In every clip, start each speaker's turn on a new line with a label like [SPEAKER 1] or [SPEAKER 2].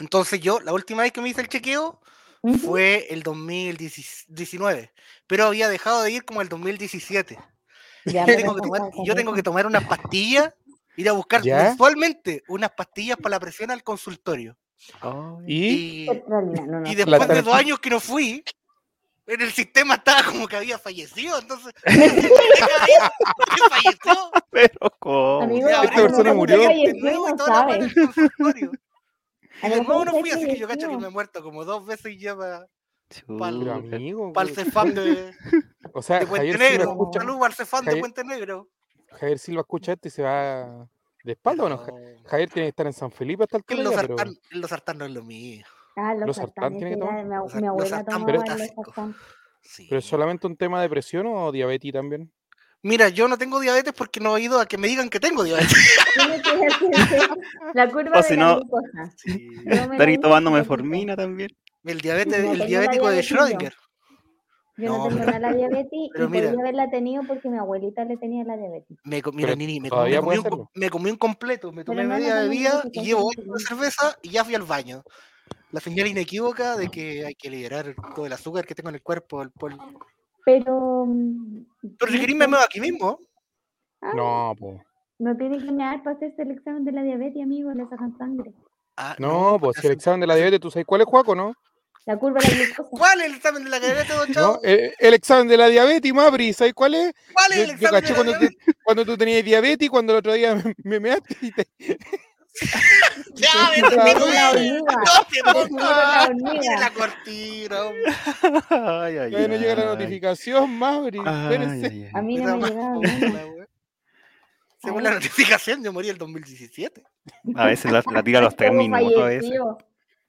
[SPEAKER 1] Entonces yo, la última vez que me hice el chequeo uh -huh. fue el 2019, pero había dejado de ir como el 2017. Ya yo, tengo que tomar, yo tengo que tomar unas pastillas, ir a buscar actualmente unas pastillas para la presión al consultorio.
[SPEAKER 2] Oh, ¿y?
[SPEAKER 1] Y, y, después de dos años que no fui, en el sistema estaba como que había fallecido, entonces
[SPEAKER 2] falleció. Pero cómo? Amigo, esta persona murió.
[SPEAKER 1] Y de nuevo no fui, así que yo cacho que me he muerto como dos veces ya para. Para el Cefam de,
[SPEAKER 3] o sea,
[SPEAKER 1] de Puente Javier Negro. Escucha, Salud al Cefam de Puente Negro.
[SPEAKER 3] Javier Silva escucha esto y se va de espalda o no. Javier tiene que estar en San Felipe hasta el
[SPEAKER 1] que Los sartán pero... no es lo mío.
[SPEAKER 4] Ah, los, los sartán tiene que tomar. Mi, mi abuela tomaba
[SPEAKER 3] pero, los sí. ¿Pero es solamente un tema de presión o diabetes también?
[SPEAKER 1] Mira, yo no tengo diabetes porque no he ido a que me digan que tengo diabetes.
[SPEAKER 4] la curva o
[SPEAKER 2] si
[SPEAKER 4] de
[SPEAKER 2] no, la sí. Están tomando metformina también.
[SPEAKER 1] El, diabetes, no el diabético de Schrödinger.
[SPEAKER 4] Yo no, no tengo nada la diabetes pero y mira, podría haberla tenido porque mi abuelita le tenía la diabetes.
[SPEAKER 1] Me, mira, Nini, me, comí, me, comí, me, comí un, completo, me tomé no, media bebida y llevo una cerveza y ya fui al baño la señal inequívoca de que hay que liberar todo el azúcar que tengo en el cuerpo, el polvo.
[SPEAKER 4] Pero. mm,
[SPEAKER 1] Pero si queréis, me muevo aquí mismo.
[SPEAKER 3] Ah, no, pues.
[SPEAKER 4] No tiene que mear para hacerse el examen de la diabetes, amigo, le sacan sangre.
[SPEAKER 3] Ah, no, no, pues si el examen de la diabetes, ¿tú sabes cuál es, Juaco, no?
[SPEAKER 4] La curva de la glucosa.
[SPEAKER 1] ¿Cuál es el examen de la diabetes, don Chavo?
[SPEAKER 3] No, el, E, el, examen de la diabetes, Mabri, ¿sabes cuál es?
[SPEAKER 1] ¿Cuál es el
[SPEAKER 3] yo,
[SPEAKER 1] examen? Yo caché de la
[SPEAKER 3] cuando, te, cuando tú tenías diabetes y cuando el otro día me, me measte y te.
[SPEAKER 1] ya, me terminó la hormiga. No te Ah, la cortina.
[SPEAKER 3] Ay, ay, Todavía no llega la notificación, Mabri. Espérense.
[SPEAKER 4] A mí no me llegaba.
[SPEAKER 1] Según la notificación, yo morí el 2017.
[SPEAKER 2] A veces la, la tira los tres minutos. A veces.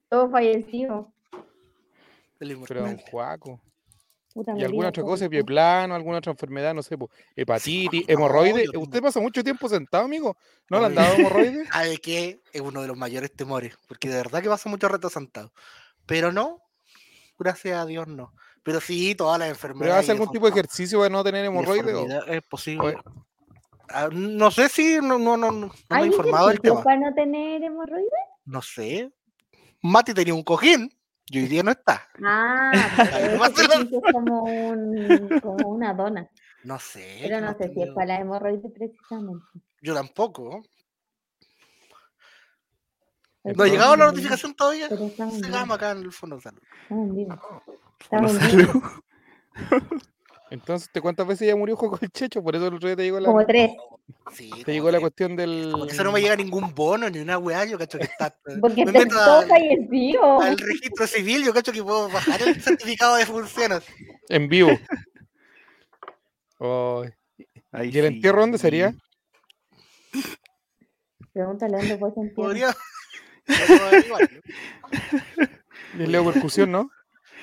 [SPEAKER 4] Todo fallecido.
[SPEAKER 3] Pero un juaco. y alguna otra cosa, pie plano, alguna otra enfermedad, no sé, hepatitis, hemorroides. ¿Usted pasa mucho tiempo sentado, amigo? ¿No le han dado hemorroides?
[SPEAKER 1] ¿Sabe qué? Es uno de los mayores temores, porque de verdad que pasa mucho rato sentado. Pero no, gracias a Dios no. Pero sí, todas las enfermedades. ¿Pero
[SPEAKER 3] hace algún tipo de ejercicio para no tener hemorroides?
[SPEAKER 1] Es posible. Ah, No sé si no, no, no, no me he informado del tema.
[SPEAKER 4] ¿Para no tener hemorroides?
[SPEAKER 1] No sé. Mati tenía un cojín. Y hoy día no está.
[SPEAKER 4] Ah, pero es como, un, como una dona.
[SPEAKER 1] No sé.
[SPEAKER 4] Pero Eh, no, no sé si es para la hemorroides precisamente.
[SPEAKER 1] Yo tampoco. ¿No ha llegado la notificación todavía? Se llama acá en el fondo de salud.
[SPEAKER 4] Estamos vivos.
[SPEAKER 3] Entonces, ¿te cuántas veces ya murió Joco el Checho? Por eso el otro día te llegó la.
[SPEAKER 4] Como tres.
[SPEAKER 1] Sí,
[SPEAKER 3] te llegó la cuestión del.
[SPEAKER 1] Como que eso no me llega ningún bono ni una weá, yo cacho que está. eh,
[SPEAKER 4] Porque me meto al, fallecido.
[SPEAKER 1] al registro civil, yo cacho que puedo bajar el certificado de funciones.
[SPEAKER 3] En vivo. Oh. Ay, ¿Y el sí. entierro dónde sería?
[SPEAKER 4] Pregúntale dónde fue entierro.
[SPEAKER 1] Podría.
[SPEAKER 3] Es Leo Percusión, ¿no?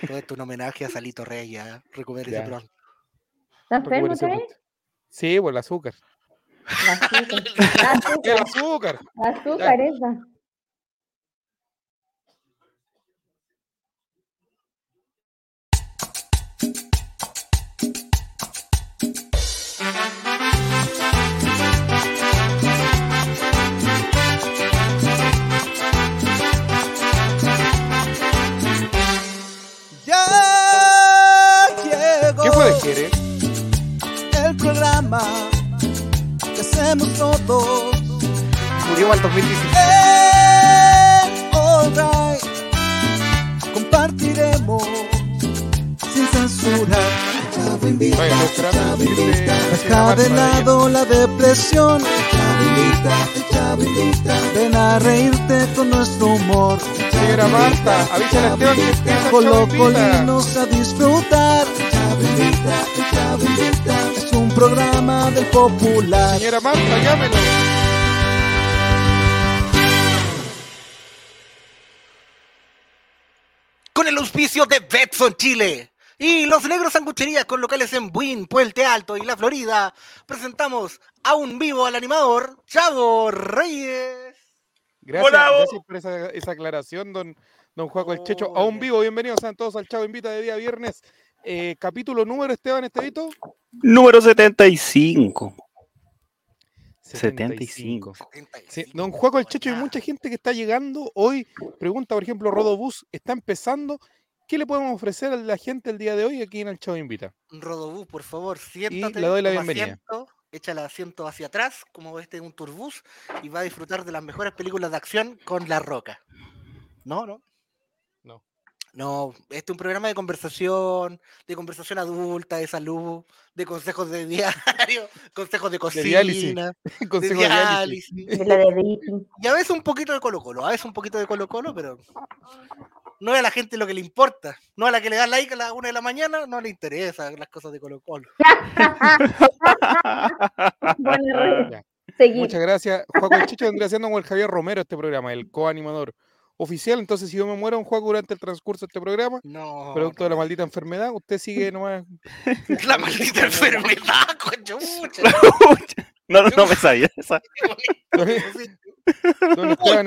[SPEAKER 1] Todo esto un homenaje a Salito Reyes, ¿eh? recupérese pronto.
[SPEAKER 4] ¿Estás enfermo, Trey?
[SPEAKER 3] Sí, por el azúcar.
[SPEAKER 4] La azúcar. La azúcar.
[SPEAKER 3] El azúcar.
[SPEAKER 4] La azúcar ya. esa.
[SPEAKER 3] Ya ¿Qué
[SPEAKER 5] Oh.
[SPEAKER 3] puede querer?
[SPEAKER 5] El programa hacemos todos.
[SPEAKER 1] Murió al 2017.
[SPEAKER 3] Eh,
[SPEAKER 5] Hey, alright. Compartiremos sin censura. Deja de lado la depresión. Ven a reírte con nuestro humor.
[SPEAKER 3] Señora Marta, avisa a Esteban que
[SPEAKER 5] Con los colinos a disfrutar. Es un programa del popular.
[SPEAKER 3] Señora Marta, llámelo.
[SPEAKER 1] Con el auspicio de Betson Chile. Y los negros sanguchería con locales en Buin, Puente Alto y La Florida. Presentamos a un vivo al animador, Chavo Reyes.
[SPEAKER 3] Gracias, Hola, gracias por esa, esa, aclaración, don, don Juaco oh, el Checho. A un vivo, bienvenidos sean todos al Chavo Invita de día viernes. Eh, capítulo número, Esteban Estevito.
[SPEAKER 2] Número 75. 75.
[SPEAKER 3] Sí, don Juaco el Checho, hay mucha gente que está llegando hoy. Pregunta, por ejemplo, Rodobús, está empezando. ¿Qué le podemos ofrecer a la gente el día de hoy aquí en el Chavo Invita?
[SPEAKER 1] Rodobús, por favor, siéntate.
[SPEAKER 3] Y le doy la bienvenida.
[SPEAKER 1] Asiento, echa el asiento hacia atrás, como este es un turbús, y va a disfrutar de las mejores películas de acción con La Roca. No, no.
[SPEAKER 3] No.
[SPEAKER 1] No, este es un programa de conversación, de conversación adulta, de salud, de consejos de diario, consejos de cocina,
[SPEAKER 3] diálisis. Consejo de diálisis.
[SPEAKER 4] De la de
[SPEAKER 1] Y a veces un poquito de Colo Colo, a veces un poquito de Colo Colo, pero no es a la gente lo que le importa, no a la que le da like a las una de la mañana, no le interesa las cosas de Colo Colo. Ah,
[SPEAKER 4] bueno,
[SPEAKER 3] Muchas gracias. Juan Chicho vendría siendo como el Javier Romero este programa, el coanimador oficial. Entonces, si yo me muero un juego durante el transcurso de este programa,
[SPEAKER 1] No.
[SPEAKER 3] producto de la maldita enfermedad, usted sigue nomás.
[SPEAKER 1] La maldita enfermedad, coño, mucha.
[SPEAKER 2] No, no, no me sabía esa.
[SPEAKER 3] Don Esteban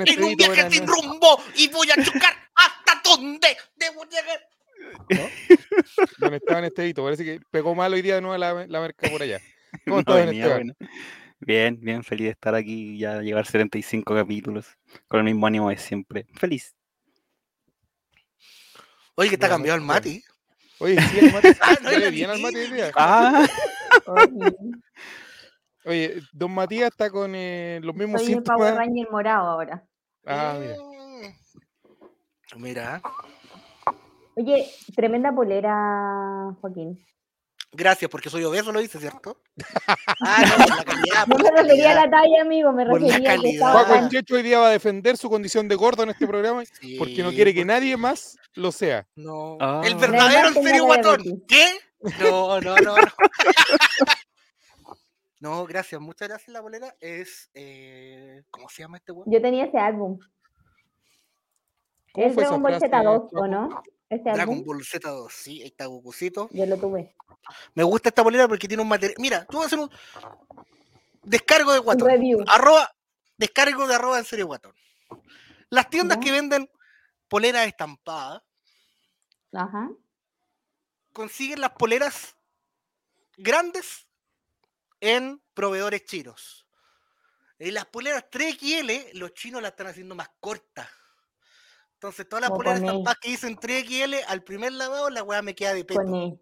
[SPEAKER 1] en un
[SPEAKER 3] Estevito,
[SPEAKER 1] viaje
[SPEAKER 3] buenas
[SPEAKER 1] sin
[SPEAKER 3] noches.
[SPEAKER 1] rumbo y voy a chocar hasta donde debo llegar.
[SPEAKER 3] Don Esteban Estevito, parece que pegó mal hoy día de nuevo la, la merca por allá. ¿Cómo
[SPEAKER 2] No
[SPEAKER 3] estás, don
[SPEAKER 2] venía,
[SPEAKER 3] Esteban?
[SPEAKER 2] bueno. Bien, bien, feliz de estar aquí y ya llevar 75 capítulos con el mismo ánimo de siempre. Feliz.
[SPEAKER 1] Oye, que está
[SPEAKER 3] Bueno,
[SPEAKER 1] cambiado el
[SPEAKER 3] bueno.
[SPEAKER 1] Mati.
[SPEAKER 3] Oye, sí, al mate.
[SPEAKER 1] Ah, no,
[SPEAKER 3] Huele
[SPEAKER 1] era
[SPEAKER 3] bien
[SPEAKER 1] mi
[SPEAKER 3] al mate hoy día.
[SPEAKER 2] Ah,
[SPEAKER 3] Oye, don Matías está con eh, los mismos
[SPEAKER 4] Soy el Power
[SPEAKER 3] síntomas.
[SPEAKER 4] Ranger morado ahora.
[SPEAKER 3] Ah, mira.
[SPEAKER 1] Mm. Mira.
[SPEAKER 4] Oye, tremenda polera, Joaquín.
[SPEAKER 1] Gracias, porque soy obeso, lo dice, ¿cierto? Ah, no, por la calidad.
[SPEAKER 4] No
[SPEAKER 1] por
[SPEAKER 4] me
[SPEAKER 1] la
[SPEAKER 4] refería a
[SPEAKER 1] calidad.
[SPEAKER 4] la talla, amigo, me
[SPEAKER 1] Por la
[SPEAKER 4] refería a que
[SPEAKER 1] calidad.
[SPEAKER 4] estaba...
[SPEAKER 3] Juaco el
[SPEAKER 1] Ah.
[SPEAKER 3] Checho hoy día va a defender su condición de gordo en este programa
[SPEAKER 1] Sí, pues,
[SPEAKER 3] porque no quiere que nadie más lo sea.
[SPEAKER 1] No.
[SPEAKER 2] Ah.
[SPEAKER 1] El
[SPEAKER 4] Además,
[SPEAKER 1] verdadero en
[SPEAKER 4] tengo
[SPEAKER 1] serio guatón.
[SPEAKER 4] diabetes.
[SPEAKER 1] ¿Qué? No, no, no. No, No, gracias, muchas gracias. La bolera es. eh, ¿Cómo se llama este weón?
[SPEAKER 4] Yo tenía ese álbum.
[SPEAKER 3] ¿Cómo
[SPEAKER 4] Es
[SPEAKER 3] fue esa
[SPEAKER 4] Dragon Ball
[SPEAKER 3] frase,
[SPEAKER 4] Z 2,
[SPEAKER 3] Juaco?
[SPEAKER 4] ¿o no? Este álbum.
[SPEAKER 1] Dragon Ball Z 2, sí, ahí está Gokucito.
[SPEAKER 4] Yo lo tuve.
[SPEAKER 1] Me gusta esta bolera porque tiene un material. Mira, tú vas a hacer un descargo de
[SPEAKER 4] Un
[SPEAKER 1] guatón.
[SPEAKER 4] review.
[SPEAKER 1] Arroba, descargo de arroba en serio guatón. Las tiendas
[SPEAKER 4] Ya.
[SPEAKER 1] que venden poleras estampadas
[SPEAKER 4] Ajá.
[SPEAKER 1] consiguen las poleras grandes en proveedores chinos. En las poleras 3XL, los chinos las están haciendo más cortas. Entonces, todas las
[SPEAKER 4] Como
[SPEAKER 1] poleras
[SPEAKER 4] con E.
[SPEAKER 1] estampadas que dicen 3XL, al primer lavado, la weá me queda de peto.
[SPEAKER 4] Con E.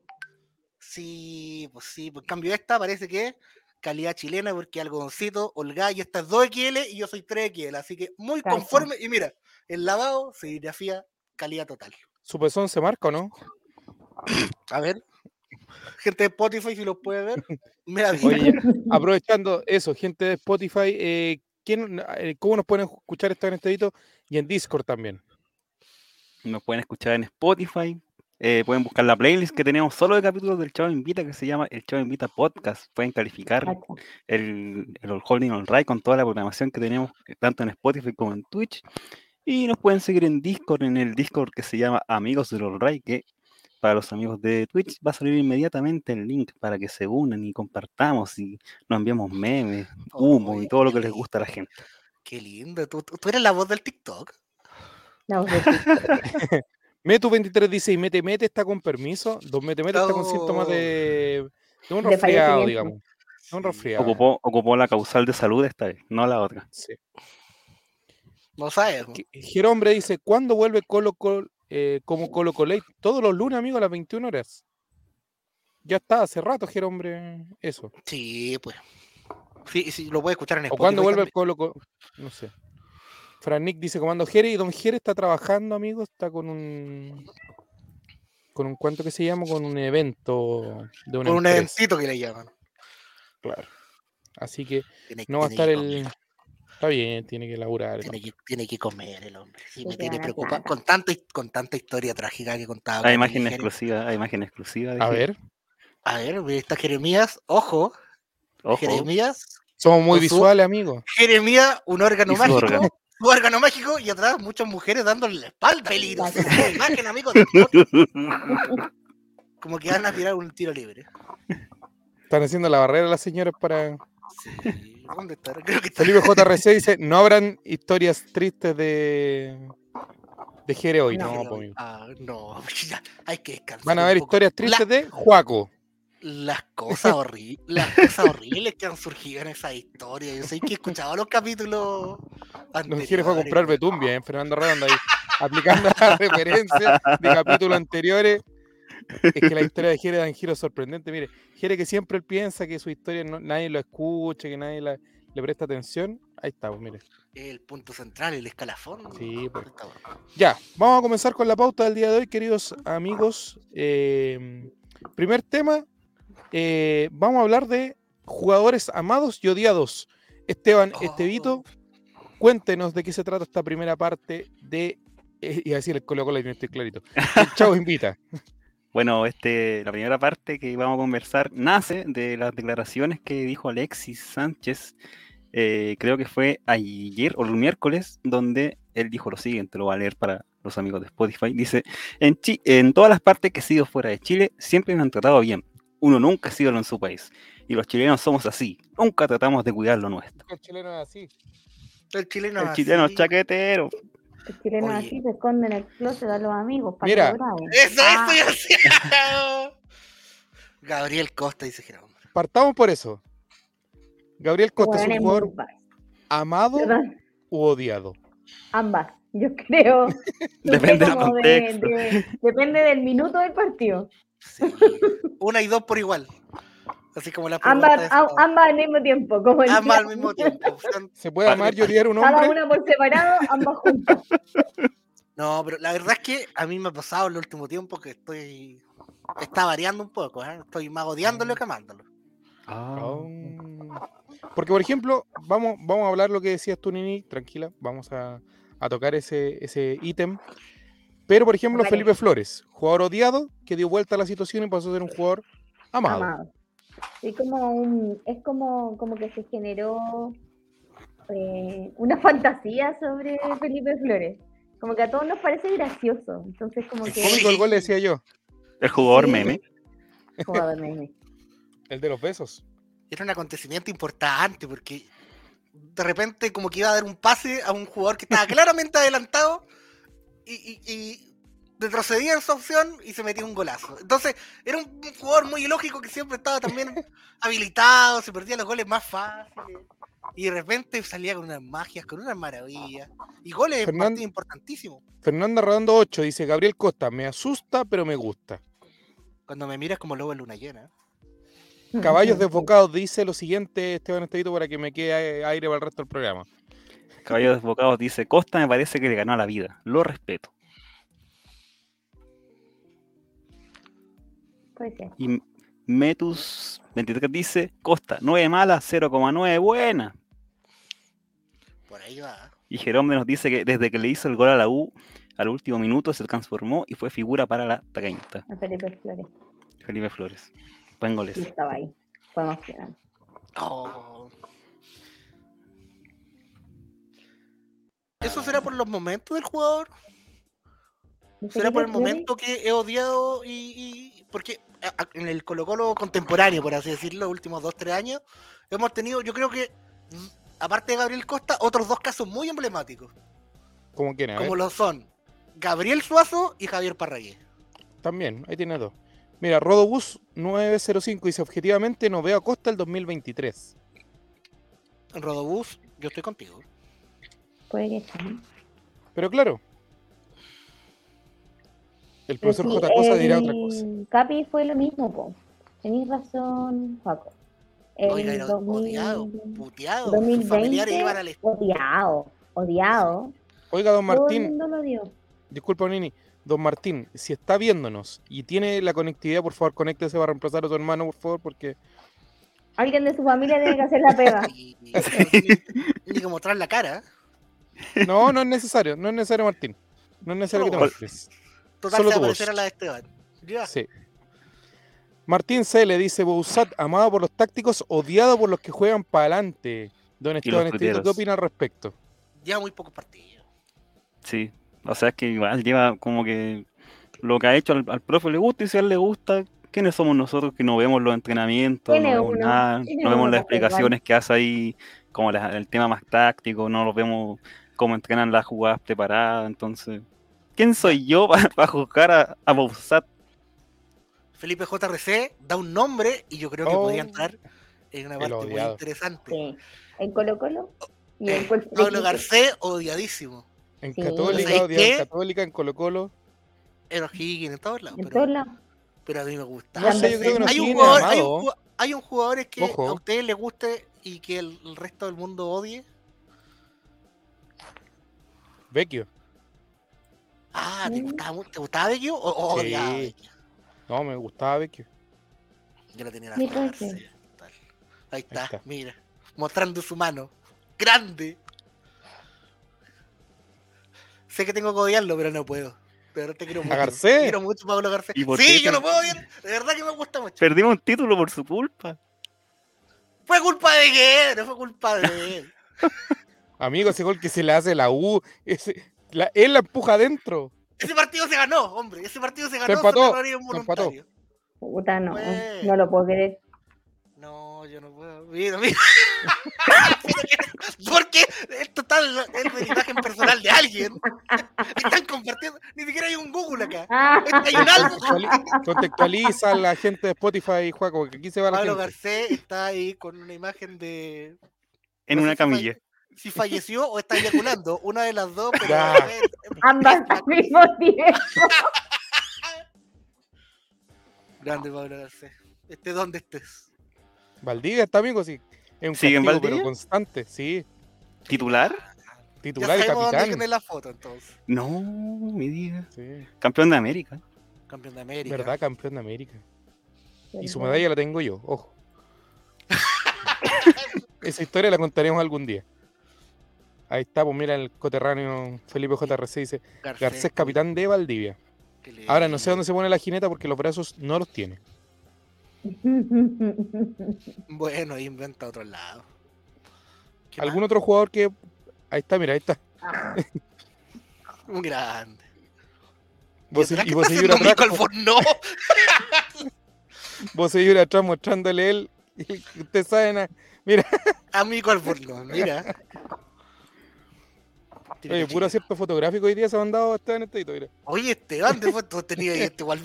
[SPEAKER 1] Sí, pues sí, pues en cambio esta parece que es calidad chilena porque algodoncito, holgada y estas 2XL y yo soy 3XL, así que muy
[SPEAKER 4] Cacha.
[SPEAKER 1] conforme y mira, el lavado, serigrafía, calidad total.
[SPEAKER 3] Su pezón se marca, ¿o ¿no?
[SPEAKER 1] A ver, gente de Spotify si los puede ver, me avisa.
[SPEAKER 3] Oye, aprovechando eso, gente de Spotify, eh, ¿quién, eh, ¿cómo nos pueden escuchar esto en este edito? Y en Discord también.
[SPEAKER 2] nos pueden escuchar en Spotify. eh, pueden buscar la playlist que tenemos solo de capítulos del Chavo Invita que se llama El Chavo Invita Podcast. Pueden calificar
[SPEAKER 4] Cacha.
[SPEAKER 2] el, el All Holding All Right con toda la programación que tenemos eh, tanto en Spotify como en Twitch. Y nos pueden seguir en Discord, en el Discord que se llama Amigos del All Right, que para los amigos de Twitch va a salir inmediatamente el link para que se unan y compartamos y nos enviamos memes, humo
[SPEAKER 1] Oye,
[SPEAKER 2] y todo lo
[SPEAKER 1] qué
[SPEAKER 2] que les
[SPEAKER 1] lindo,
[SPEAKER 2] gusta a la gente.
[SPEAKER 1] Qué lindo, ¿Tú, tú, tú eres la voz del TikTok.
[SPEAKER 4] La voz de ti.
[SPEAKER 3] Metu23 dice, y Mete Mete está con permiso. Don Mete Mete está con síntomas de, de un
[SPEAKER 4] De
[SPEAKER 3] resfriado,
[SPEAKER 4] fallecimiento.
[SPEAKER 3] digamos. De un
[SPEAKER 1] Sí.
[SPEAKER 3] resfriado.
[SPEAKER 2] Ocupó, ocupó la causal de salud esta vez, no la otra.
[SPEAKER 3] Sí.
[SPEAKER 1] No sabes. ¿no?
[SPEAKER 3] Que- Jerombre dice, ¿cuándo vuelve Colo Colo eh, como Colo Colate? Todos los lunes, amigo, a las 21 horas. Ya está, hace rato, Jerombre, eso.
[SPEAKER 1] Sí, pues. Sí, sí, lo puedes escuchar en
[SPEAKER 3] ¿O
[SPEAKER 1] Spotify.
[SPEAKER 3] cuándo vuelve el
[SPEAKER 1] también.
[SPEAKER 3] Colo Colo? No sé. Franick dice comando Jere y Don Jere está trabajando, amigo, está con un con un cuánto que se llama, con un evento de una
[SPEAKER 1] Por un
[SPEAKER 3] empresa,
[SPEAKER 1] eventito que le llaman.
[SPEAKER 3] claro. Así que
[SPEAKER 1] Tiene-
[SPEAKER 3] no va a
[SPEAKER 1] tiene
[SPEAKER 3] estar
[SPEAKER 1] que
[SPEAKER 3] el está bien, tiene que laburar. el
[SPEAKER 1] Tiene que, tiene que comer el hombre. Sí,
[SPEAKER 4] Sí,
[SPEAKER 1] me
[SPEAKER 4] te
[SPEAKER 1] tiene
[SPEAKER 4] van a
[SPEAKER 1] preocupado.
[SPEAKER 4] sacar.
[SPEAKER 1] Con, tanto, his- con tanta historia trágica que contaba.
[SPEAKER 2] Hay
[SPEAKER 1] con
[SPEAKER 2] imagen
[SPEAKER 1] Jerem-
[SPEAKER 2] exclusiva, hay imagen exclusiva. de
[SPEAKER 3] A
[SPEAKER 2] Jere.
[SPEAKER 3] ver,
[SPEAKER 1] A ver, mira, está Jeremías. Ojo,
[SPEAKER 2] ojo.
[SPEAKER 1] Jeremías.
[SPEAKER 3] somos muy
[SPEAKER 1] Con su-
[SPEAKER 3] visuales, amigo.
[SPEAKER 1] Jeremías, un órgano
[SPEAKER 2] Y su
[SPEAKER 1] mágico.
[SPEAKER 2] órgano.
[SPEAKER 1] Un órgano mágico y atrás muchas mujeres dándole la espalda. Peligroso. imagen, amigo. Como que van a tirar un tiro libre.
[SPEAKER 3] Están haciendo la barrera las señoras para
[SPEAKER 1] Sí, ¿Dónde está? Creo que está.
[SPEAKER 3] Felipe JRC dice, no habrán historias tristes de de Jere hoy, no, po, amigo.
[SPEAKER 1] Ah, no, ya, hay que descansar.
[SPEAKER 3] Van a
[SPEAKER 1] un
[SPEAKER 3] haber
[SPEAKER 1] poco.
[SPEAKER 3] historias
[SPEAKER 1] La-
[SPEAKER 3] tristes de Juaco.
[SPEAKER 1] las cosas horribles, las cosas horribles que han surgido en esa historia. Yo sé que escuchaba los capítulos
[SPEAKER 3] anteriores. Nos quieres fue a comprar Betumbia, ¿eh? Fernando Ronda ahí, aplicando las referencias de capítulos anteriores. Es que la historia de Jere da un giro sorprendente. Mire, Jere que siempre él piensa que su historia no, nadie lo escucha, que nadie la, le presta atención. Ahí estamos, mire.
[SPEAKER 1] El punto central, el escalafón.
[SPEAKER 3] Sí, pues. Ya, vamos a comenzar con la pauta del día de hoy, queridos amigos. Eh, primer tema, eh, vamos a hablar de jugadores amados y odiados. Esteban, oh. Estevito, cuéntenos de qué se trata esta primera parte de. Eh, y a decir el Colo Colo, no estoy clarito. Chao, invita.
[SPEAKER 2] Bueno, este, la primera parte que vamos a conversar nace de las declaraciones que dijo Alexis Sánchez, eh, creo que fue ayer o el miércoles, donde él dijo lo siguiente, lo voy a leer para los amigos de Spotify. Dice, en, Chi en todas las partes que he sido fuera de Chile, siempre me han tratado bien, uno nunca ha sido en su país. Y los chilenos somos así. Nunca tratamos de cuidar lo nuestro.
[SPEAKER 3] El chileno es así.
[SPEAKER 1] El chileno
[SPEAKER 2] es El chileno así. chaquetero.
[SPEAKER 4] El chileno Oye. así se esconde en el closet a los amigos. Para
[SPEAKER 3] Mira,
[SPEAKER 1] eso ah. estoy haciendo. Gabriel Costa dice Gerardo.
[SPEAKER 3] Partamos por eso. Gabriel Costa bueno, es un jugador amado u odiado.
[SPEAKER 4] Ambas, yo creo.
[SPEAKER 2] depende, del contexto.
[SPEAKER 4] De, de, depende del minuto del partido.
[SPEAKER 1] Sí. Una y dos por igual. Así como la
[SPEAKER 4] ambas, ambas al mismo tiempo. Como el
[SPEAKER 1] ambas al mismo tiempo.
[SPEAKER 3] Se puede amar y odiar un hombre.
[SPEAKER 4] Cada una por separado, ambas juntas.
[SPEAKER 1] No, pero la verdad es que a mí me ha pasado en el último tiempo que estoy. Está variando un poco, ¿eh? estoy más
[SPEAKER 3] Mm.
[SPEAKER 1] odiándolo que amándolo.
[SPEAKER 3] Oh. Porque, por ejemplo, vamos, vamos a hablar lo que decías tú, Nini, tranquila, vamos a, a tocar ese, ese ítem. Pero, por ejemplo, Felipe Flores, jugador odiado, que dio vuelta a la situación y pasó a ser un jugador amado. amado.
[SPEAKER 4] Y como un, es como, como que se generó eh, una fantasía sobre Felipe Flores. Como que a todos nos parece gracioso. Entonces, como
[SPEAKER 3] el
[SPEAKER 4] que.
[SPEAKER 3] Cómico el gol, le decía yo.
[SPEAKER 2] El jugador meme.
[SPEAKER 4] El jugador meme.
[SPEAKER 3] el de los besos.
[SPEAKER 1] Era un acontecimiento importante porque de repente, como que iba a dar un pase a un jugador que estaba claramente adelantado. Y, y, y, retrocedía en su opción y se metía un golazo. Entonces, era un, un jugador muy ilógico que siempre estaba también habilitado, se perdía los goles más fáciles. Y de repente salía con unas magias, con unas maravillas. Y goles Fernand... importantísimos.
[SPEAKER 3] Fernanda Rodando 8 dice: Gabriel Costa, me asusta, pero me gusta.
[SPEAKER 1] Cuando me miras como lobo en luna llena.
[SPEAKER 3] Caballos desbocados dice lo siguiente, Esteban Estadito, para que me quede aire para el resto del programa.
[SPEAKER 2] Caballos Desbocados dice, Costa me parece que le ganó a la vida. Lo respeto. Y Metus 23 dice, Costa, 9 mala, 0,9 buena.
[SPEAKER 1] Por ahí va.
[SPEAKER 2] Y Jerome nos dice que desde que le hizo el gol a la U, al último minuto se transformó y fue figura para la 30.
[SPEAKER 4] A Felipe Flores.
[SPEAKER 2] Felipe Flores. Buen goles.
[SPEAKER 4] Sí, estaba ahí. Fue emocionante.
[SPEAKER 1] Oh. ¿Eso será por los momentos del jugador? ¿Será por el momento que he odiado y, y, porque en el Colo Colo contemporáneo, por así decirlo, los últimos dos, tres años, hemos tenido, yo creo que, mm, aparte de Gabriel Costa, otros dos casos muy emblemáticos.
[SPEAKER 3] ¿Cómo quieren?
[SPEAKER 1] Como lo son Gabriel Suazo y Javier Parragué.
[SPEAKER 3] También, ahí tiene dos. Mira, Rodobus 905 dice, objetivamente no veo a Costa el 2023.
[SPEAKER 1] Rodobus, yo estoy contigo.
[SPEAKER 3] Pero claro. El profesor sí, eh, J. Cosa dirá otra cosa.
[SPEAKER 4] Capi fue lo mismo, po. Tenéis razón, Paco.
[SPEAKER 1] El Oiga, era 2000, odiado, puteado. 2020, familiares iban al...
[SPEAKER 4] Odiado, odiado.
[SPEAKER 3] Oiga, don Martín.
[SPEAKER 4] Lo dio?
[SPEAKER 3] Disculpa, Nini. Don Martín, si está viéndonos y tiene la conectividad, por favor, conéctese para reemplazar a tu hermano, por favor, porque
[SPEAKER 4] alguien de su familia tiene que hacer la pega.
[SPEAKER 1] y, y, y, y como mostrar la cara.
[SPEAKER 3] No, no es necesario, no es necesario, Martín. No es necesario no, que te muestres.
[SPEAKER 1] Total, Solo se va a parecer a la de Esteban. Ya.
[SPEAKER 3] Sí. Martín C. le dice, Bouzat, amado por los tácticos, odiado por los que juegan para adelante. Don Esteban, Esteban ¿qué opina al respecto?
[SPEAKER 1] Lleva muy pocos partidos.
[SPEAKER 2] Sí, o sea, es que igual lleva como que lo que ha hecho al, al, profe le gusta y si a él le gusta, ¿quiénes somos nosotros que no vemos los entrenamientos, no vemos nada, no vemos las explicaciones que hace ahí, como la, el tema más táctico, no los vemos cómo entrenan las jugadas preparadas. Entonces, ¿quién soy yo para, para juzgar a, a Bouzat?
[SPEAKER 1] Felipe JRC da un nombre y yo creo que
[SPEAKER 3] Oh.
[SPEAKER 1] podía entrar en una
[SPEAKER 3] El
[SPEAKER 1] parte muy
[SPEAKER 3] odiado.
[SPEAKER 1] interesante.
[SPEAKER 4] Sí. En Colo Colo y en
[SPEAKER 1] Eh,
[SPEAKER 4] Col-
[SPEAKER 1] Pablo Garcés, odiadísimo.
[SPEAKER 3] En
[SPEAKER 4] Sí.
[SPEAKER 1] ¿Sabes
[SPEAKER 3] Católica,
[SPEAKER 1] qué?
[SPEAKER 3] odiado Católica, en Colo Colo.
[SPEAKER 1] Era Higgins en todos lados,
[SPEAKER 4] En todos
[SPEAKER 1] pero,
[SPEAKER 4] lados.
[SPEAKER 1] pero a mí me gusta.
[SPEAKER 3] No sé, yo creo que no
[SPEAKER 1] hay, un
[SPEAKER 3] tiene
[SPEAKER 1] jugador, hay, un,
[SPEAKER 3] amado.
[SPEAKER 1] ju- hay un jugador que
[SPEAKER 3] Ojo.
[SPEAKER 1] a ustedes les guste y que el, el resto del mundo odie.
[SPEAKER 3] Vecchio.
[SPEAKER 1] Ah, ¿te
[SPEAKER 4] Mm.
[SPEAKER 1] gustaba, mu- te gustaba Vecchio? O, o
[SPEAKER 3] Sí.
[SPEAKER 1] odiaba Vecchio?
[SPEAKER 3] No, me gustaba Vecchio.
[SPEAKER 1] Yo la tenía en
[SPEAKER 4] Me
[SPEAKER 1] la frase,
[SPEAKER 4] parece.
[SPEAKER 1] tal. Ahí está,
[SPEAKER 3] está.
[SPEAKER 1] mira. Mostrando su mano. Grande. Sé que tengo que odiarlo, pero no puedo. De verdad te quiero mucho.
[SPEAKER 3] Garcés?
[SPEAKER 1] Te quiero mucho, Pablo Garcés.
[SPEAKER 2] ¿Y por
[SPEAKER 1] Sí,
[SPEAKER 2] qué
[SPEAKER 1] yo
[SPEAKER 2] te-
[SPEAKER 1] lo puedo odiar. De verdad que me gusta mucho.
[SPEAKER 2] Perdimos un título por su culpa.
[SPEAKER 1] Fue culpa de que no fue culpa de él.
[SPEAKER 3] Amigo, ese gol que se le hace la U, ese- la- él la empuja adentro.
[SPEAKER 1] Ese partido se ganó, hombre. Ese partido se ganó. son
[SPEAKER 3] empató,
[SPEAKER 1] errores involuntarios.
[SPEAKER 4] Puta, no.
[SPEAKER 1] Güey.
[SPEAKER 4] No lo puedo creer.
[SPEAKER 1] No, yo no puedo. Mira, mira. Porque esto está en la- es de la imagen personal de alguien. Están compartiendo. Ni siquiera hay un Google acá.
[SPEAKER 4] Ah,
[SPEAKER 1] Hay un álbum.
[SPEAKER 3] Contextuali- Contextualiza a la gente de Spotify, Juaco, que aquí se va la
[SPEAKER 1] Pablo
[SPEAKER 3] gente.
[SPEAKER 1] Garcés está ahí con una imagen de
[SPEAKER 2] En
[SPEAKER 1] No sé
[SPEAKER 2] una
[SPEAKER 1] si falle-
[SPEAKER 2] camilla.
[SPEAKER 1] si falleció o está eyaculando. Una de las dos, pero
[SPEAKER 3] Ya.
[SPEAKER 1] a ver,
[SPEAKER 4] ambas al mismo tiempo.
[SPEAKER 1] Grande Pablo Garcés. Esté donde estés.
[SPEAKER 3] Valdiga está, amigo, sí. Es un
[SPEAKER 2] ¿Sigue en
[SPEAKER 3] castigo, pero
[SPEAKER 2] Valdivia?
[SPEAKER 3] constante, sí.
[SPEAKER 2] ¿Titular?
[SPEAKER 1] Ya
[SPEAKER 3] Titular y
[SPEAKER 1] sabemos dónde
[SPEAKER 3] capitán.
[SPEAKER 1] tiene la foto entonces.
[SPEAKER 2] No, me diga.
[SPEAKER 3] Sí,
[SPEAKER 2] Campeón de América.
[SPEAKER 1] Campeón de América.
[SPEAKER 3] verdad, campeón de América. Y su medalla la tengo yo, ojo. Esa historia la contaremos algún día. Ahí está, pues mira el coterráneo Felipe JRC dice, Garcés capitán de Valdivia.
[SPEAKER 1] que le-
[SPEAKER 3] Ahora no sé dónde se pone la jineta porque los brazos no los tiene.
[SPEAKER 1] Bueno, ahí inventa otro lado. ¿Qué más?
[SPEAKER 3] ¿Algún otro jugador que... Ahí está, mira, ahí está.
[SPEAKER 1] Un grande.
[SPEAKER 3] Vos,
[SPEAKER 1] atrás
[SPEAKER 3] y
[SPEAKER 1] qué
[SPEAKER 3] vos
[SPEAKER 1] está
[SPEAKER 3] seguís
[SPEAKER 1] haciendo
[SPEAKER 3] atrás,
[SPEAKER 1] Michael Forno?
[SPEAKER 3] vos seguís atrás mostrándole él. y Ustedes saben, ah,
[SPEAKER 1] A Michael Forno, mira. Tiene
[SPEAKER 3] oye,
[SPEAKER 1] que chequear.
[SPEAKER 3] puro acierto fotográfico hoy día se han dado hasta en este hito, mira.
[SPEAKER 1] Oye, Esteban, de foto tenía ahí este igual.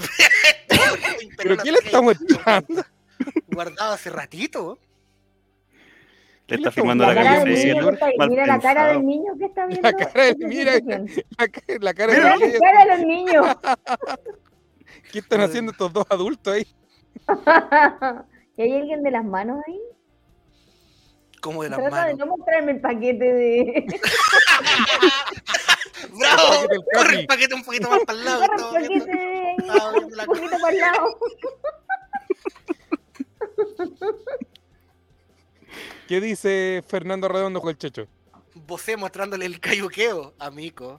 [SPEAKER 3] ¿Pero qué le está mostrando?
[SPEAKER 1] Guardado hace ratito.
[SPEAKER 3] le
[SPEAKER 2] Le está
[SPEAKER 3] está
[SPEAKER 2] firmando
[SPEAKER 4] La
[SPEAKER 2] la
[SPEAKER 4] cara
[SPEAKER 3] jugando?
[SPEAKER 2] camisa
[SPEAKER 4] del
[SPEAKER 3] sí,
[SPEAKER 4] niño
[SPEAKER 2] diciendo,
[SPEAKER 4] que está ahí,
[SPEAKER 2] "Mal
[SPEAKER 4] Mira la cara del
[SPEAKER 2] pensado".
[SPEAKER 4] niño que está viendo.
[SPEAKER 3] cara del-
[SPEAKER 4] esa
[SPEAKER 3] mira,
[SPEAKER 4] situación.
[SPEAKER 3] La, ca- la cara
[SPEAKER 4] Mira
[SPEAKER 3] de
[SPEAKER 4] la cara de los niños.
[SPEAKER 3] ¿Qué están haciendo estos dos adultos ahí?
[SPEAKER 4] ¿Y hay alguien de las manos ahí?
[SPEAKER 1] Como de las
[SPEAKER 4] Trata de
[SPEAKER 1] manos.
[SPEAKER 4] no mostrarme el paquete de.
[SPEAKER 3] El
[SPEAKER 1] ¡Bravo!
[SPEAKER 3] paquete del
[SPEAKER 1] Corre
[SPEAKER 3] Capi.
[SPEAKER 1] el paquete un poquito más para el lado.
[SPEAKER 4] Agarra
[SPEAKER 1] estaba
[SPEAKER 4] el
[SPEAKER 1] viendo-
[SPEAKER 4] paquete de.
[SPEAKER 1] estaba viendo la
[SPEAKER 4] Un poquito para el lado.
[SPEAKER 3] ¿Qué dice Fernando Redondo con el checho?
[SPEAKER 1] Bosé mostrándole el cayuqueo a Mico.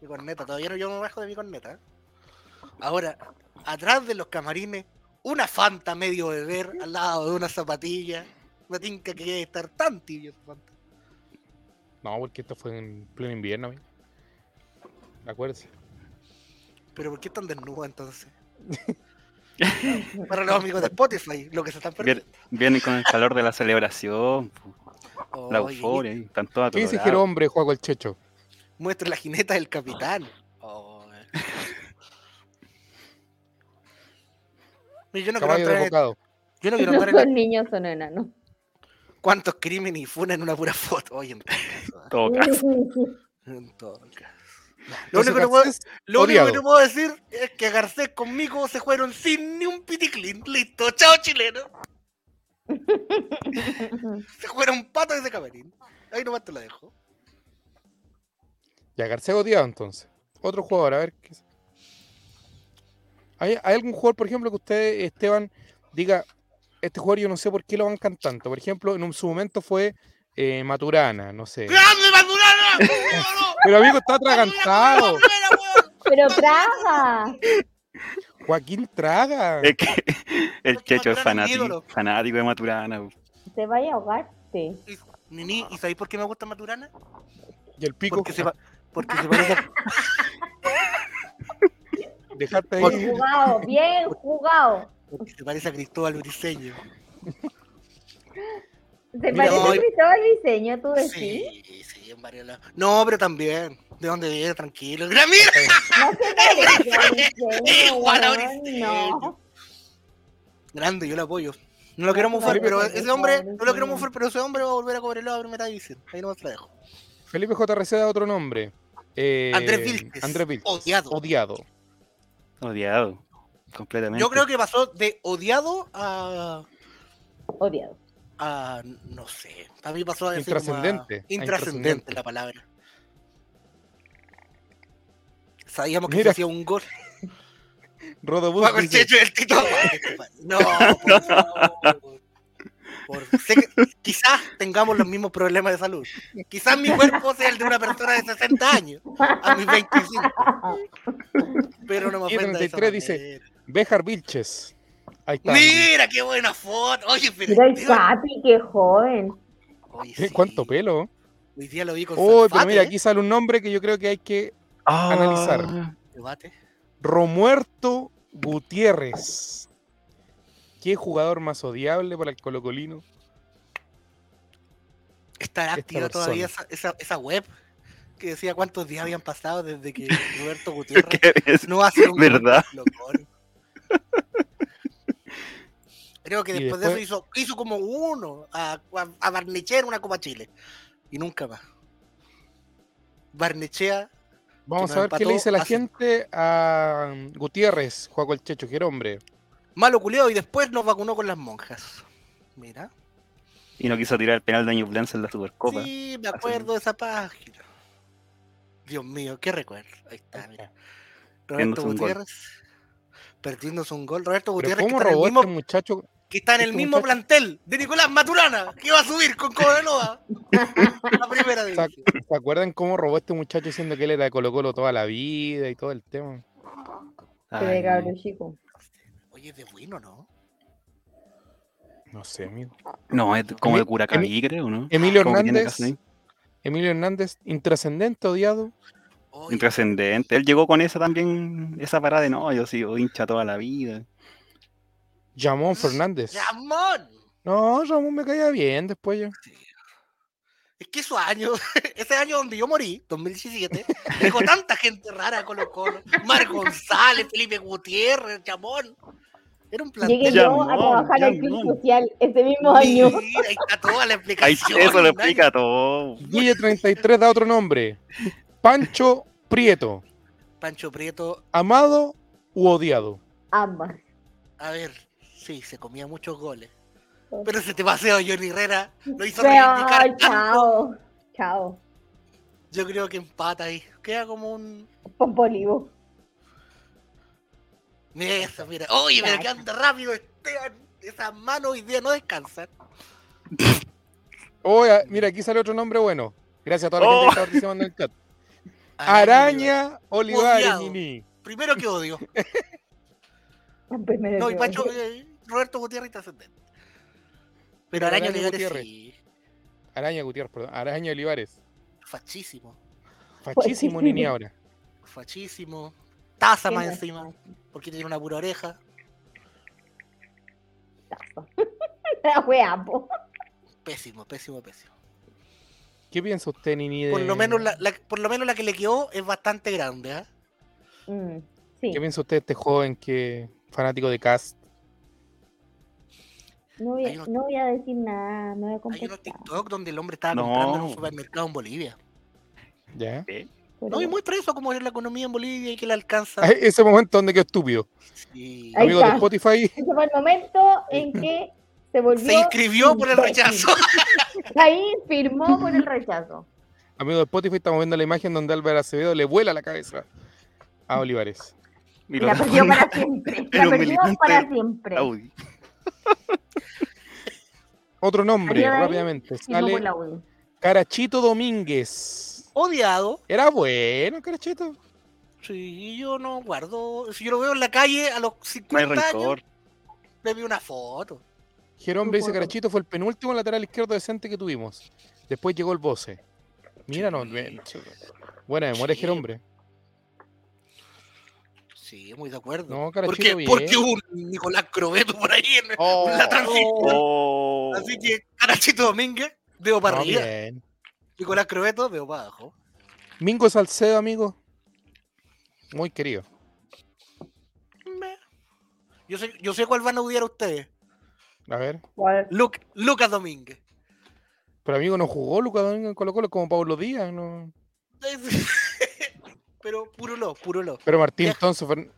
[SPEAKER 1] Mi corneta, todavía no yo me bajo de mi corneta. Ahora, atrás de los camarines, una fanta medio beber al lado de una zapatilla. Me tinca que debe estar tan tibio esa fanta.
[SPEAKER 3] No, porque esto fue en pleno invierno, amigo. Acuérdese.
[SPEAKER 1] Pero ¿por qué están desnudos entonces? Para los amigos de Spotify, lo que se están
[SPEAKER 2] Vier-
[SPEAKER 1] perdiendo.
[SPEAKER 2] Vienen con el calor de la celebración, pu, la
[SPEAKER 1] Oye,
[SPEAKER 2] euforia, y están todas
[SPEAKER 3] ¿Qué dice
[SPEAKER 2] atoradas.
[SPEAKER 3] Jerombre, Juaco el checho?
[SPEAKER 1] Muestra la jineta del capitán. Oye. Mira, Yo no, quiero entrar
[SPEAKER 3] Caballo de
[SPEAKER 1] en este-
[SPEAKER 3] bocado.
[SPEAKER 1] yo no quiero
[SPEAKER 4] No
[SPEAKER 1] entrar en la
[SPEAKER 4] son niños, son enanos.
[SPEAKER 1] cuántos crímenes y funas en una pura foto. Oye, en todo caso, ¿eh?
[SPEAKER 2] Todo caso.
[SPEAKER 1] En todo caso. Lo
[SPEAKER 3] Entonces,
[SPEAKER 1] único, que puedo,
[SPEAKER 3] Garcés,
[SPEAKER 1] lo único que
[SPEAKER 3] odiado.
[SPEAKER 1] te puedo decir es que Garcés conmigo se fueron sin ni un piticlin. Listo, chao chileno. Se fueron pato de ese camarín. Ahí nomás te la dejo.
[SPEAKER 3] Ya, Garcés odiado entonces. Otro jugador, a ver. ¿qué es? ¿Hay, hay algún jugador, por ejemplo, que usted, Esteban, diga, este jugador yo no sé por qué lo bancan tanto? Por ejemplo, en un, su momento fue eh, Maturana, no sé.
[SPEAKER 1] ¡Grande, Maturana! ¡Vámonos!
[SPEAKER 3] Pero amigo, está
[SPEAKER 1] ¡Maturana,
[SPEAKER 3] atragantado.
[SPEAKER 1] primera, weón!
[SPEAKER 4] Pero traga.
[SPEAKER 3] Joaquín Traga.
[SPEAKER 2] Es que el Checho es
[SPEAKER 1] Maturana es mi ídolo.
[SPEAKER 2] fanático, fanático de Maturana. pu.
[SPEAKER 4] Te vaya a ahogarte.
[SPEAKER 1] Y- Nini, ¿y sabéis por qué me gusta Maturana?
[SPEAKER 3] Y el pico.
[SPEAKER 1] Porque se, pa- porque se parece a-
[SPEAKER 3] Dejarte ahí.
[SPEAKER 4] Bien jugado, bien jugado.
[SPEAKER 1] porque se parece a Cristóbal Briseño.
[SPEAKER 4] ¿Te
[SPEAKER 3] Mira,
[SPEAKER 4] parece
[SPEAKER 1] hoy-
[SPEAKER 4] a Cristóbal Briseño, tú decís?
[SPEAKER 1] Sí, sí, en varios lados. No, pero también. ¿De dónde viene? Tranquilo. ¡Mira, mira!
[SPEAKER 4] No se parece a Briseño,
[SPEAKER 1] Igual a
[SPEAKER 4] weón,
[SPEAKER 1] Briseño.
[SPEAKER 4] No.
[SPEAKER 1] Grande, yo lo apoyo. No lo quiero mufar, pero ese hombre, no lo quiero mufar, pero ese hombre va a volver a cobrar la primera división. Ahí nomás la dejo.
[SPEAKER 3] Felipe JRC da otro nombre. Eh,
[SPEAKER 1] Andrés Vilches.
[SPEAKER 3] Andrés Vilches.
[SPEAKER 1] Odiado.
[SPEAKER 3] Odiado.
[SPEAKER 2] Odiado. Completamente.
[SPEAKER 1] Yo creo que pasó de odiado a.
[SPEAKER 4] Odiado.
[SPEAKER 1] a no sé. A mí pasó a decir.
[SPEAKER 3] Intrascendente,
[SPEAKER 1] como a-
[SPEAKER 3] a
[SPEAKER 1] intrascendente
[SPEAKER 3] intrascendente.
[SPEAKER 1] la palabra. Sabíamos que
[SPEAKER 3] Mira.
[SPEAKER 1] se hacía un gol.
[SPEAKER 3] Rodobús.
[SPEAKER 1] Paco el
[SPEAKER 3] dice,
[SPEAKER 1] Checho y el Tito. No, por favor. Por- sé que quizás tengamos los mismos problemas de salud. Quizás mi cuerpo sea el de una persona de 60 años, a mis 25. Pero no me
[SPEAKER 3] Y
[SPEAKER 1] ofenda de esa
[SPEAKER 3] 33 dice,
[SPEAKER 1] manera.
[SPEAKER 3] Béjar Vilches. Ahí está.
[SPEAKER 1] Mira, qué buena foto. Oye, pero.
[SPEAKER 4] Mira el
[SPEAKER 1] Dios.
[SPEAKER 4] Capi, qué joven.
[SPEAKER 1] Oye,
[SPEAKER 3] Eh,
[SPEAKER 1] sí.
[SPEAKER 3] ¿Cuánto pelo?
[SPEAKER 1] Hoy día lo vi con
[SPEAKER 3] Oh, pero
[SPEAKER 1] Salfate,
[SPEAKER 3] mira,
[SPEAKER 1] ¿eh?
[SPEAKER 3] aquí sale un nombre que yo creo que hay que. Ah,
[SPEAKER 1] Ah.
[SPEAKER 3] Analizar.
[SPEAKER 1] Debate.
[SPEAKER 3] Romuerto Gutiérrez. Qué jugador más odiable para el Colocolino.
[SPEAKER 1] ¿Estará
[SPEAKER 3] Esta
[SPEAKER 1] activa
[SPEAKER 3] persona.
[SPEAKER 1] todavía esa, esa, esa web que decía cuántos días habían pasado desde que Roberto Gutiérrez no va a ser un
[SPEAKER 2] ¿Verdad?
[SPEAKER 1] gol, loco. Creo que
[SPEAKER 3] Y
[SPEAKER 1] después, de
[SPEAKER 3] después-
[SPEAKER 1] eso hizo, hizo como uno a, a, a Barnechea en una Copa Chile. Y nunca más. Barnechea, Que
[SPEAKER 3] Vamos a
[SPEAKER 1] nos
[SPEAKER 3] ver qué le
[SPEAKER 1] empató
[SPEAKER 3] dice la
[SPEAKER 1] hace-
[SPEAKER 3] gente a mm, Gutiérrez, Juaco el Checho, que era hombre.
[SPEAKER 1] malo culeo y después nos vacunó con las monjas. Mira.
[SPEAKER 2] Y no quiso tirar el penal de Año Blanca en la Supercopa.
[SPEAKER 1] Sí, me acuerdo de esa página. Dios mío, qué recuerdo. Ahí está, mira. Roberto
[SPEAKER 2] Perdiéndose un gol.
[SPEAKER 1] Gutiérrez. Perdiéndose un gol. Roberto
[SPEAKER 3] Pero
[SPEAKER 1] Gutiérrez que
[SPEAKER 3] ¿Cómo
[SPEAKER 1] está, en el
[SPEAKER 3] robó este
[SPEAKER 1] mismo,
[SPEAKER 3] muchacho?
[SPEAKER 1] que está en el
[SPEAKER 3] este
[SPEAKER 1] mismo
[SPEAKER 3] muchacho?
[SPEAKER 1] plantel de Nicolás Maturana, que iba a subir con Cobranova. la primera división.
[SPEAKER 3] Sac- ¿Se acuerdan cómo robó este muchacho diciendo que él era de Colo Colo toda la vida y todo el tema?
[SPEAKER 4] Se ve
[SPEAKER 2] Ay,
[SPEAKER 4] cabrón chico.
[SPEAKER 1] Oye, de bueno, ¿no?
[SPEAKER 3] No sé, amigo.
[SPEAKER 2] no, es como de
[SPEAKER 3] Emi-
[SPEAKER 2] Curacaví, creo, ¿no?
[SPEAKER 3] Emilio
[SPEAKER 2] Como que tiene
[SPEAKER 3] Hernández,
[SPEAKER 2] razón ahí.
[SPEAKER 3] Emilio Hernández, intrascendente, odiado.
[SPEAKER 1] Oye,
[SPEAKER 2] Intrascendente. Él llegó con esa también, esa parada de no, yo sigo hincha toda la vida.
[SPEAKER 3] Jamón Fernández.
[SPEAKER 1] Ramón.
[SPEAKER 3] No, Ramón me caía bien después yo.
[SPEAKER 1] Es que esos años, ese año donde yo morí, 2017, dijo tanta gente rara a Colo Colo. Mar González, Felipe Gutiérrez, Chamón. Era un plantel.
[SPEAKER 4] Llegué
[SPEAKER 2] Ya,
[SPEAKER 4] yo a
[SPEAKER 2] no,
[SPEAKER 4] trabajar
[SPEAKER 2] ya,
[SPEAKER 4] al club
[SPEAKER 2] no.
[SPEAKER 4] social ese mismo año.
[SPEAKER 1] Mira, ahí está toda la
[SPEAKER 2] Ahí
[SPEAKER 1] explicación.
[SPEAKER 2] eso lo
[SPEAKER 1] Nacho.
[SPEAKER 2] explica todo.
[SPEAKER 3] Guille 33 da otro nombre. Pancho Prieto.
[SPEAKER 1] Pancho Prieto,
[SPEAKER 3] ¿Amado u odiado?
[SPEAKER 4] Ambas.
[SPEAKER 1] a ver, sí, se comía muchos goles. Pero ese te paseo Johnny Herrera lo hizo
[SPEAKER 4] Pero,
[SPEAKER 1] reivindicar tanto.
[SPEAKER 4] chao. Chao.
[SPEAKER 1] Yo creo que empata ahí. Queda como un.
[SPEAKER 4] Pompolivo.
[SPEAKER 1] Mira Eso, mira. Oye, mira que anda rápido Esteban. Esas manos hoy día no descansan.
[SPEAKER 3] Oh, ah, mira, aquí sale otro nombre bueno. Gracias a toda la
[SPEAKER 2] Oh.
[SPEAKER 3] gente que está participando en el chat. Araña Olivares,
[SPEAKER 1] Odiado.
[SPEAKER 3] Nini.
[SPEAKER 1] Primero que odio.
[SPEAKER 4] Primero
[SPEAKER 1] No, y
[SPEAKER 4] que-
[SPEAKER 1] Pancho, eh, Roberto Gutiérrez está ascendente. Pero
[SPEAKER 3] Pero
[SPEAKER 1] Araña
[SPEAKER 3] Araña
[SPEAKER 1] Olivares
[SPEAKER 3] Gutiérrez.
[SPEAKER 1] sí.
[SPEAKER 3] Araña Gutiérrez, perdón. Araña Olivares.
[SPEAKER 1] Fachísimo.
[SPEAKER 3] Fachísimo, Nini, ahora.
[SPEAKER 1] Fachísimo. Taza
[SPEAKER 4] ¿Qué
[SPEAKER 1] más
[SPEAKER 4] más?
[SPEAKER 1] encima. Porque tiene una pura oreja.
[SPEAKER 4] La wea, po.
[SPEAKER 1] Pésimo, pésimo, pésimo.
[SPEAKER 3] ¿Qué piensa usted, Nini?
[SPEAKER 1] Por lo
[SPEAKER 3] de-
[SPEAKER 1] menos la, la- por lo menos la que le quedó es bastante grande, ¿ah?
[SPEAKER 4] Mm, sí.
[SPEAKER 3] ¿Qué piensa usted de este joven que fanático de Cast?
[SPEAKER 4] No voy,
[SPEAKER 1] Hay
[SPEAKER 4] a,
[SPEAKER 1] unos-
[SPEAKER 4] no voy a decir nada, no voy a
[SPEAKER 1] Hay unos
[SPEAKER 4] contestar.
[SPEAKER 1] TikTok donde el hombre estaba
[SPEAKER 2] No.
[SPEAKER 1] comprando en un supermercado en Bolivia.
[SPEAKER 3] ¿Ya?
[SPEAKER 2] ¿Eh?
[SPEAKER 4] pero-
[SPEAKER 1] No, y muestra eso como es la economía en Bolivia y que la alcanza.
[SPEAKER 3] Ah, Ese momento donde quedó estúpido.
[SPEAKER 1] Sí.
[SPEAKER 4] Ahí
[SPEAKER 3] Amigos de
[SPEAKER 4] está.
[SPEAKER 3] Spotify,
[SPEAKER 4] Ese fue el momento en que se volvió.
[SPEAKER 1] Se inscribió por el
[SPEAKER 4] imbécil.
[SPEAKER 1] rechazo.
[SPEAKER 4] Ahí firmó por el rechazo.
[SPEAKER 3] amigos de Spotify, estamos viendo la imagen donde Álvaro Acevedo le vuela la cabeza a Olivares.
[SPEAKER 2] Y lo
[SPEAKER 4] La
[SPEAKER 2] dejó
[SPEAKER 4] perdió
[SPEAKER 2] en
[SPEAKER 4] para siempre.
[SPEAKER 2] Era
[SPEAKER 4] La
[SPEAKER 2] un
[SPEAKER 4] perdió
[SPEAKER 2] militante
[SPEAKER 4] para siempre.
[SPEAKER 2] Audi.
[SPEAKER 3] Otro nombre,
[SPEAKER 4] Adiós, ahí.
[SPEAKER 3] rápidamente.
[SPEAKER 4] Firmó por la
[SPEAKER 3] Sale
[SPEAKER 4] UDI.
[SPEAKER 3] Carachito Domínguez.
[SPEAKER 1] Odiado.
[SPEAKER 3] Era bueno, Carachito.
[SPEAKER 1] Sí, yo no guardo. Si yo lo veo en la calle a los
[SPEAKER 2] No hay
[SPEAKER 1] 50 años,
[SPEAKER 2] rencor.
[SPEAKER 1] le vi una foto.
[SPEAKER 3] Jerón
[SPEAKER 4] Yo
[SPEAKER 3] dice
[SPEAKER 4] puedo.
[SPEAKER 3] Carachito fue el penúltimo lateral izquierdo decente que tuvimos. Después llegó el Boce. Mira, no, me- buena memoria,
[SPEAKER 1] Sí.
[SPEAKER 3] Jerombre.
[SPEAKER 1] Sí, muy de acuerdo.
[SPEAKER 3] No,
[SPEAKER 1] porque,
[SPEAKER 3] Carachito bien.
[SPEAKER 1] porque hubo un Nicolás Crobeto por ahí en
[SPEAKER 3] Oh,
[SPEAKER 1] en la transición.
[SPEAKER 2] Oh.
[SPEAKER 1] Así que, Carachito Domínguez, dedo para
[SPEAKER 3] no,
[SPEAKER 1] arriba.
[SPEAKER 3] bien.
[SPEAKER 1] Nicolás Crobeto, dedo para abajo.
[SPEAKER 3] Mingo Salcedo, amigo. Muy querido.
[SPEAKER 1] Meh. Yo sé, yo sé cuál van a odiar ustedes.
[SPEAKER 3] A ver.
[SPEAKER 4] ¿Cuál?
[SPEAKER 1] Luc- Lucas Domínguez.
[SPEAKER 3] Pero amigo, no jugó Lucas Domínguez en Colo Colo como Pablo Díaz. No.
[SPEAKER 1] Pero púrulo, púrulo.
[SPEAKER 3] Pero Martín
[SPEAKER 1] Ya.
[SPEAKER 3] Tonso, Fern-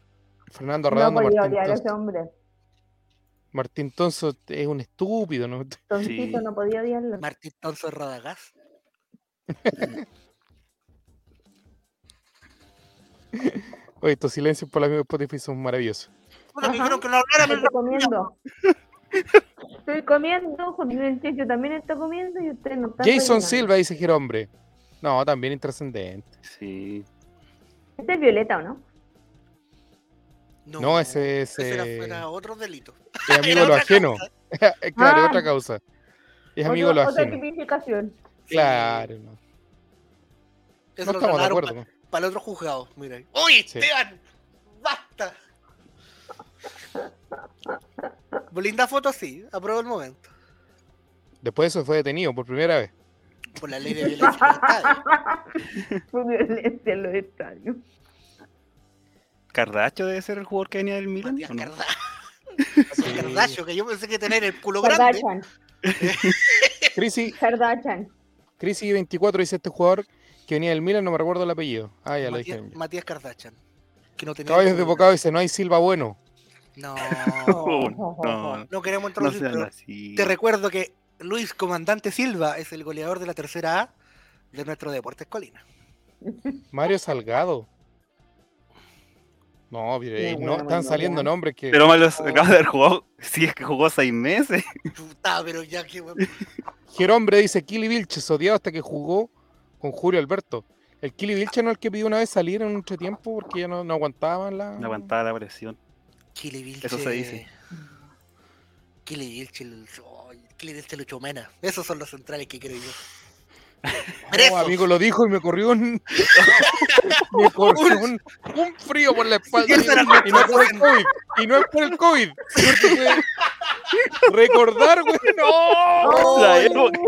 [SPEAKER 3] Fernando
[SPEAKER 4] No pues,
[SPEAKER 3] Redondo,
[SPEAKER 4] podía
[SPEAKER 3] Martín,
[SPEAKER 4] odiar a
[SPEAKER 3] Tonso,
[SPEAKER 4] ese hombre.
[SPEAKER 3] Martín Tonso es un estúpido. ¿no?
[SPEAKER 4] Toncito,
[SPEAKER 2] Sí.
[SPEAKER 4] no podía odiarlo.
[SPEAKER 1] Martín Tonso Radagás.
[SPEAKER 3] Oye, estos silencios por la de Spotify son maravillosos.
[SPEAKER 1] Bueno, me
[SPEAKER 4] Ajá.
[SPEAKER 1] dijeron que no hablara,
[SPEAKER 4] Estoy
[SPEAKER 1] pero-
[SPEAKER 4] comiendo. Estoy comiendo, Juan Yo también estoy comiendo y usted no está.
[SPEAKER 3] Jason
[SPEAKER 4] rellenando.
[SPEAKER 3] Silva dice Girombre. No, también intrascendente.
[SPEAKER 2] Sí.
[SPEAKER 4] Este es Violeta, ¿o no?
[SPEAKER 1] No,
[SPEAKER 3] No, ese es.
[SPEAKER 1] ese era,
[SPEAKER 3] eh,
[SPEAKER 1] era otro delito.
[SPEAKER 3] Es amigo de lo
[SPEAKER 1] otra
[SPEAKER 3] ajeno. claro,
[SPEAKER 4] Ah.
[SPEAKER 3] es otra causa. Es amigo de lo
[SPEAKER 4] Otro- Otra
[SPEAKER 3] ajeno.
[SPEAKER 4] tipificación.
[SPEAKER 3] Claro. No,
[SPEAKER 1] Eso
[SPEAKER 3] No
[SPEAKER 1] lo
[SPEAKER 3] estamos de
[SPEAKER 1] trasladaron
[SPEAKER 3] acuerdo.
[SPEAKER 1] pa-
[SPEAKER 3] ¿no?
[SPEAKER 1] Para, el otro juzgado, mira. ¡Uy,
[SPEAKER 3] Sí.
[SPEAKER 1] Esteban! ¡Basta! Linda foto, sí, apruebo el momento.
[SPEAKER 3] Después de eso fue detenido por primera vez.
[SPEAKER 1] Por la ley de violencia. en el estadio.
[SPEAKER 4] Fue violencia en los estadios.
[SPEAKER 2] Cardacho debe ser el jugador que venía del Milan.
[SPEAKER 1] Matías
[SPEAKER 2] ¿o no?
[SPEAKER 1] Cardacho.
[SPEAKER 3] Sí.
[SPEAKER 1] Cardacho, que yo pensé que tener el culo grande.
[SPEAKER 4] Kardashian.
[SPEAKER 3] Crisi,
[SPEAKER 4] Kardashian.
[SPEAKER 3] Crisi 24 dice este jugador que venía del Milan, no me recuerdo el apellido. Ah, ya lo dije.
[SPEAKER 1] Matías, Matías Kardashian. Que no tenía
[SPEAKER 3] Caballos de
[SPEAKER 1] culo.
[SPEAKER 3] Bocado dice, no hay Silva bueno.
[SPEAKER 1] No,
[SPEAKER 2] Oh, no,
[SPEAKER 1] no queremos
[SPEAKER 2] no
[SPEAKER 1] introducir,
[SPEAKER 2] sean
[SPEAKER 1] pero
[SPEAKER 2] así.
[SPEAKER 1] te recuerdo que Luis Comandante Silva es el goleador de la tercera A de nuestro Deportes Colina.
[SPEAKER 3] Mario Salgado. No, mire,
[SPEAKER 4] Qué
[SPEAKER 3] eh, no
[SPEAKER 4] bueno,
[SPEAKER 3] están
[SPEAKER 4] bueno,
[SPEAKER 3] saliendo
[SPEAKER 4] ya.
[SPEAKER 3] nombres que...
[SPEAKER 2] Pero Malos
[SPEAKER 1] Oh.
[SPEAKER 2] acaba de haber jugado. Sí, es que jugó seis meses.
[SPEAKER 1] Chuta, pero ya que weón.
[SPEAKER 3] Gerombre dice, Kili Vilches, odiado hasta que jugó con Julio Alberto. El Kili Vilches no es el que pidió una vez salir en un entretiempo porque ya no, no aguantaban
[SPEAKER 1] Ah.
[SPEAKER 3] la...
[SPEAKER 2] No aguantaba la presión.
[SPEAKER 1] Kili Vilche.
[SPEAKER 2] Eso se dice.
[SPEAKER 1] Kili Vilche, el- oh, Kili Vilche Lucho Mena. Esos son los centrales que creo yo. Oh,
[SPEAKER 3] No,
[SPEAKER 1] Presos.
[SPEAKER 3] amigo, lo dijo y me corrió un... me corrió un, un frío por la espalda.
[SPEAKER 1] Esos eran
[SPEAKER 3] Y no
[SPEAKER 1] nuestros
[SPEAKER 3] es por el COVID. Y no es por el COVID. porque fue- Recordar, güey. No.
[SPEAKER 1] Oh,
[SPEAKER 2] La época.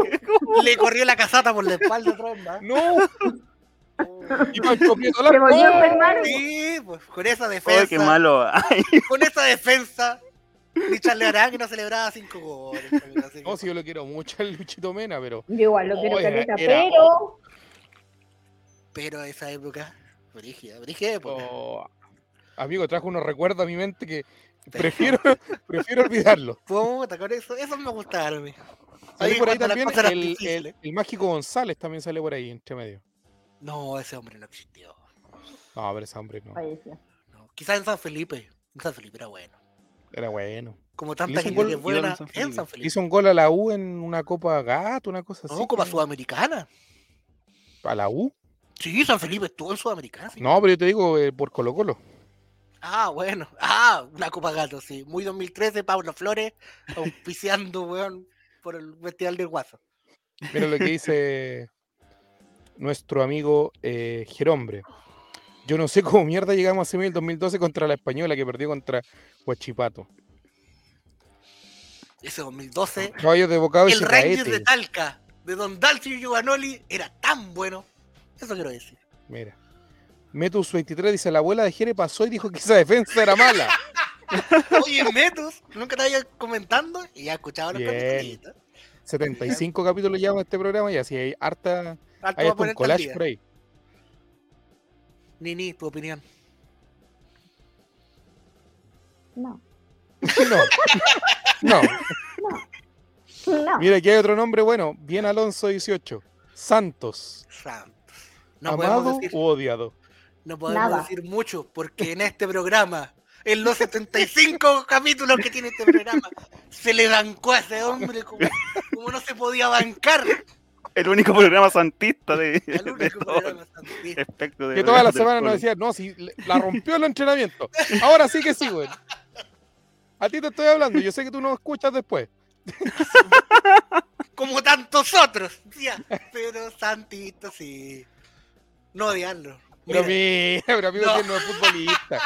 [SPEAKER 2] oh,
[SPEAKER 1] Le corrió la casata por la espalda, tromba.
[SPEAKER 3] No. Y Pancho Prieto
[SPEAKER 4] Se
[SPEAKER 3] Lara.
[SPEAKER 4] volvió a enfermar.
[SPEAKER 1] Sí, pues con esa defensa.
[SPEAKER 2] Ay, qué malo. Ay,
[SPEAKER 1] Con esa defensa. Ni Charles que no celebraba cinco goles. amigo, así que-
[SPEAKER 3] No, si yo lo quiero mucho al Luchito Mena, pero
[SPEAKER 4] Yo igual lo quiero
[SPEAKER 3] Oiga,
[SPEAKER 4] caleta,
[SPEAKER 3] era-
[SPEAKER 4] pero.
[SPEAKER 1] Pero esa época, brígida, brígida época.
[SPEAKER 3] oh, amigo, trajo unos recuerdos a mi mente que prefiero, prefiero olvidarlo.
[SPEAKER 1] Puta, con eso, esos me gustaron. amigo.
[SPEAKER 3] Salió por ahí
[SPEAKER 1] cuando las
[SPEAKER 3] también
[SPEAKER 1] cosas eran
[SPEAKER 3] el,
[SPEAKER 1] difíciles.
[SPEAKER 3] el- el mágico González también sale por ahí entre medio.
[SPEAKER 1] No, ese hombre no existió.
[SPEAKER 3] No, pero ese hombre no.
[SPEAKER 4] Falleció.
[SPEAKER 1] No. Quizás en San Felipe. En San Felipe era bueno.
[SPEAKER 3] Era bueno.
[SPEAKER 1] Como
[SPEAKER 3] Le
[SPEAKER 1] tanta
[SPEAKER 3] hizo un
[SPEAKER 1] gente
[SPEAKER 3] gol-
[SPEAKER 1] que es
[SPEAKER 2] le dieron
[SPEAKER 1] buena
[SPEAKER 2] en San
[SPEAKER 1] en San
[SPEAKER 2] Felipe.
[SPEAKER 1] Felipe.
[SPEAKER 3] Hizo un gol a la U en una Copa Gato, una cosa así.
[SPEAKER 1] No, Copa
[SPEAKER 3] que-
[SPEAKER 1] Sudamericana.
[SPEAKER 3] ¿A la U?
[SPEAKER 1] Sí, San Felipe estuvo en Sudamericana. sí.
[SPEAKER 3] No, pero yo te digo eh, por Colo Colo.
[SPEAKER 1] Ah, bueno. Ah, una Copa Gato, sí. Muy 2013, Pablo Flores, auspiciando, weón, por el Festival del Guaso.
[SPEAKER 3] Mira lo que dice nuestro amigo eh, Gerombre. Yo no sé cómo mierda llegamos a semi el 2012 contra la española que perdió contra Huachipato.
[SPEAKER 1] Ese 2012.
[SPEAKER 3] Caballos de bocado y
[SPEAKER 1] El Rangers
[SPEAKER 3] caete.
[SPEAKER 1] de Talca, de Don Dalcio y Giovanoli, era tan bueno. Eso quiero decir.
[SPEAKER 3] Mira. Metus 23 dice, la abuela de Jere pasó y dijo que esa defensa era mala.
[SPEAKER 1] Oye, Metus, nunca te había comentando y ya escuchaba los
[SPEAKER 3] Bien.
[SPEAKER 1] capítulos.
[SPEAKER 3] 75 capítulos llevamos de este programa y así hay harta,
[SPEAKER 1] Ah,
[SPEAKER 3] hay harta un collage por ahí.
[SPEAKER 1] Nini, tu opinión.
[SPEAKER 4] No.
[SPEAKER 3] No, no.
[SPEAKER 4] No.
[SPEAKER 3] Mira, aquí hay otro nombre bueno. Bien Alonso 18. Santos.
[SPEAKER 1] Sam. No
[SPEAKER 3] amado
[SPEAKER 1] podemos, decir,
[SPEAKER 3] u odiado.
[SPEAKER 1] no podemos
[SPEAKER 4] nada.
[SPEAKER 1] decir mucho porque en este programa, en los 75 capítulos que tiene este programa, se le bancó a ese hombre como, como no se podía bancar
[SPEAKER 2] el único programa santista de.
[SPEAKER 1] al
[SPEAKER 2] de
[SPEAKER 1] único
[SPEAKER 2] todo
[SPEAKER 1] programa santista.
[SPEAKER 2] espectro de
[SPEAKER 3] Que toda la
[SPEAKER 2] del
[SPEAKER 3] semana nos
[SPEAKER 2] fútbol.
[SPEAKER 3] decía, no, si le- la rompió el entrenamiento. Ahora sí que sí, güey. A ti te estoy hablando, yo sé que tú no escuchas después.
[SPEAKER 1] como tantos otros. ya, pero Santito sí. No odiarlo.
[SPEAKER 3] Pero
[SPEAKER 1] Mira,
[SPEAKER 3] mira, pero amigo,
[SPEAKER 1] No.
[SPEAKER 3] que él no es futbolista.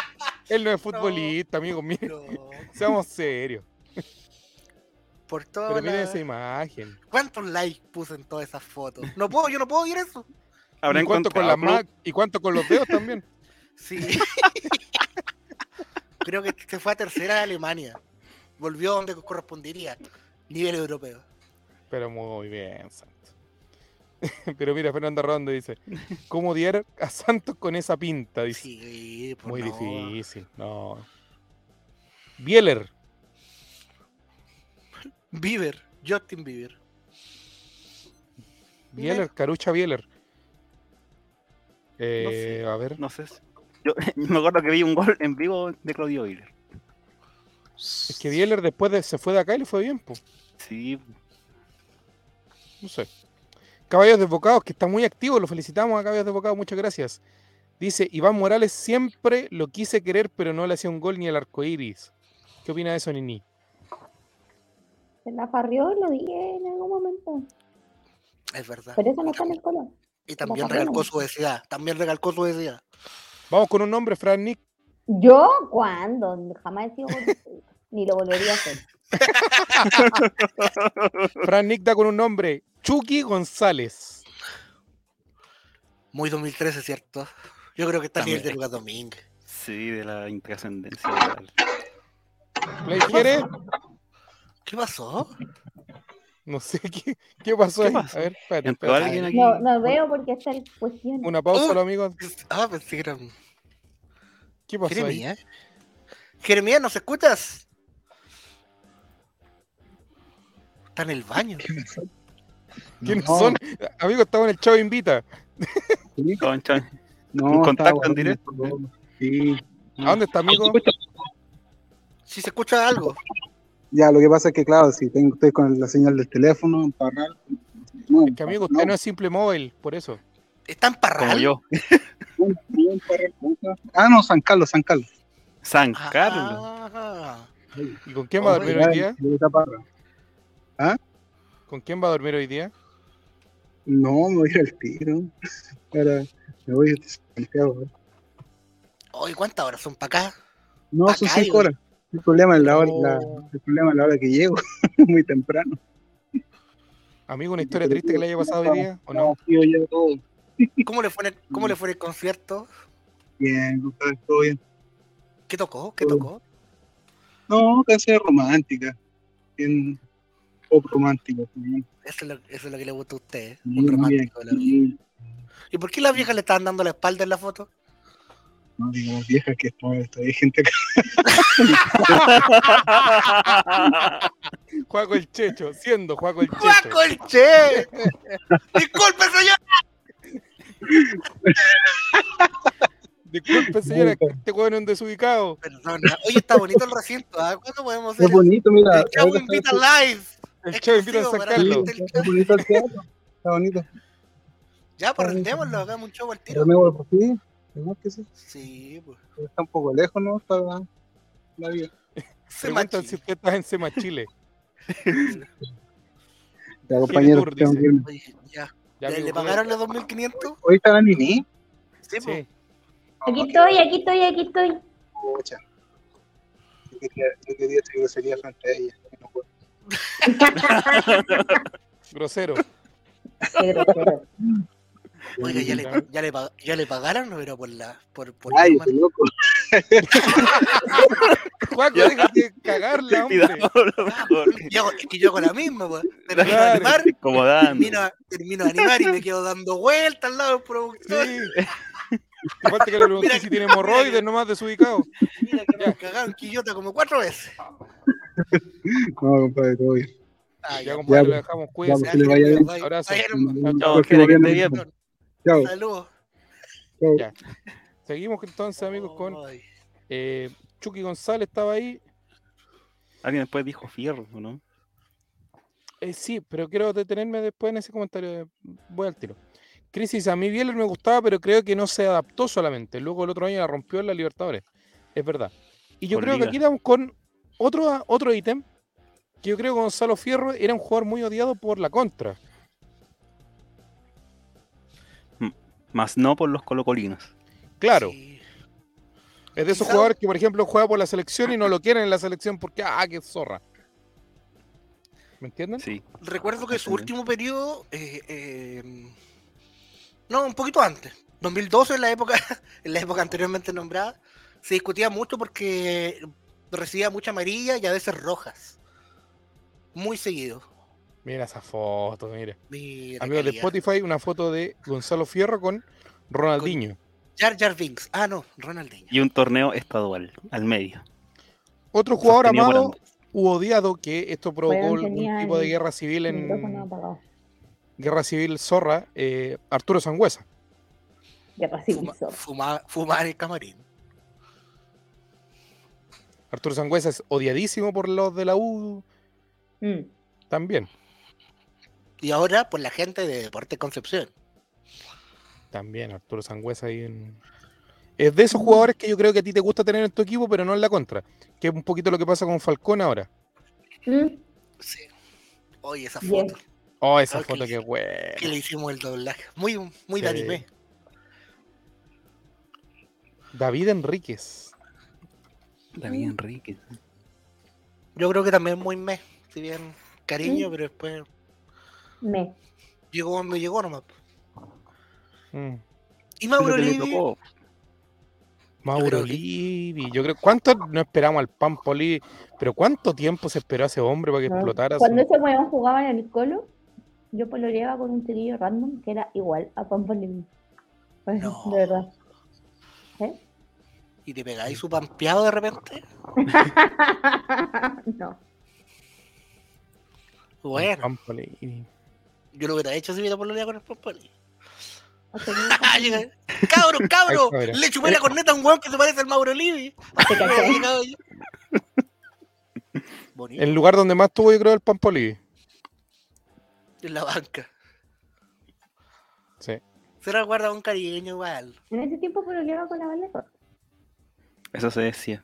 [SPEAKER 3] Él no es futbolista, amigo, mire,
[SPEAKER 1] no,
[SPEAKER 3] seamos serios.
[SPEAKER 1] por todo.
[SPEAKER 3] Pero miren esa imagen.
[SPEAKER 1] ¿Cuántos likes puse en todas esas fotos? No puedo, yo no puedo ir eso.
[SPEAKER 2] Habrá
[SPEAKER 3] ¿Y cuánto, con la
[SPEAKER 2] encontrado
[SPEAKER 3] ma- ¿Y cuánto con los dedos también?
[SPEAKER 1] Sí. creo que se fue a tercera de Alemania. Volvió donde correspondería, nivel europeo.
[SPEAKER 3] Pero muy bien, Santos. Pero mira, Fernando Rondo dice, ¿cómo odiar a Santos con esa pinta? Dice,
[SPEAKER 1] Sí, pues
[SPEAKER 3] muy
[SPEAKER 1] no.
[SPEAKER 3] difícil, no. Bieler,
[SPEAKER 1] Bieber, Justin Bieber.
[SPEAKER 3] Bieler, Carucha Bieler. Eh, A ver,
[SPEAKER 2] No sé. si- Yo me acuerdo que vi un gol en vivo de Claudio Euler.
[SPEAKER 3] es que Bieler después de, se fue de acá y le fue bien, po.
[SPEAKER 2] Sí,
[SPEAKER 3] No sé. Caballos Desbocados, que está muy activo, lo felicitamos a Caballos Desbocados, muchas gracias. Dice, Iván Morales siempre lo quise querer, pero no le hacía un gol ni el arco iris. ¿Qué opina de eso, Nini?
[SPEAKER 4] Se la farrió, lo dije en algún momento.
[SPEAKER 1] Es
[SPEAKER 3] Ah,
[SPEAKER 1] verdad.
[SPEAKER 4] Pero eso no está en el color.
[SPEAKER 1] Y también
[SPEAKER 4] Bajaremos.
[SPEAKER 1] recalcó su obesidad. También recalcó su obesidad.
[SPEAKER 3] Vamos con un nombre, Fran Nick.
[SPEAKER 4] ¿Yo? ¿Cuándo? Jamás he sido gordofóbica, Ni lo volvería a hacer.
[SPEAKER 3] Fran Nick da con un nombre, Chucky González.
[SPEAKER 1] Muy 2013, ¿cierto? Yo creo que está a nivel de
[SPEAKER 2] También.
[SPEAKER 1] Lucas Domínguez.
[SPEAKER 2] sí, de la intrascendencia. de la-
[SPEAKER 3] ¿Le quiere?
[SPEAKER 1] ¿Qué pasó?
[SPEAKER 3] No sé qué, qué pasó
[SPEAKER 2] ¿Qué
[SPEAKER 3] ahí.
[SPEAKER 2] pasó?
[SPEAKER 3] A ver, espérate,
[SPEAKER 2] ¿Entró
[SPEAKER 3] espérate.
[SPEAKER 2] alguien aquí?
[SPEAKER 4] No, no veo porque está el cuestión.
[SPEAKER 3] Una pausa,
[SPEAKER 1] ¡Oh!
[SPEAKER 3] los amigos.
[SPEAKER 1] Ah, pensé que eran.
[SPEAKER 3] ¿Qué pasó ahí?
[SPEAKER 1] Jeremías. Jeremías, ¿nos escuchas? Está en el baño.
[SPEAKER 3] ¿Quiénes
[SPEAKER 6] No,
[SPEAKER 3] son? Amigos, estamos en el show Invita.
[SPEAKER 6] sí,
[SPEAKER 2] Con Chan-
[SPEAKER 6] No,
[SPEAKER 2] un contacto
[SPEAKER 6] estaba
[SPEAKER 2] en
[SPEAKER 6] guardando
[SPEAKER 2] directo,
[SPEAKER 6] todo. Sí.
[SPEAKER 5] Mm.
[SPEAKER 3] ¿A dónde está, amigo?
[SPEAKER 1] Si se escucha algo.
[SPEAKER 6] Ya, lo que pasa es que, claro, si tengo, estoy con la señal del teléfono, parral, no,
[SPEAKER 3] Que amigo,
[SPEAKER 6] no,
[SPEAKER 3] usted no es simple móvil, por eso.
[SPEAKER 1] Está en
[SPEAKER 2] Como
[SPEAKER 1] Parral.
[SPEAKER 2] yo.
[SPEAKER 6] no, no, parral, no. Ah, no, San Carlos, San Carlos.
[SPEAKER 2] San
[SPEAKER 1] Ah,
[SPEAKER 2] Carlos.
[SPEAKER 3] ¿Y con
[SPEAKER 5] Oh,
[SPEAKER 3] quién va a dormir
[SPEAKER 6] Ya,
[SPEAKER 3] hoy día?
[SPEAKER 6] de esa parra.
[SPEAKER 3] ¿Con quién va a dormir hoy día?
[SPEAKER 6] No, me voy a ir al tiro. Ahora, me voy a Santiago. ¿eh?
[SPEAKER 1] Oye, ¿cuántas horas son para acá?
[SPEAKER 6] No,
[SPEAKER 1] Pa'
[SPEAKER 6] son
[SPEAKER 1] acá,
[SPEAKER 6] cinco
[SPEAKER 1] digo.
[SPEAKER 6] horas. El problema es la hora, la-
[SPEAKER 3] Oh.
[SPEAKER 6] el problema es la hora que llego, muy temprano.
[SPEAKER 3] Amigo, una historia triste que le haya pasado hoy día, ¿o no?
[SPEAKER 6] No, sí, yo llego todo
[SPEAKER 1] ¿Cómo le fue en el, cómo le fue en el concierto?
[SPEAKER 6] bien, compadre, todo bien.
[SPEAKER 1] ¿Qué tocó? ¿Qué tocó?
[SPEAKER 6] No, canción romántica. Bien, pop romántico. también.
[SPEAKER 1] Eso es lo, eso es lo que le gusta a usted. ¿eh?
[SPEAKER 6] Muy
[SPEAKER 1] Un romántico de la vida.
[SPEAKER 6] bien.
[SPEAKER 1] ¿Y por qué las viejas le estaban dando la espalda en la foto?
[SPEAKER 6] No digo las viejas que están, esto, hay gente que
[SPEAKER 3] Juaco el Checho, siendo Juaco el Checho.
[SPEAKER 1] ¡Paco el Che! ¡Disculpe, señor!
[SPEAKER 3] Disculpe, señora, que este hueón es un desubicado.
[SPEAKER 1] Perdona. Oye, está bonito el recinto. ¿ah? ¿Cuándo podemos hacer
[SPEAKER 6] es bonito, mira.
[SPEAKER 1] el show
[SPEAKER 6] ahora
[SPEAKER 1] invita
[SPEAKER 6] está-
[SPEAKER 1] live?
[SPEAKER 3] El Checho invita a
[SPEAKER 1] Exclusivo
[SPEAKER 3] San
[SPEAKER 1] para este
[SPEAKER 3] Carlos.
[SPEAKER 1] la gente del
[SPEAKER 6] Está bonito el teatro, está bonito.
[SPEAKER 1] Ya, pues rendémoslo, hagamos un show al
[SPEAKER 6] Pero
[SPEAKER 1] tiro.
[SPEAKER 6] me voy por ti, ¿no? que sí,
[SPEAKER 1] Sí, pues.
[SPEAKER 6] pero está un poco lejos, ¿no? Está la, la vida.
[SPEAKER 3] Preguntan si
[SPEAKER 1] Semachi.
[SPEAKER 3] usted está en Sema Chile.
[SPEAKER 6] La compañera
[SPEAKER 3] tour,
[SPEAKER 6] que tengo
[SPEAKER 3] dice.
[SPEAKER 6] que irme.
[SPEAKER 1] Oye, ya.
[SPEAKER 3] Ya,
[SPEAKER 1] ¿Le,
[SPEAKER 3] amigo,
[SPEAKER 1] le pagaron los 2.500?
[SPEAKER 6] Hoy está la Nini.
[SPEAKER 1] Sí,
[SPEAKER 3] Sí.
[SPEAKER 1] pues.
[SPEAKER 4] Aquí estoy, aquí estoy, aquí estoy.
[SPEAKER 6] Pucha. Yo quería, yo quería decir grosería frente a ella. no puedo.
[SPEAKER 3] Grosero.
[SPEAKER 4] Qué grosero.
[SPEAKER 1] Oiga, ya le, ya, le, pag- ya le pagaron, pero por la. Por, por
[SPEAKER 6] Ay,
[SPEAKER 1] la-
[SPEAKER 6] ese loco.
[SPEAKER 3] Juaco, deja de cagarla, hombre.
[SPEAKER 2] Cuidado, lo
[SPEAKER 1] Ah,
[SPEAKER 2] mejor.
[SPEAKER 1] yo hago- es que yo hago la misma, pues. Termino de
[SPEAKER 3] Claro.
[SPEAKER 1] animar,
[SPEAKER 2] Incomodando.
[SPEAKER 1] termino, termino de animar y me quedo dando vueltas al lado del productor.
[SPEAKER 3] Sí. Aparte que le pregunté si tiene hemorroides nomás desubicado.
[SPEAKER 1] Mira que me cagaron Quillota como cuatro veces.
[SPEAKER 6] No, compadre, todo bien.
[SPEAKER 1] Ay,
[SPEAKER 3] Ah, Ya, compadre,
[SPEAKER 6] Ya,
[SPEAKER 3] lo dejamos. Cuídense.
[SPEAKER 6] pues, que le vaya bien.
[SPEAKER 3] Abrazo.
[SPEAKER 6] Chao,
[SPEAKER 2] Pues que le quede bien.
[SPEAKER 6] Chao,
[SPEAKER 1] Saludos.
[SPEAKER 6] chao.
[SPEAKER 3] Ya. Seguimos entonces, amigos, con
[SPEAKER 1] Ay,
[SPEAKER 3] eh, Chucky González estaba ahí.
[SPEAKER 2] Alguien después dijo fierro, ¿o ¿no?
[SPEAKER 3] Eh, sí, pero quiero detenerme después en ese comentario. eh, Voy al tiro. Crisis, a mí Bieler me gustaba, pero creo que no se adaptó solamente. Luego el otro año la rompió en la Libertadores. Es verdad. Y yo
[SPEAKER 2] Por
[SPEAKER 3] creo
[SPEAKER 2] liga.
[SPEAKER 3] que aquí estamos con otro, otro ítem. Que yo creo que Gonzalo Fierro era un jugador muy odiado por la contra.
[SPEAKER 2] Más no por los colocolinos.
[SPEAKER 3] Claro.
[SPEAKER 1] sí.
[SPEAKER 3] Es de esos
[SPEAKER 1] Quizá-
[SPEAKER 3] jugadores que, por ejemplo, juega por la selección y no lo quieren en la selección porque, ah, qué zorra. ¿Me entienden?
[SPEAKER 2] Sí.
[SPEAKER 1] Recuerdo que su
[SPEAKER 2] Ujú.
[SPEAKER 1] último periodo. eh, eh, no, un poquito antes. 2012, en la época, en la época anteriormente nombrada. se discutía mucho porque recibía mucha amarilla y a veces rojas. Muy seguido.
[SPEAKER 3] Mira esa foto, mira.
[SPEAKER 1] Mira,
[SPEAKER 3] Amigos de
[SPEAKER 1] calidad.
[SPEAKER 3] Spotify, una foto de Gonzalo Fierro con Ronaldinho.
[SPEAKER 1] Jar Jar Binks. Ah, no, Ronaldinho.
[SPEAKER 2] Y un torneo estadual, al medio.
[SPEAKER 3] Otro jugador
[SPEAKER 2] sostenido por
[SPEAKER 3] amado
[SPEAKER 2] ambos.
[SPEAKER 3] u odiado que esto provocó
[SPEAKER 4] Weón, tenía
[SPEAKER 3] un tipo de
[SPEAKER 4] el
[SPEAKER 3] guerra civil
[SPEAKER 4] El micrófono
[SPEAKER 3] en
[SPEAKER 4] apagado.
[SPEAKER 3] guerra civil zorra, eh, Arturo Sangüesa.
[SPEAKER 4] Ya
[SPEAKER 1] Fuma-
[SPEAKER 4] pasivizó.
[SPEAKER 1] fuma- fumar el camarín.
[SPEAKER 3] Arturo Sangüesa es odiadísimo por los de la U
[SPEAKER 4] Mm.
[SPEAKER 3] también.
[SPEAKER 1] Y ahora por la gente de Deporte Concepción.
[SPEAKER 3] También Arturo Sangüesa ahí en- Es de esos jugadores que yo creo que a ti te gusta tener en tu equipo, pero no en la contra. Que es un poquito lo que pasa con Falcón ahora.
[SPEAKER 4] Mm.
[SPEAKER 1] Sí. Oye, esa
[SPEAKER 4] Bien.
[SPEAKER 1] foto
[SPEAKER 3] Oh, esa
[SPEAKER 1] Ok.
[SPEAKER 3] foto que güey.
[SPEAKER 1] que le hicimos el doblaje. Muy, muy de
[SPEAKER 3] Sí.
[SPEAKER 1] anime.
[SPEAKER 3] David Enríquez.
[SPEAKER 2] David
[SPEAKER 4] Mm.
[SPEAKER 2] Enrique.
[SPEAKER 1] Yo creo que también muy me. Si bien cariño, pero después
[SPEAKER 4] Me.
[SPEAKER 1] llegó cuando llegó nomás.
[SPEAKER 3] Mm.
[SPEAKER 1] Y
[SPEAKER 2] Es lo
[SPEAKER 1] Mauro
[SPEAKER 2] que le
[SPEAKER 1] Livi,
[SPEAKER 2] tocó.
[SPEAKER 3] Mauro
[SPEAKER 1] creo que-
[SPEAKER 3] Livi. Yo creo. ¿Cuánto no esperamos al Pampo Livi? Pero ¿cuánto tiempo se esperó a ese hombre para que
[SPEAKER 4] No.
[SPEAKER 3] explotara? su-
[SPEAKER 4] Cuando ese weón jugaba en el colo, yo poloreaba con un chiquillo random que era igual a Pampolini. Pues,
[SPEAKER 1] No.
[SPEAKER 4] De verdad.
[SPEAKER 1] y te pegáis su pampeado de repente.
[SPEAKER 4] no.
[SPEAKER 1] Bueno,
[SPEAKER 3] Pampo Livi.
[SPEAKER 1] yo lo hubiera hecho si hubiera pololeado con el Pampoli.
[SPEAKER 4] O sea, nunca-
[SPEAKER 1] Llega, cabro, cabro,
[SPEAKER 3] Ahí está, mira.
[SPEAKER 1] le chupé la corneta a un weón que se parece al Mauro Livi.
[SPEAKER 4] ¿Te cachai?
[SPEAKER 1] Llegado yo. Bonito,
[SPEAKER 3] El lugar donde más tuvo, yo creo, el Pampo Livi.
[SPEAKER 1] en la banca.
[SPEAKER 3] Sí.
[SPEAKER 1] Se recuerda un cariño igual.
[SPEAKER 4] En ese tiempo poloreaba con la Valerro.
[SPEAKER 2] Eso se decía.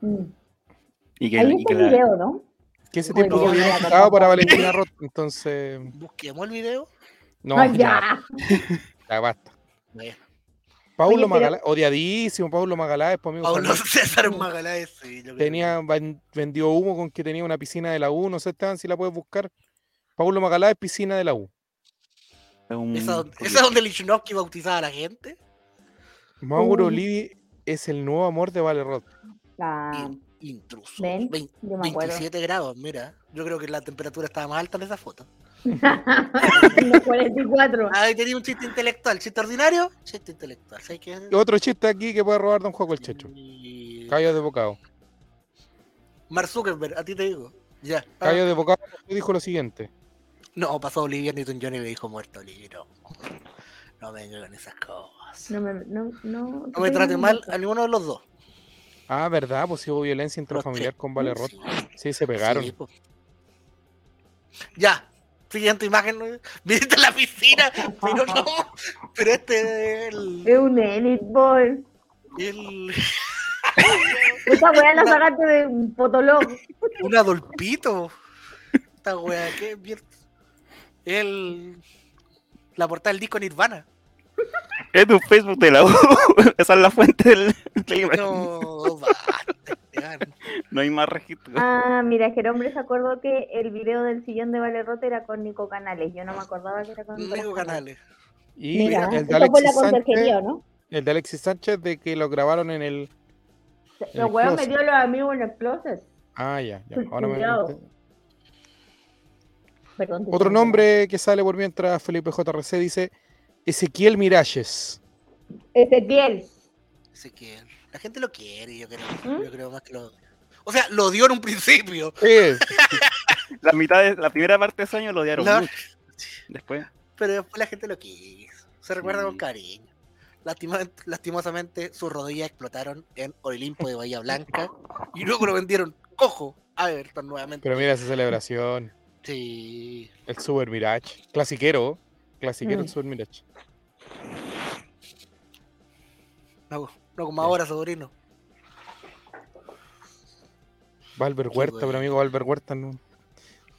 [SPEAKER 4] Mm.
[SPEAKER 2] Y que,
[SPEAKER 4] Ahí
[SPEAKER 2] y
[SPEAKER 4] está
[SPEAKER 2] que
[SPEAKER 4] el
[SPEAKER 2] la-
[SPEAKER 4] video, ¿no?
[SPEAKER 3] Que ese
[SPEAKER 4] Muy
[SPEAKER 3] tiempo
[SPEAKER 4] bien,
[SPEAKER 3] fue
[SPEAKER 4] mira,
[SPEAKER 3] dedicado para
[SPEAKER 4] papá.
[SPEAKER 3] Valentina Roth. Entonces.
[SPEAKER 1] Busquemos el video.
[SPEAKER 3] No,
[SPEAKER 4] ¡Ay,
[SPEAKER 3] ya,
[SPEAKER 4] ya!
[SPEAKER 3] ya basta.
[SPEAKER 1] Bueno,
[SPEAKER 3] Paulo
[SPEAKER 4] pero-
[SPEAKER 3] Magalá, odiadísimo Paulo Magalá, después amigo.
[SPEAKER 1] Pablo
[SPEAKER 3] Fernández.
[SPEAKER 1] César Magaláes. sí, yo creo.
[SPEAKER 3] tenía ven- vendió humo con que tenía una piscina de la U, no sé Esteban si la puedes buscar. Pablo Macalá es piscina de la U.
[SPEAKER 2] un-
[SPEAKER 1] ¿Esa, donde- esa donde Lichnowsky bautizaba a la gente?
[SPEAKER 3] Mauro
[SPEAKER 4] Uh.
[SPEAKER 3] Livi es el nuevo amor de Valerrot.
[SPEAKER 4] La...
[SPEAKER 1] Intruso.
[SPEAKER 4] Ven,
[SPEAKER 1] Vein-
[SPEAKER 4] yo me acuerdo.
[SPEAKER 1] 27 grados, mira. Yo creo que la temperatura estaba más alta en esa foto.
[SPEAKER 4] En los 44.
[SPEAKER 1] Ahí tenía un chiste intelectual. ¿Chiste ordinario? Chiste intelectual. ¿Sabes qué?
[SPEAKER 3] Otro chiste aquí que puede robar Don Juan el Checho.
[SPEAKER 1] Y-
[SPEAKER 3] Callos de bocado.
[SPEAKER 1] Mark Zuckerberg, a ti te digo. Ya. Ah,
[SPEAKER 3] Callos de bocado dijo lo siguiente.
[SPEAKER 1] No, pasó Olivia Newton Johnny y me dijo muerto Olivia. No, no me vengan con esas cosas.
[SPEAKER 4] No me, no, no,
[SPEAKER 1] No me trate mal a ninguno de los dos.
[SPEAKER 3] Ah, verdad, pues sí hubo violencia intrafamiliar con Valerrot.
[SPEAKER 1] Sí.
[SPEAKER 3] Sí, se pegaron.
[SPEAKER 1] Sí, po. ya, siguiente imagen. ¿no? Viniste a la piscina, pero no. Pero este es el.
[SPEAKER 4] Es un Elite Boy.
[SPEAKER 1] el-
[SPEAKER 4] Esa weá la sacaste de un potolog.
[SPEAKER 1] un adolpito. Esta wea, qué mierda. El. La portada del disco Nirvana.
[SPEAKER 2] Es tu Facebook de la U. Esa es la fuente del. de la imagen.
[SPEAKER 1] No, basta, Esteban.
[SPEAKER 2] No hay más registro.
[SPEAKER 4] Ah, mira, es que el hombre se acordó que el video del sillón de Valerrote era con Nico Canales. Yo no me acordaba que era con Nico
[SPEAKER 1] Nico Canales.
[SPEAKER 3] Y
[SPEAKER 4] Mira,
[SPEAKER 3] el de
[SPEAKER 4] esa fue la
[SPEAKER 3] Alexis
[SPEAKER 4] conserjería,
[SPEAKER 3] Sánchez,
[SPEAKER 4] ¿o ¿no?
[SPEAKER 3] el de Alexis Sánchez de que lo grabaron en el el
[SPEAKER 4] Los weón
[SPEAKER 3] closet.
[SPEAKER 4] metió a los amigos en el closet.
[SPEAKER 3] Ah, ya, ya.
[SPEAKER 4] Pues,
[SPEAKER 3] Ahora me-
[SPEAKER 4] culiao. Perdón, te
[SPEAKER 3] Otro
[SPEAKER 4] interrumpí.
[SPEAKER 3] nombre que sale por mientras Felipe JRC dice Ezequiel Miralles.
[SPEAKER 4] Ezequiel.
[SPEAKER 1] Se quiere. La gente lo quiere, yo creo.
[SPEAKER 4] ¿Mm?
[SPEAKER 1] Yo creo más que lo. O sea, lo dio en un principio.
[SPEAKER 3] Eh,
[SPEAKER 2] La mitad de, la primera parte de ese año lo odiaron
[SPEAKER 1] La-
[SPEAKER 2] mucho. Después,
[SPEAKER 1] pero después la gente lo quiso. Se recuerda con
[SPEAKER 2] Sí.
[SPEAKER 1] cariño. Lastima- lastimosamente, sus rodillas explotaron en Olimpo de Bahía Blanca y luego lo vendieron cojo a Everton nuevamente.
[SPEAKER 3] pero mira esa celebración.
[SPEAKER 1] Sí.
[SPEAKER 3] El Super Mirage. Clasiquero. Clasiquero
[SPEAKER 4] Mm.
[SPEAKER 3] el Super Mirage.
[SPEAKER 1] No, no como ahora, sobrino.
[SPEAKER 3] Valver
[SPEAKER 1] Qué
[SPEAKER 3] Huerta,
[SPEAKER 1] bueno.
[SPEAKER 3] pero amigo Valver Huerta no.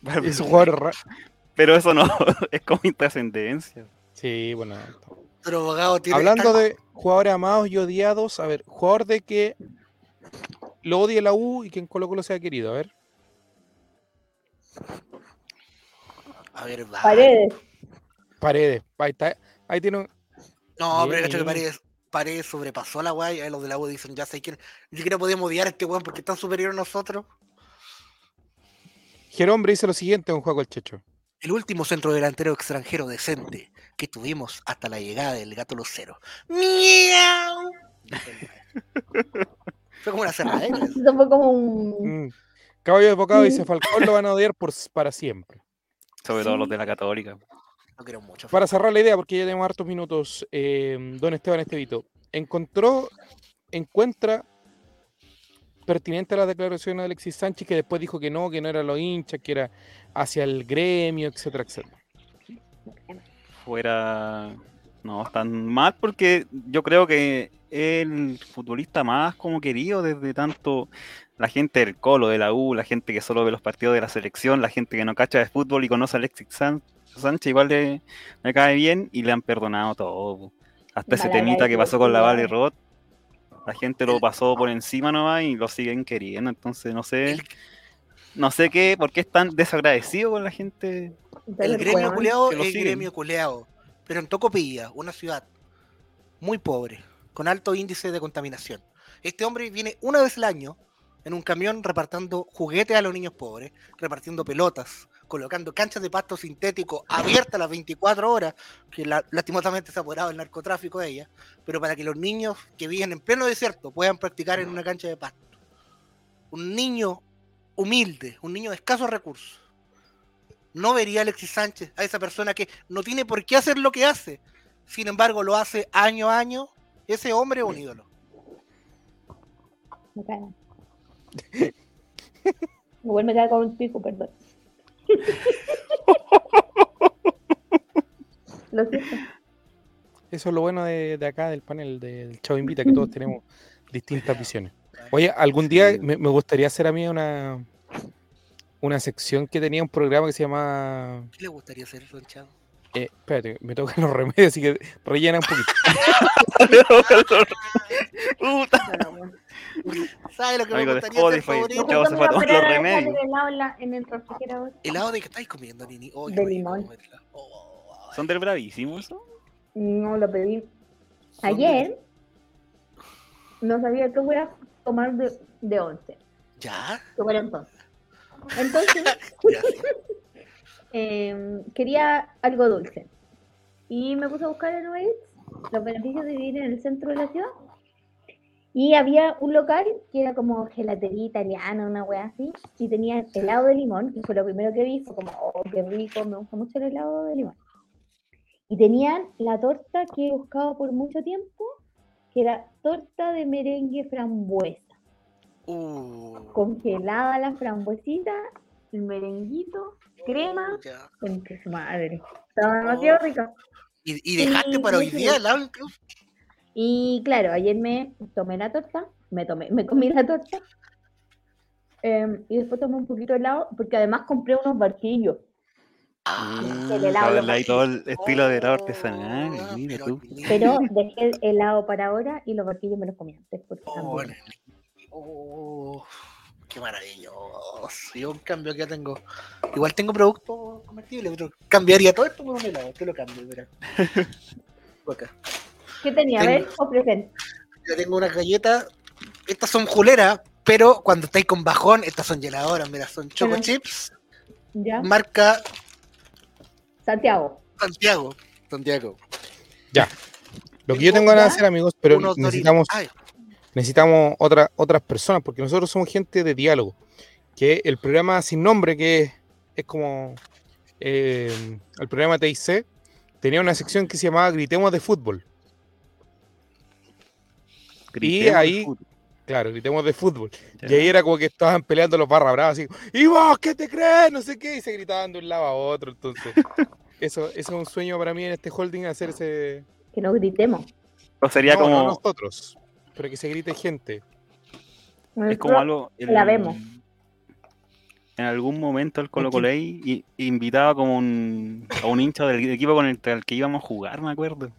[SPEAKER 2] Valver
[SPEAKER 3] Es un jugador ra-
[SPEAKER 2] Pero eso no, es como intrascendencia.
[SPEAKER 3] Sí, bueno.
[SPEAKER 1] Pero abogado tiene
[SPEAKER 3] Hablando
[SPEAKER 1] está-
[SPEAKER 3] de jugadores amados y odiados, a ver, jugador de que lo odie la U y que en Colo Colo sea querido, a ver.
[SPEAKER 1] A ver, va.
[SPEAKER 4] Paredes.
[SPEAKER 3] Paredes, ahí está. Ahí tiene un...
[SPEAKER 1] No, pero
[SPEAKER 3] Bien,
[SPEAKER 1] cacho que
[SPEAKER 3] bien.
[SPEAKER 1] Paredes. Paredes sobrepasó a la weá y ahí los de la U dicen, ya sé quién, ni siquiera podemos odiar a este weón porque es tan superior a nosotros.
[SPEAKER 3] Jerombre dice lo siguiente, don Juaco el Checho.
[SPEAKER 1] El último centro delantero extranjero decente que tuvimos hasta la llegada del gato Lucero. ¡Miau! Fue como una cerradera.
[SPEAKER 4] Eso fue como un.
[SPEAKER 3] Mm. Caballo de Bocado dice, Falcón lo van a odiar por, para siempre.
[SPEAKER 2] Sobre todo los de la Católica.
[SPEAKER 1] No quiero mucho.
[SPEAKER 3] Para cerrar la idea, porque ya tenemos hartos minutos, eh, don Esteban Estevito, encontró, encuentra pertinente la declaración de Alexis Sánchez, que después dijo que no, que no era los hinchas, que era hacia el gremio, etcétera, etcétera.
[SPEAKER 2] Fuera. No, tan mal porque yo creo que el futbolista más como querido desde tanto la gente del Colo, de la U, la gente que solo ve los partidos de la selección, la gente que no cacha de fútbol y conoce a Alexis San- Sánchez, igual le, le cae bien y le han perdonado todo. po. Hasta ese
[SPEAKER 4] Malaga
[SPEAKER 2] temita
[SPEAKER 4] y
[SPEAKER 2] que pasó con la
[SPEAKER 4] Portugal.
[SPEAKER 2] Vale Rot, la gente lo pasó por encima nomás y lo siguen queriendo, entonces no sé, no sé qué, por qué es tan desagradecido con la gente.
[SPEAKER 1] El
[SPEAKER 4] Entonces,
[SPEAKER 1] gremio
[SPEAKER 4] pues, weón,
[SPEAKER 1] culeado
[SPEAKER 2] que lo
[SPEAKER 1] es
[SPEAKER 2] siguen.
[SPEAKER 1] gremio culeado. Pero en Tocopilla, una ciudad muy pobre, con alto índice de contaminación. Este hombre viene una vez al año en un camión repartiendo juguetes a los niños pobres, repartiendo pelotas, colocando canchas de pasto sintético abiertas las 24 horas, que la- lastimosamente se ha apoderado el narcotráfico de ella, pero para que los niños que viven en pleno desierto puedan practicar en una cancha de pasto. Un niño humilde, un niño de escasos recursos, no vería a Alexis Sánchez, a esa persona que no tiene por qué hacer lo que hace. Sin embargo, lo hace año a año. Ese hombre es un ídolo.
[SPEAKER 4] me caga. Igual me caga con un pico, perdón. Lo siento.
[SPEAKER 3] Eso es lo bueno de, de acá, del panel del Chavo Invita, que todos tenemos distintas visiones. Oye, algún día me, me gustaría hacer a mí una, una sección que tenía un programa que se llama...
[SPEAKER 1] ¿Qué le gustaría hacer, Don Chavo?
[SPEAKER 3] eh, espérate, me tocan los remedios, así que rellena un poquito.
[SPEAKER 2] Puta,
[SPEAKER 4] Pero, weón.
[SPEAKER 1] ¿Sabe lo que
[SPEAKER 2] Amigo
[SPEAKER 1] me
[SPEAKER 2] de
[SPEAKER 1] gustaría hacer,
[SPEAKER 2] Spotify,
[SPEAKER 1] favorito?
[SPEAKER 2] Don Chavo. se fue a tomar los remedios.
[SPEAKER 4] helado en, la- en el refrigerador.
[SPEAKER 1] ¿Helado de que estáis comiendo, Nini? Oh, qué
[SPEAKER 4] De
[SPEAKER 1] rico,
[SPEAKER 4] limón.
[SPEAKER 1] comer helado. Oh,
[SPEAKER 2] son del bravísimo eso.
[SPEAKER 4] No lo pedí.
[SPEAKER 1] Son de-
[SPEAKER 4] Ayer no sabía qué voy a tomar de, de once.
[SPEAKER 1] ¿Ya?
[SPEAKER 4] ¿Qué voy a entonces? Entonces
[SPEAKER 1] ya sí.
[SPEAKER 4] eh, quería algo dulce. Y me puse a buscar en Uber Eats los beneficios de vivir en el centro de la ciudad. Y había un local que era como gelatería italiana, una wea así, y tenía helado de limón, que fue lo primero que vi, fue como, oh, qué rico, me gusta mucho el helado de limón. Y tenían la torta que he buscado por mucho tiempo, que era torta de merengue frambuesa
[SPEAKER 1] Uh,
[SPEAKER 4] congelada la frambuesita, el merenguito, crema,
[SPEAKER 1] ya.
[SPEAKER 4] entre su madre. Estaba demasiado
[SPEAKER 1] Oh.
[SPEAKER 4] rica.
[SPEAKER 1] ¿Y, y dejaste
[SPEAKER 4] Sí,
[SPEAKER 1] para hoy
[SPEAKER 4] sí,
[SPEAKER 1] día
[SPEAKER 4] sí.
[SPEAKER 1] helado incluso?
[SPEAKER 4] Y claro, ayer me tomé la torta, me tomé, me comí la torta. em, y después tomé un poquito de helado, porque además compré unos barquillos.
[SPEAKER 2] Mm,
[SPEAKER 4] Ah, el helado
[SPEAKER 2] habla ahí
[SPEAKER 4] más
[SPEAKER 2] todo el estilo de helado
[SPEAKER 1] Oh,
[SPEAKER 2] artesanal. Mira
[SPEAKER 1] pero
[SPEAKER 2] tú.
[SPEAKER 1] Nini,
[SPEAKER 4] Pero dejé el helado para ahora y los barquillos me los comí antes. Porque
[SPEAKER 1] Oh,
[SPEAKER 4] también-
[SPEAKER 1] bueno. Oh, qué maravilloso. Yo en cambio ya tengo. Igual tengo productos convertibles, pero cambiaría todo esto por un helado. Te lo cambio, mira. Por acá.
[SPEAKER 4] ¿Qué tenía? A ver, ofrecen.
[SPEAKER 1] Yo tengo unas galletas. Estas son juleras, pero cuando estáis con bajón, estas son heladoras. Mira, son choco
[SPEAKER 4] Ajá.
[SPEAKER 1] chips,
[SPEAKER 4] Ya,
[SPEAKER 1] marca
[SPEAKER 4] Santiago.
[SPEAKER 1] Santiago. Santiago.
[SPEAKER 3] Lo que yo tengo ganas de hacer, amigos, pero
[SPEAKER 1] Unos Doritos.
[SPEAKER 3] necesitamos
[SPEAKER 1] Ay,
[SPEAKER 3] necesitamos otra, otras personas, porque nosotros somos gente de diálogo. Que el programa sin nombre, que es, es como eh, el programa TIC, tenía una sección que se llamaba Gritemos de Fútbol.
[SPEAKER 2] Gritemos de
[SPEAKER 3] ahí-
[SPEAKER 2] fútbol.
[SPEAKER 3] Claro, gritemos de fútbol.
[SPEAKER 2] Ya.
[SPEAKER 3] Y ahí era como que estaban peleando los barra bravas, así, ¿y vos qué te crees? No sé qué, y se gritaban de un lado a otro. Entonces, eso, eso es un sueño para mí en este holding, hacer ese.
[SPEAKER 4] Que no gritemos.
[SPEAKER 2] Pero sería
[SPEAKER 3] No,
[SPEAKER 2] como.
[SPEAKER 3] no nosotros, pero que se grite gente.
[SPEAKER 2] Es como algo.
[SPEAKER 4] la vemos.
[SPEAKER 2] En algún momento el Colo Colo invitaba como un, a un hincha del equipo con el, al que íbamos a jugar, me acuerdo.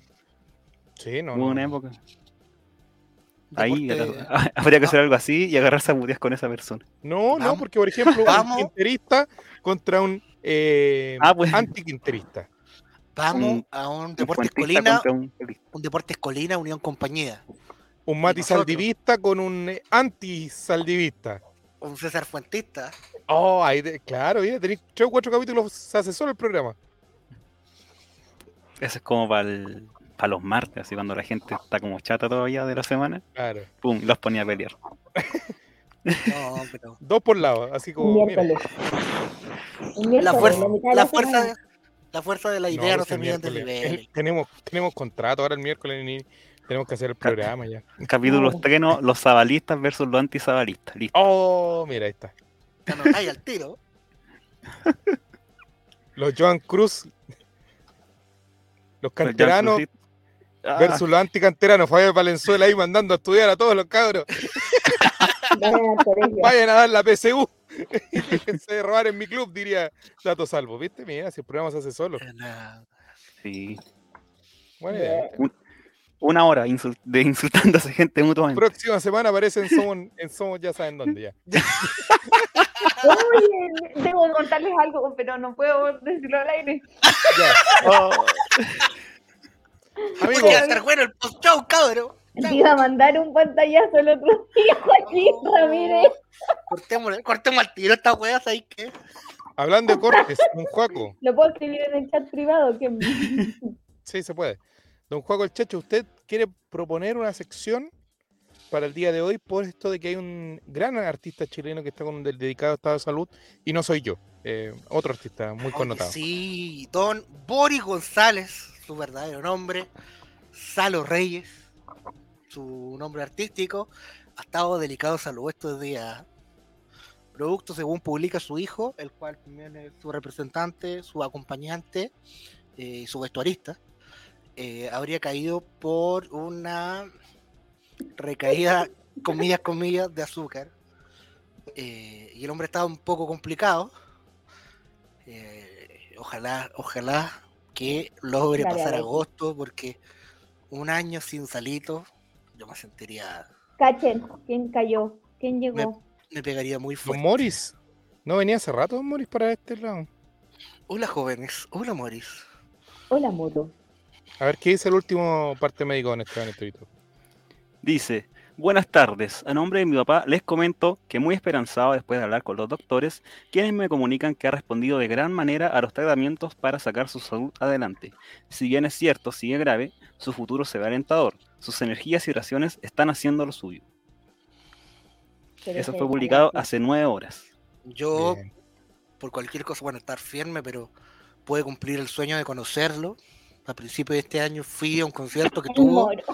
[SPEAKER 3] Sí, no.
[SPEAKER 2] Hubo
[SPEAKER 3] no,
[SPEAKER 2] una
[SPEAKER 3] no.
[SPEAKER 2] época. Ahí
[SPEAKER 1] deporte-
[SPEAKER 2] agarra- habría que hacer algo así y agarrarse a puteas con esa persona.
[SPEAKER 3] No, no,
[SPEAKER 1] Vamos.
[SPEAKER 3] porque por ejemplo,
[SPEAKER 1] Vamos.
[SPEAKER 3] un quinterista contra un eh,
[SPEAKER 2] Ah, pues.
[SPEAKER 3] antiquinterista.
[SPEAKER 1] Vamos
[SPEAKER 2] Un-
[SPEAKER 1] a un Deportes
[SPEAKER 2] deportista
[SPEAKER 1] Colina,
[SPEAKER 2] contra un futbolista.
[SPEAKER 1] un Deportes Colina, Unión Compañía,
[SPEAKER 3] Un Mati
[SPEAKER 1] nosotros.
[SPEAKER 3] Saldivista con un eh, anti-Saldivista.
[SPEAKER 1] un César Fuentista.
[SPEAKER 3] Oh, ahí te- claro, mira, tenéis tres o cuatro capítulos, se asesora el programa.
[SPEAKER 2] Eso es como para los martes, así cuando la gente está como chata todavía de la semana,
[SPEAKER 3] Claro.
[SPEAKER 2] pum, los ponía a pelear.
[SPEAKER 1] No, pero
[SPEAKER 3] Dos por lado, así
[SPEAKER 4] Un
[SPEAKER 3] como. mira.
[SPEAKER 4] miércoles. Un
[SPEAKER 1] la
[SPEAKER 4] miércoles,
[SPEAKER 1] fuerza,
[SPEAKER 4] mitad de
[SPEAKER 1] la
[SPEAKER 4] semana.
[SPEAKER 1] fuerza, la fuerza de la idea no,
[SPEAKER 3] pues
[SPEAKER 1] se
[SPEAKER 3] el
[SPEAKER 1] mide en
[SPEAKER 3] miércoles.
[SPEAKER 1] desniveles.
[SPEAKER 3] El- tenemos, tenemos contrato ahora el miércoles ni tenemos que hacer el programa ya.
[SPEAKER 2] Capítulo
[SPEAKER 4] Claro.
[SPEAKER 2] estreno, los zabalistas versus los antizabalistas. Listo.
[SPEAKER 3] Oh, mira, ahí está.
[SPEAKER 1] Ya no cae al tiro.
[SPEAKER 3] Los Joan Cruz, los canteranos
[SPEAKER 2] Pues Ah,
[SPEAKER 3] versus los anticanteranos. Fabián Valenzuela ahí mandando a estudiar a todos los cabros.
[SPEAKER 4] Vayan al colegio.
[SPEAKER 3] Vayan a dar la PSU. Y déjense de robar en mi club, diría Dato Salvo. ¿Viste? Mira, si el programa se hace solo.
[SPEAKER 1] La-
[SPEAKER 2] sí.
[SPEAKER 3] Buena idea.
[SPEAKER 2] Una hora insul- de insultándose gente mutuamente.
[SPEAKER 3] Próxima semana aparece en Somos, en Somos ya saben dónde ya.
[SPEAKER 4] Oye, debo de contarles algo, pero no puedo decirlo al aire.
[SPEAKER 3] Ya.
[SPEAKER 2] Oh.
[SPEAKER 3] Amigo,
[SPEAKER 1] Porque va a estar bueno el post-show, cabrón.
[SPEAKER 4] Te iba a mandar un pantallazo el otro día, Joaquín
[SPEAKER 1] No.
[SPEAKER 4] Ramírez.
[SPEAKER 1] Cortemos, cortemos al tiro esta wea, ¿sabes qué?
[SPEAKER 3] hablando de cortes, un Juaco.
[SPEAKER 4] Lo puedo escribir en el chat privado. Que...
[SPEAKER 3] Sí, se puede. Don Juaco el Checho, ¿usted quiere proponer una sección para el día de hoy por esto de que hay un gran artista chileno que está con un del- dedicado estado de salud y no soy yo, eh, otro artista muy
[SPEAKER 1] Oye,
[SPEAKER 3] connotado.
[SPEAKER 1] Sí, don Boris González, su verdadero nombre, Salo Reyes, su nombre artístico, ha estado delicado de salud estos días. Producto según publica su hijo, el cual también es su representante, su acompañante eh, y su vestuarista, eh, habría caído por una recaída, comillas, comillas, de azúcar. Eh, y el hombre estaba un poco complicado. Eh, ojalá, ojalá que logre
[SPEAKER 4] Dale,
[SPEAKER 1] pasar
[SPEAKER 4] Alexis.
[SPEAKER 1] agosto, porque un año sin salito, yo me sentiría,
[SPEAKER 4] Cachen, ¿quién cayó? ¿Quién llegó?
[SPEAKER 1] me pegaría muy
[SPEAKER 3] Don
[SPEAKER 1] fuerte.
[SPEAKER 3] Morris, ¿no venía hace rato Don Morris para este lado?
[SPEAKER 1] Hola jóvenes, hola Moris.
[SPEAKER 4] Hola, moto.
[SPEAKER 3] A ver, ¿qué dice el último parte médico en este momento?
[SPEAKER 2] Dice, buenas tardes. A nombre de mi papá les comento que muy esperanzado después de hablar con los doctores, quienes me comunican que ha respondido de gran manera a los tratamientos para sacar su salud adelante. Si bien es cierto, sigue grave, su futuro se ve alentador. Sus energías y oraciones están haciendo lo suyo. Eso fue publicado hace nueve horas.
[SPEAKER 1] Yo por cualquier cosa, bueno, estar firme, pero pude cumplir el sueño de conocerlo. A principios de este año fui a un concierto que
[SPEAKER 4] El
[SPEAKER 1] tuvo.
[SPEAKER 4] moro.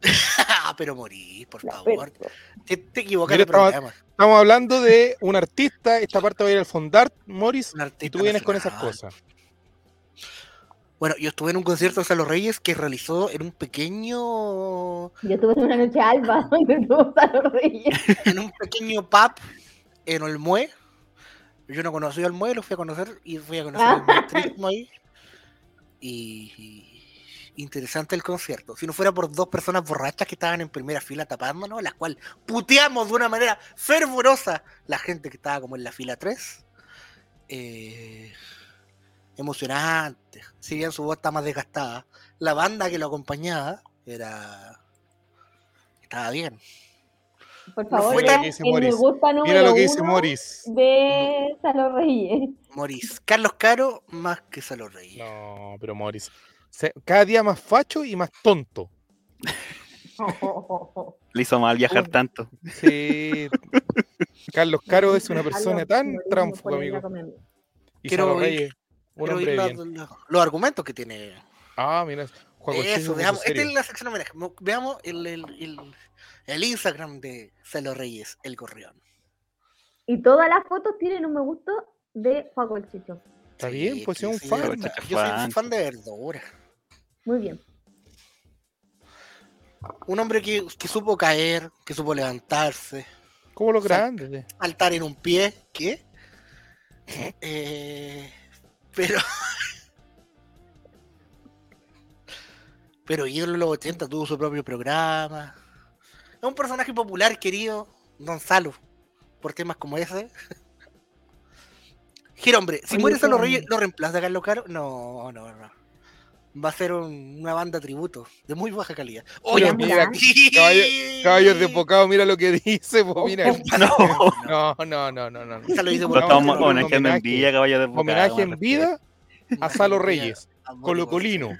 [SPEAKER 1] pero morí, por
[SPEAKER 4] La
[SPEAKER 1] favor.
[SPEAKER 4] perra.
[SPEAKER 1] Te, te equivocas
[SPEAKER 3] Mira,
[SPEAKER 1] de
[SPEAKER 3] estaba-
[SPEAKER 1] programa.
[SPEAKER 3] Estamos hablando de un artista, esta parte va a ir al Fondart, Morris,
[SPEAKER 1] Un
[SPEAKER 3] y
[SPEAKER 1] artista
[SPEAKER 3] tú vienes con esas
[SPEAKER 1] nacional.
[SPEAKER 3] cosas.
[SPEAKER 1] Bueno, yo estuve en un concierto de Salo Reyes que realizó en un pequeño,
[SPEAKER 4] Yo tuve una noche alba donde tuvo Salo Reyes.
[SPEAKER 1] en un pequeño pub en Olmué. Yo no conocí al Olmué, lo fui a conocer y fui a conocer al maestrismo ahí. Y, y- interesante el concierto. Si no fuera por dos personas borrachas que estaban en primera fila tapándonos, las cuales puteamos de una manera fervorosa la gente que estaba como en la fila 3. emocionante. Si bien su voz está más desgastada, la banda que lo acompañaba era. Estaba bien.
[SPEAKER 4] Por
[SPEAKER 1] No
[SPEAKER 4] favor,
[SPEAKER 1] fue
[SPEAKER 4] vean
[SPEAKER 1] tan-
[SPEAKER 3] Dice
[SPEAKER 4] en
[SPEAKER 3] Morris.
[SPEAKER 4] mi gusta número
[SPEAKER 3] Mira lo que dice
[SPEAKER 4] uno
[SPEAKER 3] Morris.
[SPEAKER 4] de Salo Reyes.
[SPEAKER 1] Moris. Carlos Caro más que Salo Reyes.
[SPEAKER 3] No, pero Morris, se- cada día más facho y más tonto.
[SPEAKER 2] Le hizo mal viajar
[SPEAKER 4] Uy.
[SPEAKER 2] tanto.
[SPEAKER 3] Sí. Carlos Caro es una persona
[SPEAKER 4] Carlos
[SPEAKER 3] tan
[SPEAKER 4] Moreno
[SPEAKER 3] tránsfuga,
[SPEAKER 4] polémica
[SPEAKER 3] amigo.
[SPEAKER 4] con él.
[SPEAKER 3] Y
[SPEAKER 1] Quiero
[SPEAKER 3] Salo
[SPEAKER 1] oír-
[SPEAKER 3] Reyes, un
[SPEAKER 1] Quiero oír
[SPEAKER 3] hombre de
[SPEAKER 1] la-
[SPEAKER 3] bien.
[SPEAKER 1] la- los argumentos que tiene.
[SPEAKER 3] Ah, mira, Juan Cortés es
[SPEAKER 1] Eso,
[SPEAKER 3] un
[SPEAKER 1] veamos.
[SPEAKER 3] serio.
[SPEAKER 1] Esta es la sección homenaje. Mo- Veamos el, el, el, el Instagram de Salo Reyes, el Correón.
[SPEAKER 4] Y todas las fotos tienen un me gusta de Juaco el Chicho.
[SPEAKER 3] Está bien, pues es un
[SPEAKER 1] sí,
[SPEAKER 3] fan.
[SPEAKER 1] Yo soy un fan de verdura.
[SPEAKER 4] Muy bien.
[SPEAKER 1] Un hombre que, que supo caer, que supo levantarse,
[SPEAKER 3] Como los
[SPEAKER 1] Fan.
[SPEAKER 3] grandes. eh.
[SPEAKER 1] saltar en un pie, ¿qué? Eh, pero. Pero ídolo de los 80 tuvo su propio programa. Es un personaje popular, querido Gonzalo, por temas como ese. Girombre, si mueres a los reyes, ¿lo reemplaza Carlos Caro? No, no, no. Va a ser un- una banda tributo de muy baja calidad. Oye,
[SPEAKER 4] Pero mira,
[SPEAKER 1] sí. Oh,
[SPEAKER 3] caballo- Caballos de Pocao, mira lo que dice, pues mira.
[SPEAKER 2] No,
[SPEAKER 3] No, no, no, no, no. no.
[SPEAKER 1] Esa lo dice
[SPEAKER 2] no
[SPEAKER 1] por
[SPEAKER 3] Pocao,
[SPEAKER 2] estamos
[SPEAKER 1] favor.
[SPEAKER 3] bueno,
[SPEAKER 2] homenajeando en Villa, caballo de Pocao,
[SPEAKER 3] Homenaje en
[SPEAKER 2] respeto.
[SPEAKER 3] vida a Salo Reyes,
[SPEAKER 1] Amor,
[SPEAKER 3] colocolino.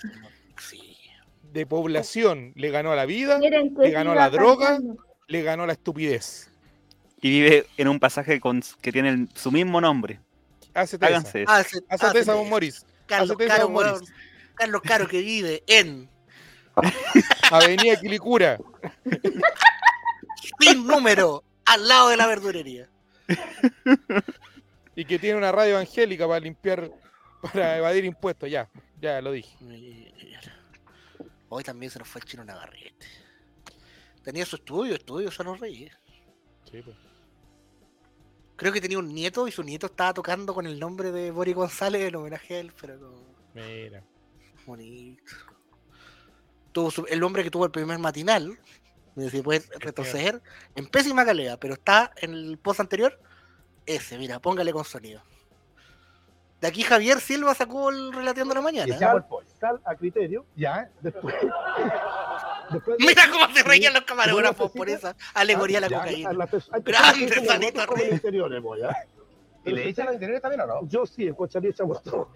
[SPEAKER 1] Sí.
[SPEAKER 3] de población. Le ganó a la vida,
[SPEAKER 4] Miren que
[SPEAKER 3] Le ganó
[SPEAKER 4] siga
[SPEAKER 3] la droga.
[SPEAKER 4] cantando.
[SPEAKER 3] le ganó a la estupidez.
[SPEAKER 2] Y vive en un pasaje con, que tiene el- su mismo nombre.
[SPEAKER 3] Hácete esa.
[SPEAKER 2] Háganse eso.
[SPEAKER 1] Hace,
[SPEAKER 3] Hácete esa,
[SPEAKER 1] hace-
[SPEAKER 3] Don Morris.
[SPEAKER 1] ah, Carlos
[SPEAKER 3] Hazte esa,
[SPEAKER 1] Caro,
[SPEAKER 3] don Boris.
[SPEAKER 1] weón. Carlos Caro que vive en
[SPEAKER 3] Avenida Quilicura.
[SPEAKER 1] sin número al lado de la verdurería.
[SPEAKER 3] Y que tiene una radio evangélica para limpiar, para evadir impuestos. Ya, ya lo dije.
[SPEAKER 1] Hoy también se nos fue el chino Navarrete. Tenía su estudio, estudio San Reyes.
[SPEAKER 3] pues.
[SPEAKER 1] Creo que tenía un nieto y su nieto estaba tocando con el nombre de Boris González en homenaje a él, pero no.
[SPEAKER 3] Mira.
[SPEAKER 1] Bonito. Tuvo su- el hombre que tuvo el primer matinal, mira, si puedes retroceder, en pésima calidad, pero está en el post anterior. Ese, mira, póngale con sonido. De aquí Javier Silva sacó el Relateando la
[SPEAKER 7] Y
[SPEAKER 1] Mañana.
[SPEAKER 7] echamos el pollo. Sal a criterio, ya, después. después de-
[SPEAKER 1] Mira cómo se reían los camarógrafos
[SPEAKER 7] Bueno,
[SPEAKER 1] por esa alegoría a la
[SPEAKER 7] ya,
[SPEAKER 1] cocaína.
[SPEAKER 7] a las pers- hay personas
[SPEAKER 1] Grande,
[SPEAKER 7] que dicen que los
[SPEAKER 1] Sanito
[SPEAKER 7] gatos comen
[SPEAKER 1] Rey.
[SPEAKER 7] interiores, po, ya.
[SPEAKER 8] ¿Y le echan los interiores también o no?
[SPEAKER 7] Yo sí, en Cocharí echamos todo.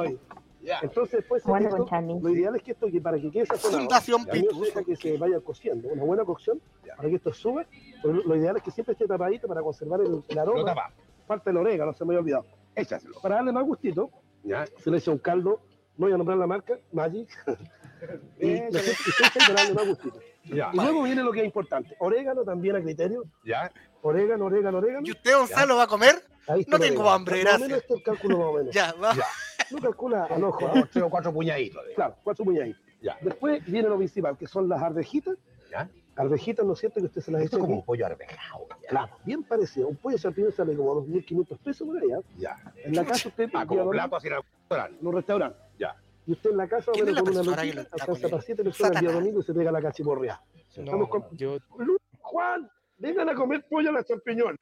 [SPEAKER 7] Oye,
[SPEAKER 8] Ya.
[SPEAKER 7] entonces después se
[SPEAKER 4] Bueno,
[SPEAKER 7] hizo-
[SPEAKER 4] con Charlie.
[SPEAKER 7] lo ideal es que esto que para que quede sazonado,
[SPEAKER 1] Fundación
[SPEAKER 7] a mí me
[SPEAKER 1] Pitufo.
[SPEAKER 7] deja que se vaya cociendo, una buena cocción para que esto sube, pero lo ideal es que siempre esté tapadito para conservar el, el
[SPEAKER 8] Lo
[SPEAKER 7] aroma,
[SPEAKER 8] tapa,
[SPEAKER 7] falta el orégano, se me había olvidado.
[SPEAKER 8] échaselo.
[SPEAKER 7] Para darle más gustito,
[SPEAKER 8] Ya.
[SPEAKER 7] se le echa un caldo, no voy a nombrar la marca, Magic, y la gente se echa para darle más gustito.
[SPEAKER 8] Ya,
[SPEAKER 7] Y luego viene lo que es importante, orégano también a criterio,
[SPEAKER 8] ya.
[SPEAKER 7] orégano, orégano, orégano.
[SPEAKER 1] ¿Y usted, Gonzalo, va a comer?
[SPEAKER 7] Ahí está
[SPEAKER 1] No
[SPEAKER 7] el
[SPEAKER 1] tengo
[SPEAKER 7] orégano.
[SPEAKER 1] hambre,
[SPEAKER 7] Más o
[SPEAKER 1] gracias.
[SPEAKER 7] menos este es el cálculo más o menos.
[SPEAKER 1] Ya, va.
[SPEAKER 8] Ya.
[SPEAKER 7] No calcula al ojo, ¿ah?
[SPEAKER 8] Como tres o cuatro puñaditos. digo.
[SPEAKER 7] Claro, cuatro muñequitos.
[SPEAKER 8] Ya.
[SPEAKER 7] Después viene lo principal, que son las arvejitas.
[SPEAKER 8] Ya.
[SPEAKER 7] Arvejitas, ¿no es cierto? Que usted se las echa
[SPEAKER 8] Esto es como un
[SPEAKER 7] aquí.
[SPEAKER 8] pollo arvejado. ya.
[SPEAKER 7] Claro, bien parecido. Un pollo champiñón sale como a 2.500 pesos por allá.
[SPEAKER 8] Ya.
[SPEAKER 7] En la casa usted
[SPEAKER 8] Ah,
[SPEAKER 7] lleva
[SPEAKER 8] como
[SPEAKER 7] dos-
[SPEAKER 8] plato así en el restaurante.
[SPEAKER 7] en un restaurante.
[SPEAKER 8] Ya.
[SPEAKER 7] Y usted en la casa va a
[SPEAKER 1] ¿Quién es la
[SPEAKER 7] con una
[SPEAKER 1] persona que
[SPEAKER 7] loquita,
[SPEAKER 1] lo está
[SPEAKER 7] alcanza
[SPEAKER 1] comiendo?
[SPEAKER 7] para siete personas el día
[SPEAKER 1] Satanás.
[SPEAKER 7] domingo y se pega la cachiporrea.
[SPEAKER 3] No, yo,
[SPEAKER 7] Juan, vengan a comer pollo a la champiñón.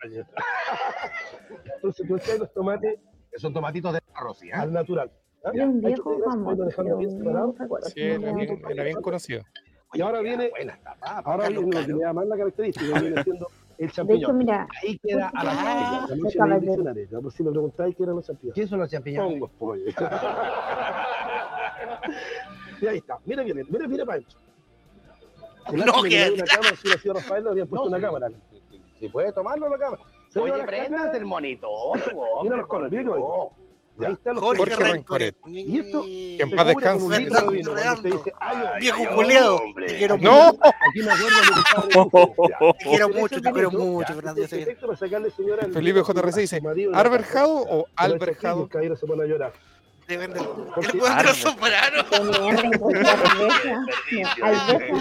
[SPEAKER 7] Entonces tú echas los tomates
[SPEAKER 8] Son tomatitos de arroz, ¿sí? ¿eh?
[SPEAKER 7] al natural. ¿ah?
[SPEAKER 4] Era un
[SPEAKER 7] Hay que
[SPEAKER 4] viejo
[SPEAKER 7] tener eso,
[SPEAKER 4] famoso,
[SPEAKER 7] dejarlo
[SPEAKER 4] pero
[SPEAKER 7] bien
[SPEAKER 4] no
[SPEAKER 7] separado.
[SPEAKER 4] me acuerdo
[SPEAKER 3] sí,
[SPEAKER 4] si
[SPEAKER 3] era
[SPEAKER 4] era
[SPEAKER 3] bien, era bien conocido.
[SPEAKER 7] Y ahora viene,
[SPEAKER 8] Buena esta papa.
[SPEAKER 7] ahora
[SPEAKER 1] Carlos
[SPEAKER 7] viene lo que
[SPEAKER 1] Caro.
[SPEAKER 7] le da más la característica, viene siendo el
[SPEAKER 4] De hecho,
[SPEAKER 7] champiñón.
[SPEAKER 4] mira,
[SPEAKER 8] Ahí queda a la
[SPEAKER 1] Ah.
[SPEAKER 8] parrilla.
[SPEAKER 7] La noche
[SPEAKER 4] Acaba
[SPEAKER 7] del
[SPEAKER 4] de-
[SPEAKER 7] diccionario, ya, por si me preguntáis qué eran los champiñones.
[SPEAKER 8] ¿Qué son los champiñones?
[SPEAKER 7] Hongos, pollo. y ahí está, mira bien, mira, mira Pancho. Qué
[SPEAKER 1] No,
[SPEAKER 7] lástima
[SPEAKER 1] que-
[SPEAKER 7] no hay una cámara, si lo hacía Rafael, le habían puesto
[SPEAKER 8] No,
[SPEAKER 7] una
[SPEAKER 8] sí.
[SPEAKER 7] cámara.
[SPEAKER 8] Si puede tomarlo, lo cama.
[SPEAKER 7] Se ve
[SPEAKER 8] Oye,
[SPEAKER 7] la
[SPEAKER 8] prendas
[SPEAKER 7] cámara,
[SPEAKER 8] el monitor.
[SPEAKER 7] Mira los colores, mira qué bonito.
[SPEAKER 8] ya.
[SPEAKER 7] Ahí están los
[SPEAKER 1] Jorge
[SPEAKER 7] colores.
[SPEAKER 1] Rencoret.
[SPEAKER 3] Rencoret.
[SPEAKER 7] Y esto-
[SPEAKER 3] Que en paz descanse.
[SPEAKER 7] Con un litro de vino, cuando usted dice, ay,
[SPEAKER 1] Viejo culeado. Te quiero
[SPEAKER 3] ¡No!
[SPEAKER 1] mucho.
[SPEAKER 7] aquí me acuerdo de mi padre.
[SPEAKER 1] Te quiero mucho, te quiero
[SPEAKER 7] Ya,
[SPEAKER 1] mucho,
[SPEAKER 7] este
[SPEAKER 1] Fernando. yo sé que-
[SPEAKER 7] efecto para sacarle, señora, el-
[SPEAKER 3] Felipe JRC dice,
[SPEAKER 7] a su marido en la casa.
[SPEAKER 3] ¿Arberjado o
[SPEAKER 7] Pero este
[SPEAKER 3] Alberjado?
[SPEAKER 7] niño, caballero, se pone a llorar.
[SPEAKER 1] te vende El el
[SPEAKER 7] Porque-
[SPEAKER 1] weón de los
[SPEAKER 2] Árbol.
[SPEAKER 1] sopranos.
[SPEAKER 4] tenía reencuentro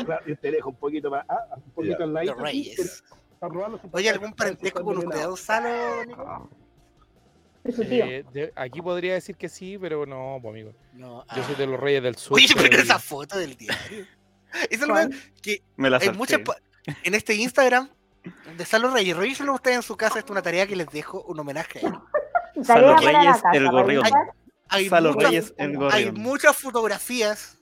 [SPEAKER 7] Claro, y te dejo un poquito más, ah, un poquito al
[SPEAKER 1] Los
[SPEAKER 7] ladito. así,
[SPEAKER 1] Reyes.
[SPEAKER 7] para probarlo, se
[SPEAKER 1] Oye,
[SPEAKER 7] puede
[SPEAKER 1] ¿algún
[SPEAKER 7] sacar,
[SPEAKER 1] parentesco con
[SPEAKER 7] sacarle
[SPEAKER 1] usted,
[SPEAKER 7] nada.
[SPEAKER 1] Gonzalo? Nico?
[SPEAKER 4] Es su tío.
[SPEAKER 3] Eh, de- aquí podría decir que sí, pero no, pues amigo.
[SPEAKER 1] No.
[SPEAKER 3] Yo
[SPEAKER 1] ah.
[SPEAKER 3] soy de los Reyes del Sur.
[SPEAKER 1] Oye, pero
[SPEAKER 3] del-
[SPEAKER 1] esa foto del diario. Esa es la
[SPEAKER 4] ¿Cuál?
[SPEAKER 1] weá que
[SPEAKER 2] Me la
[SPEAKER 1] hay muchas
[SPEAKER 2] salté.
[SPEAKER 1] pa- en este Instagram de Salo Reyes. Revísenlo ustedes en su casa, esta es una tarea que les dejo, un homenaje. a él.
[SPEAKER 4] Tarea
[SPEAKER 2] Salo
[SPEAKER 4] para la
[SPEAKER 2] Reyes,
[SPEAKER 4] casa,
[SPEAKER 2] el
[SPEAKER 4] para
[SPEAKER 2] gorrión.
[SPEAKER 4] ayudar.
[SPEAKER 1] Hay
[SPEAKER 2] Salo
[SPEAKER 1] muchas-
[SPEAKER 2] Reyes, el
[SPEAKER 1] hay
[SPEAKER 2] gorrión.
[SPEAKER 1] muchas fotografías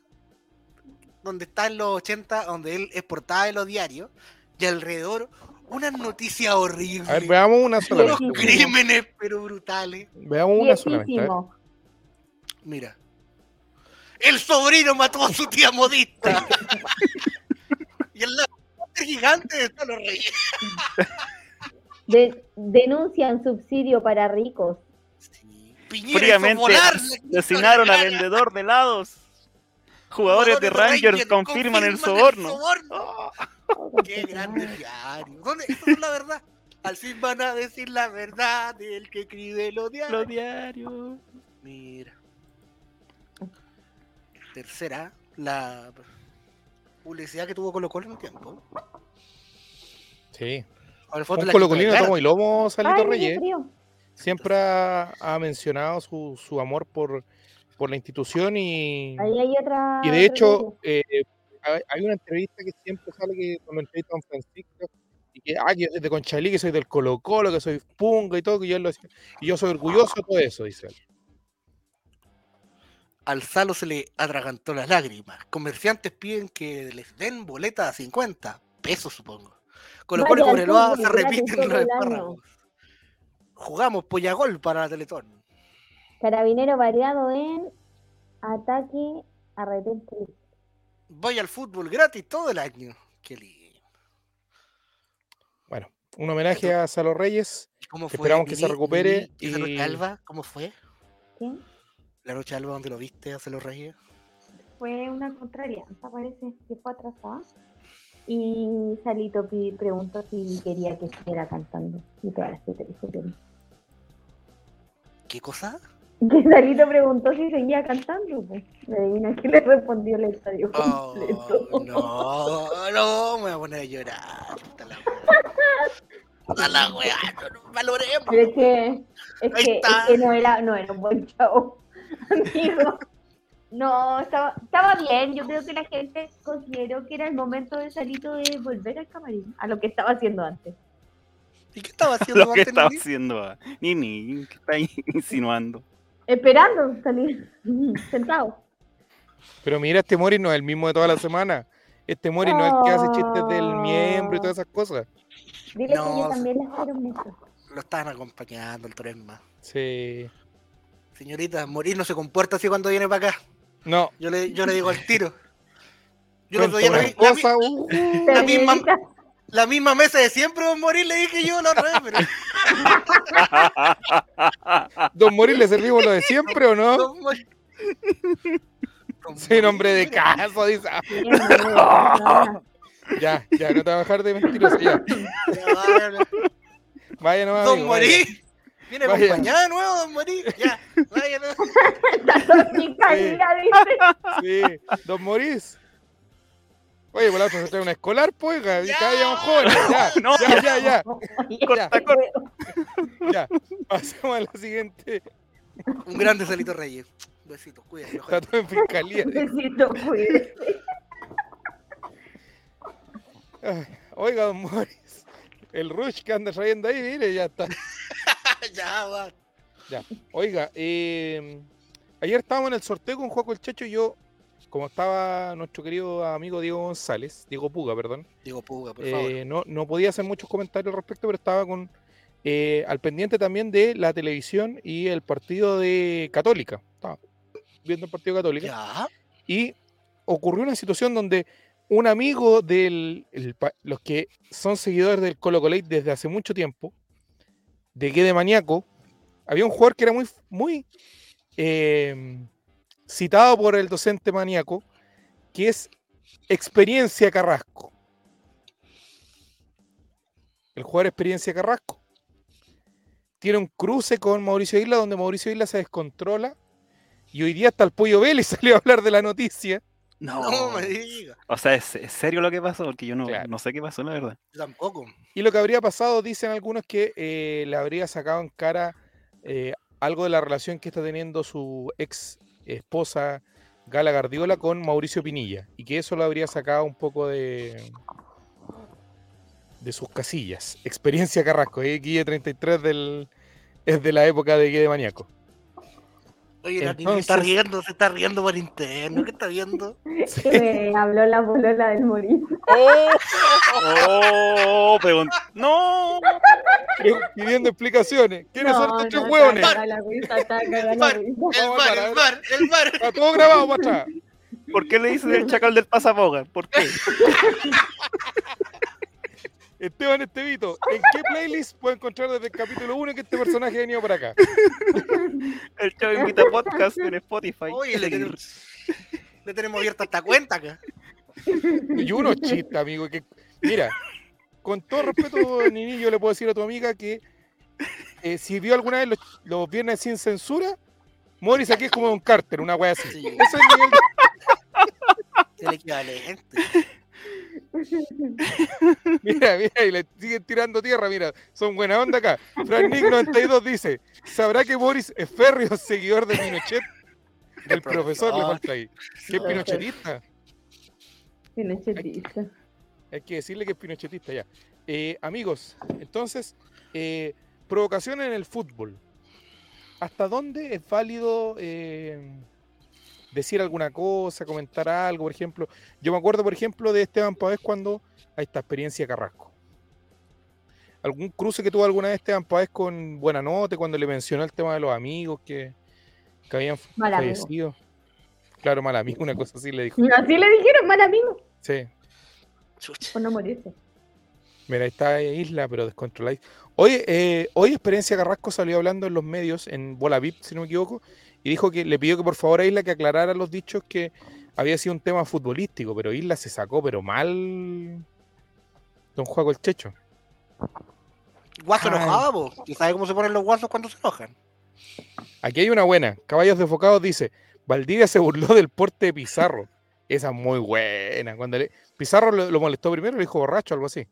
[SPEAKER 1] donde está en los 80, donde él es portada de los diarios, y alrededor unas noticias horribles.
[SPEAKER 3] A ver, veamos una sola. pues,
[SPEAKER 1] unos crímenes, pero brutales.
[SPEAKER 3] Veamos una solamente. a ver.
[SPEAKER 4] Viejísimo.
[SPEAKER 1] Mira. El sobrino mató a su tía modista. y el lado gigante de Salo Reyes.
[SPEAKER 4] De- denuncian subsidio para ricos.
[SPEAKER 1] Piñera hizo
[SPEAKER 2] Fríamente
[SPEAKER 1] volar la
[SPEAKER 2] asesinaron a
[SPEAKER 1] cara.
[SPEAKER 2] vendedor de helados. Jugadores de Rangers confirman el soborno.
[SPEAKER 1] Qué grande diario. ¿Dónde? Esto es la verdad. Al fin van a decir la verdad del que escribe los diarios.
[SPEAKER 2] Los diarios.
[SPEAKER 1] Mira. Tercera, la publicidad que tuvo Colo Colo en un tiempo.
[SPEAKER 3] Sí.
[SPEAKER 1] Ahora, foto de
[SPEAKER 3] Un
[SPEAKER 1] la
[SPEAKER 3] colocolino
[SPEAKER 1] que-
[SPEAKER 3] tomo y lomo, Salito
[SPEAKER 4] Ay, qué
[SPEAKER 3] Reyes.
[SPEAKER 4] frío.
[SPEAKER 3] Siempre ha, ha mencionado su, su amor por, por la institución y,
[SPEAKER 4] Ahí hay otra.
[SPEAKER 3] y
[SPEAKER 4] otra
[SPEAKER 3] de hecho
[SPEAKER 4] cosa.
[SPEAKER 3] eh, hay hay una entrevista que siempre sale que cuando entrevista a Don Francisco Y que, ah, que yo soy de Conchalí, que soy del Colo Colo, que soy punga y todo, que yo lo- y yo soy orgulloso de todo eso, dice él.
[SPEAKER 1] Al Salo se le atragantó las lágrimas. Comerciantes piden que les den boleta a 50 pesos, supongo. Con lo cual,
[SPEAKER 4] Vaya,
[SPEAKER 1] Cobreloa
[SPEAKER 4] Antonio,
[SPEAKER 1] se
[SPEAKER 4] gratis
[SPEAKER 1] repiten
[SPEAKER 4] todo
[SPEAKER 1] los
[SPEAKER 4] el año.
[SPEAKER 1] espárragos. Jugamos Pollagol para la Teletón.
[SPEAKER 4] Carabinero variado en ataque a repente.
[SPEAKER 1] Voy al fútbol gratis todo el año. Qué lindo.
[SPEAKER 3] Bueno, un homenaje a Salo Reyes.
[SPEAKER 1] ¿Y ¿Cómo fue?
[SPEAKER 3] Esperamos que se
[SPEAKER 1] Lili?
[SPEAKER 3] recupere
[SPEAKER 1] Lili, ¿esa noche
[SPEAKER 3] y-
[SPEAKER 1] alba? ¿Cómo fue?
[SPEAKER 4] ¿sí?
[SPEAKER 1] La noche alba donde lo viste, hace los reyes.
[SPEAKER 4] Fue una contrarianza, parece que fue atrasada. Y Salito pi- preguntó si quería que estuviera cantando. Y todas las que te dije que no.
[SPEAKER 1] ¿Qué cosa?
[SPEAKER 4] Que Salito preguntó si seguía cantando. Pues. Me adivina que le respondió el estadio.
[SPEAKER 1] Oh,
[SPEAKER 4] completo.
[SPEAKER 1] no, no, me voy a poner a llorar. Puta la wea. Puta la wea, no nos valoremos.
[SPEAKER 4] Pero es que, es
[SPEAKER 1] Ahí
[SPEAKER 4] que, es
[SPEAKER 1] está.
[SPEAKER 4] que no, era, no era un buen show, amigo. No, estaba, estaba bien. Yo creo que la gente consideró que era el momento de Salito de volver al camarín, a lo que estaba haciendo antes.
[SPEAKER 1] ¿Y qué estaba haciendo
[SPEAKER 2] Lo que
[SPEAKER 1] antes,
[SPEAKER 2] estaba
[SPEAKER 1] Nini?
[SPEAKER 2] haciendo ah, Nini, que está ahí insinuando.
[SPEAKER 4] Esperando salir sentado.
[SPEAKER 3] Pero mira, este Mori no es el mismo de toda la semana. Este Mori no es el que hace chistes del miembro y todas esas cosas.
[SPEAKER 4] Dile que
[SPEAKER 1] No,
[SPEAKER 4] yo también les quiero mucho.
[SPEAKER 1] Lo estaban acompañando el Torema.
[SPEAKER 3] Sí.
[SPEAKER 1] Señorita, morir no se comporta así cuando viene para acá.
[SPEAKER 3] No.
[SPEAKER 1] Yo le, yo le digo al tiro. Yo el otro
[SPEAKER 3] cuenta
[SPEAKER 1] día la,
[SPEAKER 3] una
[SPEAKER 1] vi- la mi-
[SPEAKER 3] cosa, uh,
[SPEAKER 1] La misma-
[SPEAKER 4] Señorita,
[SPEAKER 1] la misma mesa de siempre, don Morir, le dije yo la otra vez, pero
[SPEAKER 3] Don Mori le servimos lo de siempre o no?
[SPEAKER 1] don Morir. Don
[SPEAKER 3] Soy un hombre de
[SPEAKER 1] Morir,
[SPEAKER 3] caso, dice. Ah,
[SPEAKER 4] bien, amigo,
[SPEAKER 3] Ya, ya, no trabajar de mentiroso. Ya.
[SPEAKER 1] mira,
[SPEAKER 3] Vaya nomás.
[SPEAKER 1] Don
[SPEAKER 3] amigo, vaya.
[SPEAKER 1] Morí. Viene
[SPEAKER 3] Vaya.
[SPEAKER 1] acompañada de nuevo, Don Morí. Ya, vaya, no.
[SPEAKER 4] no. Chica,
[SPEAKER 3] Sí.
[SPEAKER 4] mira, dice,
[SPEAKER 3] Sí, don Morís. Oye, por la otra se trae una escolar, pues, ya, y cada día más jóvenes. Ya,
[SPEAKER 2] No,
[SPEAKER 3] ya, ya, ya,
[SPEAKER 4] oye,
[SPEAKER 3] Corta,
[SPEAKER 4] este
[SPEAKER 3] corta.
[SPEAKER 4] huevo.
[SPEAKER 3] ya. Pasemos a la siguiente.
[SPEAKER 1] Un grande Salito Reyes. Besitos, cuídate.
[SPEAKER 3] Está todo en fiscalía. dice.
[SPEAKER 4] Necesito cuidar.
[SPEAKER 3] Ay, Oiga, don Morís. El rush que anda trayendo ahí, mire, ya está.
[SPEAKER 1] ya, va.
[SPEAKER 3] Oiga, eh, ayer estábamos en el sorteo con Juaco el Checho y yo, como estaba nuestro querido amigo Diego González, Diego Puga, perdón.
[SPEAKER 1] Digo, puga, por favor.
[SPEAKER 3] Eh, no, no podía hacer muchos comentarios al respecto, pero estaba con eh, al pendiente también de la televisión y el partido de Católica. Estaba viendo el partido de Católica.
[SPEAKER 1] ya.
[SPEAKER 3] Y ocurrió una situación donde un amigo de los que son seguidores del Colo Colo desde hace mucho tiempo, de que de maníaco, había un jugador que era muy, muy eh, citado por el docente maníaco, que es Experiencia Carrasco. El jugador Experiencia Carrasco. Tiene un cruce con Mauricio Isla, donde Mauricio Isla se descontrola. Y hoy día hasta el Pollo Vélez salió a hablar de la noticia.
[SPEAKER 2] No.
[SPEAKER 1] No. me diga.
[SPEAKER 2] O sea, ¿es, es serio lo que pasó? Porque yo no,
[SPEAKER 3] Claro.
[SPEAKER 2] no sé qué pasó, la verdad.
[SPEAKER 1] Yo tampoco.
[SPEAKER 3] Y lo que habría pasado, dicen algunos, que eh, le habría sacado en cara eh, algo de la relación que está teniendo su ex esposa Gala Gardiola con Mauricio Pinilla. Y que eso lo habría sacado un poco de, de sus casillas. Experiencia Carrasco, eh, Guille 33 del, es de la época de Guille de Maníaco.
[SPEAKER 1] Oye, la niña está
[SPEAKER 3] Entonces-
[SPEAKER 1] riendo, se está riendo por interno. ¿Qué está viendo?
[SPEAKER 4] Que me habló la bolola del morir.
[SPEAKER 2] ¡Oh! ¡Oh! Pregun- ¡No!
[SPEAKER 3] Pidiendo explicaciones. ¿Quiénes son estos tres
[SPEAKER 4] no,
[SPEAKER 3] hueones?
[SPEAKER 4] caga la risa, está cagada la
[SPEAKER 1] Par.
[SPEAKER 4] risa.
[SPEAKER 1] El bar, el bar, el bar.
[SPEAKER 3] Está todo grabado para atrás.
[SPEAKER 2] ¿Por qué le dicen el chacal del pasaboga? ¿Por qué?
[SPEAKER 3] Esteban Estevito, ¿en qué playlist puedo encontrar desde el capítulo 1 que este personaje ha venido para acá?
[SPEAKER 2] El chavo invita podcast en Spotify.
[SPEAKER 1] Oye, le tenemos, le tenemos abierta esta cuenta acá.
[SPEAKER 3] Y uno chiste, amigo, que mira, con todo respeto, Nini, yo le puedo decir a tu amiga que eh, si vio alguna vez los, los viernes sin censura, Morris aquí es como un Carter, una wea así.
[SPEAKER 1] Sí,
[SPEAKER 3] Eso es el nivel de-
[SPEAKER 1] el equivalente.
[SPEAKER 3] Mira, mira, y le siguen tirando tierra, mira, son buena onda acá. Fran Nick 92 dice, ¿sabrá que Boris es férreo seguidor de Pinochet? El profesor le falta ahí. ¿Qué es pinochetista?
[SPEAKER 4] Pinochetista.
[SPEAKER 3] Hay que decirle que es pinochetista ya. Eh, amigos, entonces, eh, provocación en el fútbol. ¿Hasta dónde es válido eh, decir alguna cosa, comentar algo? Por ejemplo, yo me acuerdo, por ejemplo, de Esteban Pavés cuando a esta experiencia Carrasco. ¿Algún cruce que tuvo alguna vez Esteban Pavés con Buenanote cuando le mencionó el tema de los amigos que, que habían
[SPEAKER 4] Mal amigo.
[SPEAKER 3] fallecido? Claro, mal amigo, una cosa así le dijo.
[SPEAKER 4] No, así le dijeron mal amigo,
[SPEAKER 3] Sí.
[SPEAKER 1] Chucha.
[SPEAKER 4] por no morirse.
[SPEAKER 3] Mira, ahí está Isla, pero descontroláis. Hoy, eh, hoy Experiencia Carrasco salió hablando en los medios, en Bola VIP, si no me equivoco, y dijo que le pidió que por favor a Isla que aclarara los dichos que había sido un tema futbolístico, pero Isla se sacó, pero mal. Don Juaco el Checho.
[SPEAKER 1] Guaso
[SPEAKER 3] Ay.
[SPEAKER 1] enojado, po. ¿Y sabe cómo se ponen los guasos cuando se enojan?
[SPEAKER 3] Aquí hay una buena. Caballos Desfocados dice: Valdivia se burló del porte de Pizarro. Esa es muy buena. Cuando le- Pizarro lo, lo molestó primero, le dijo borracho, algo así.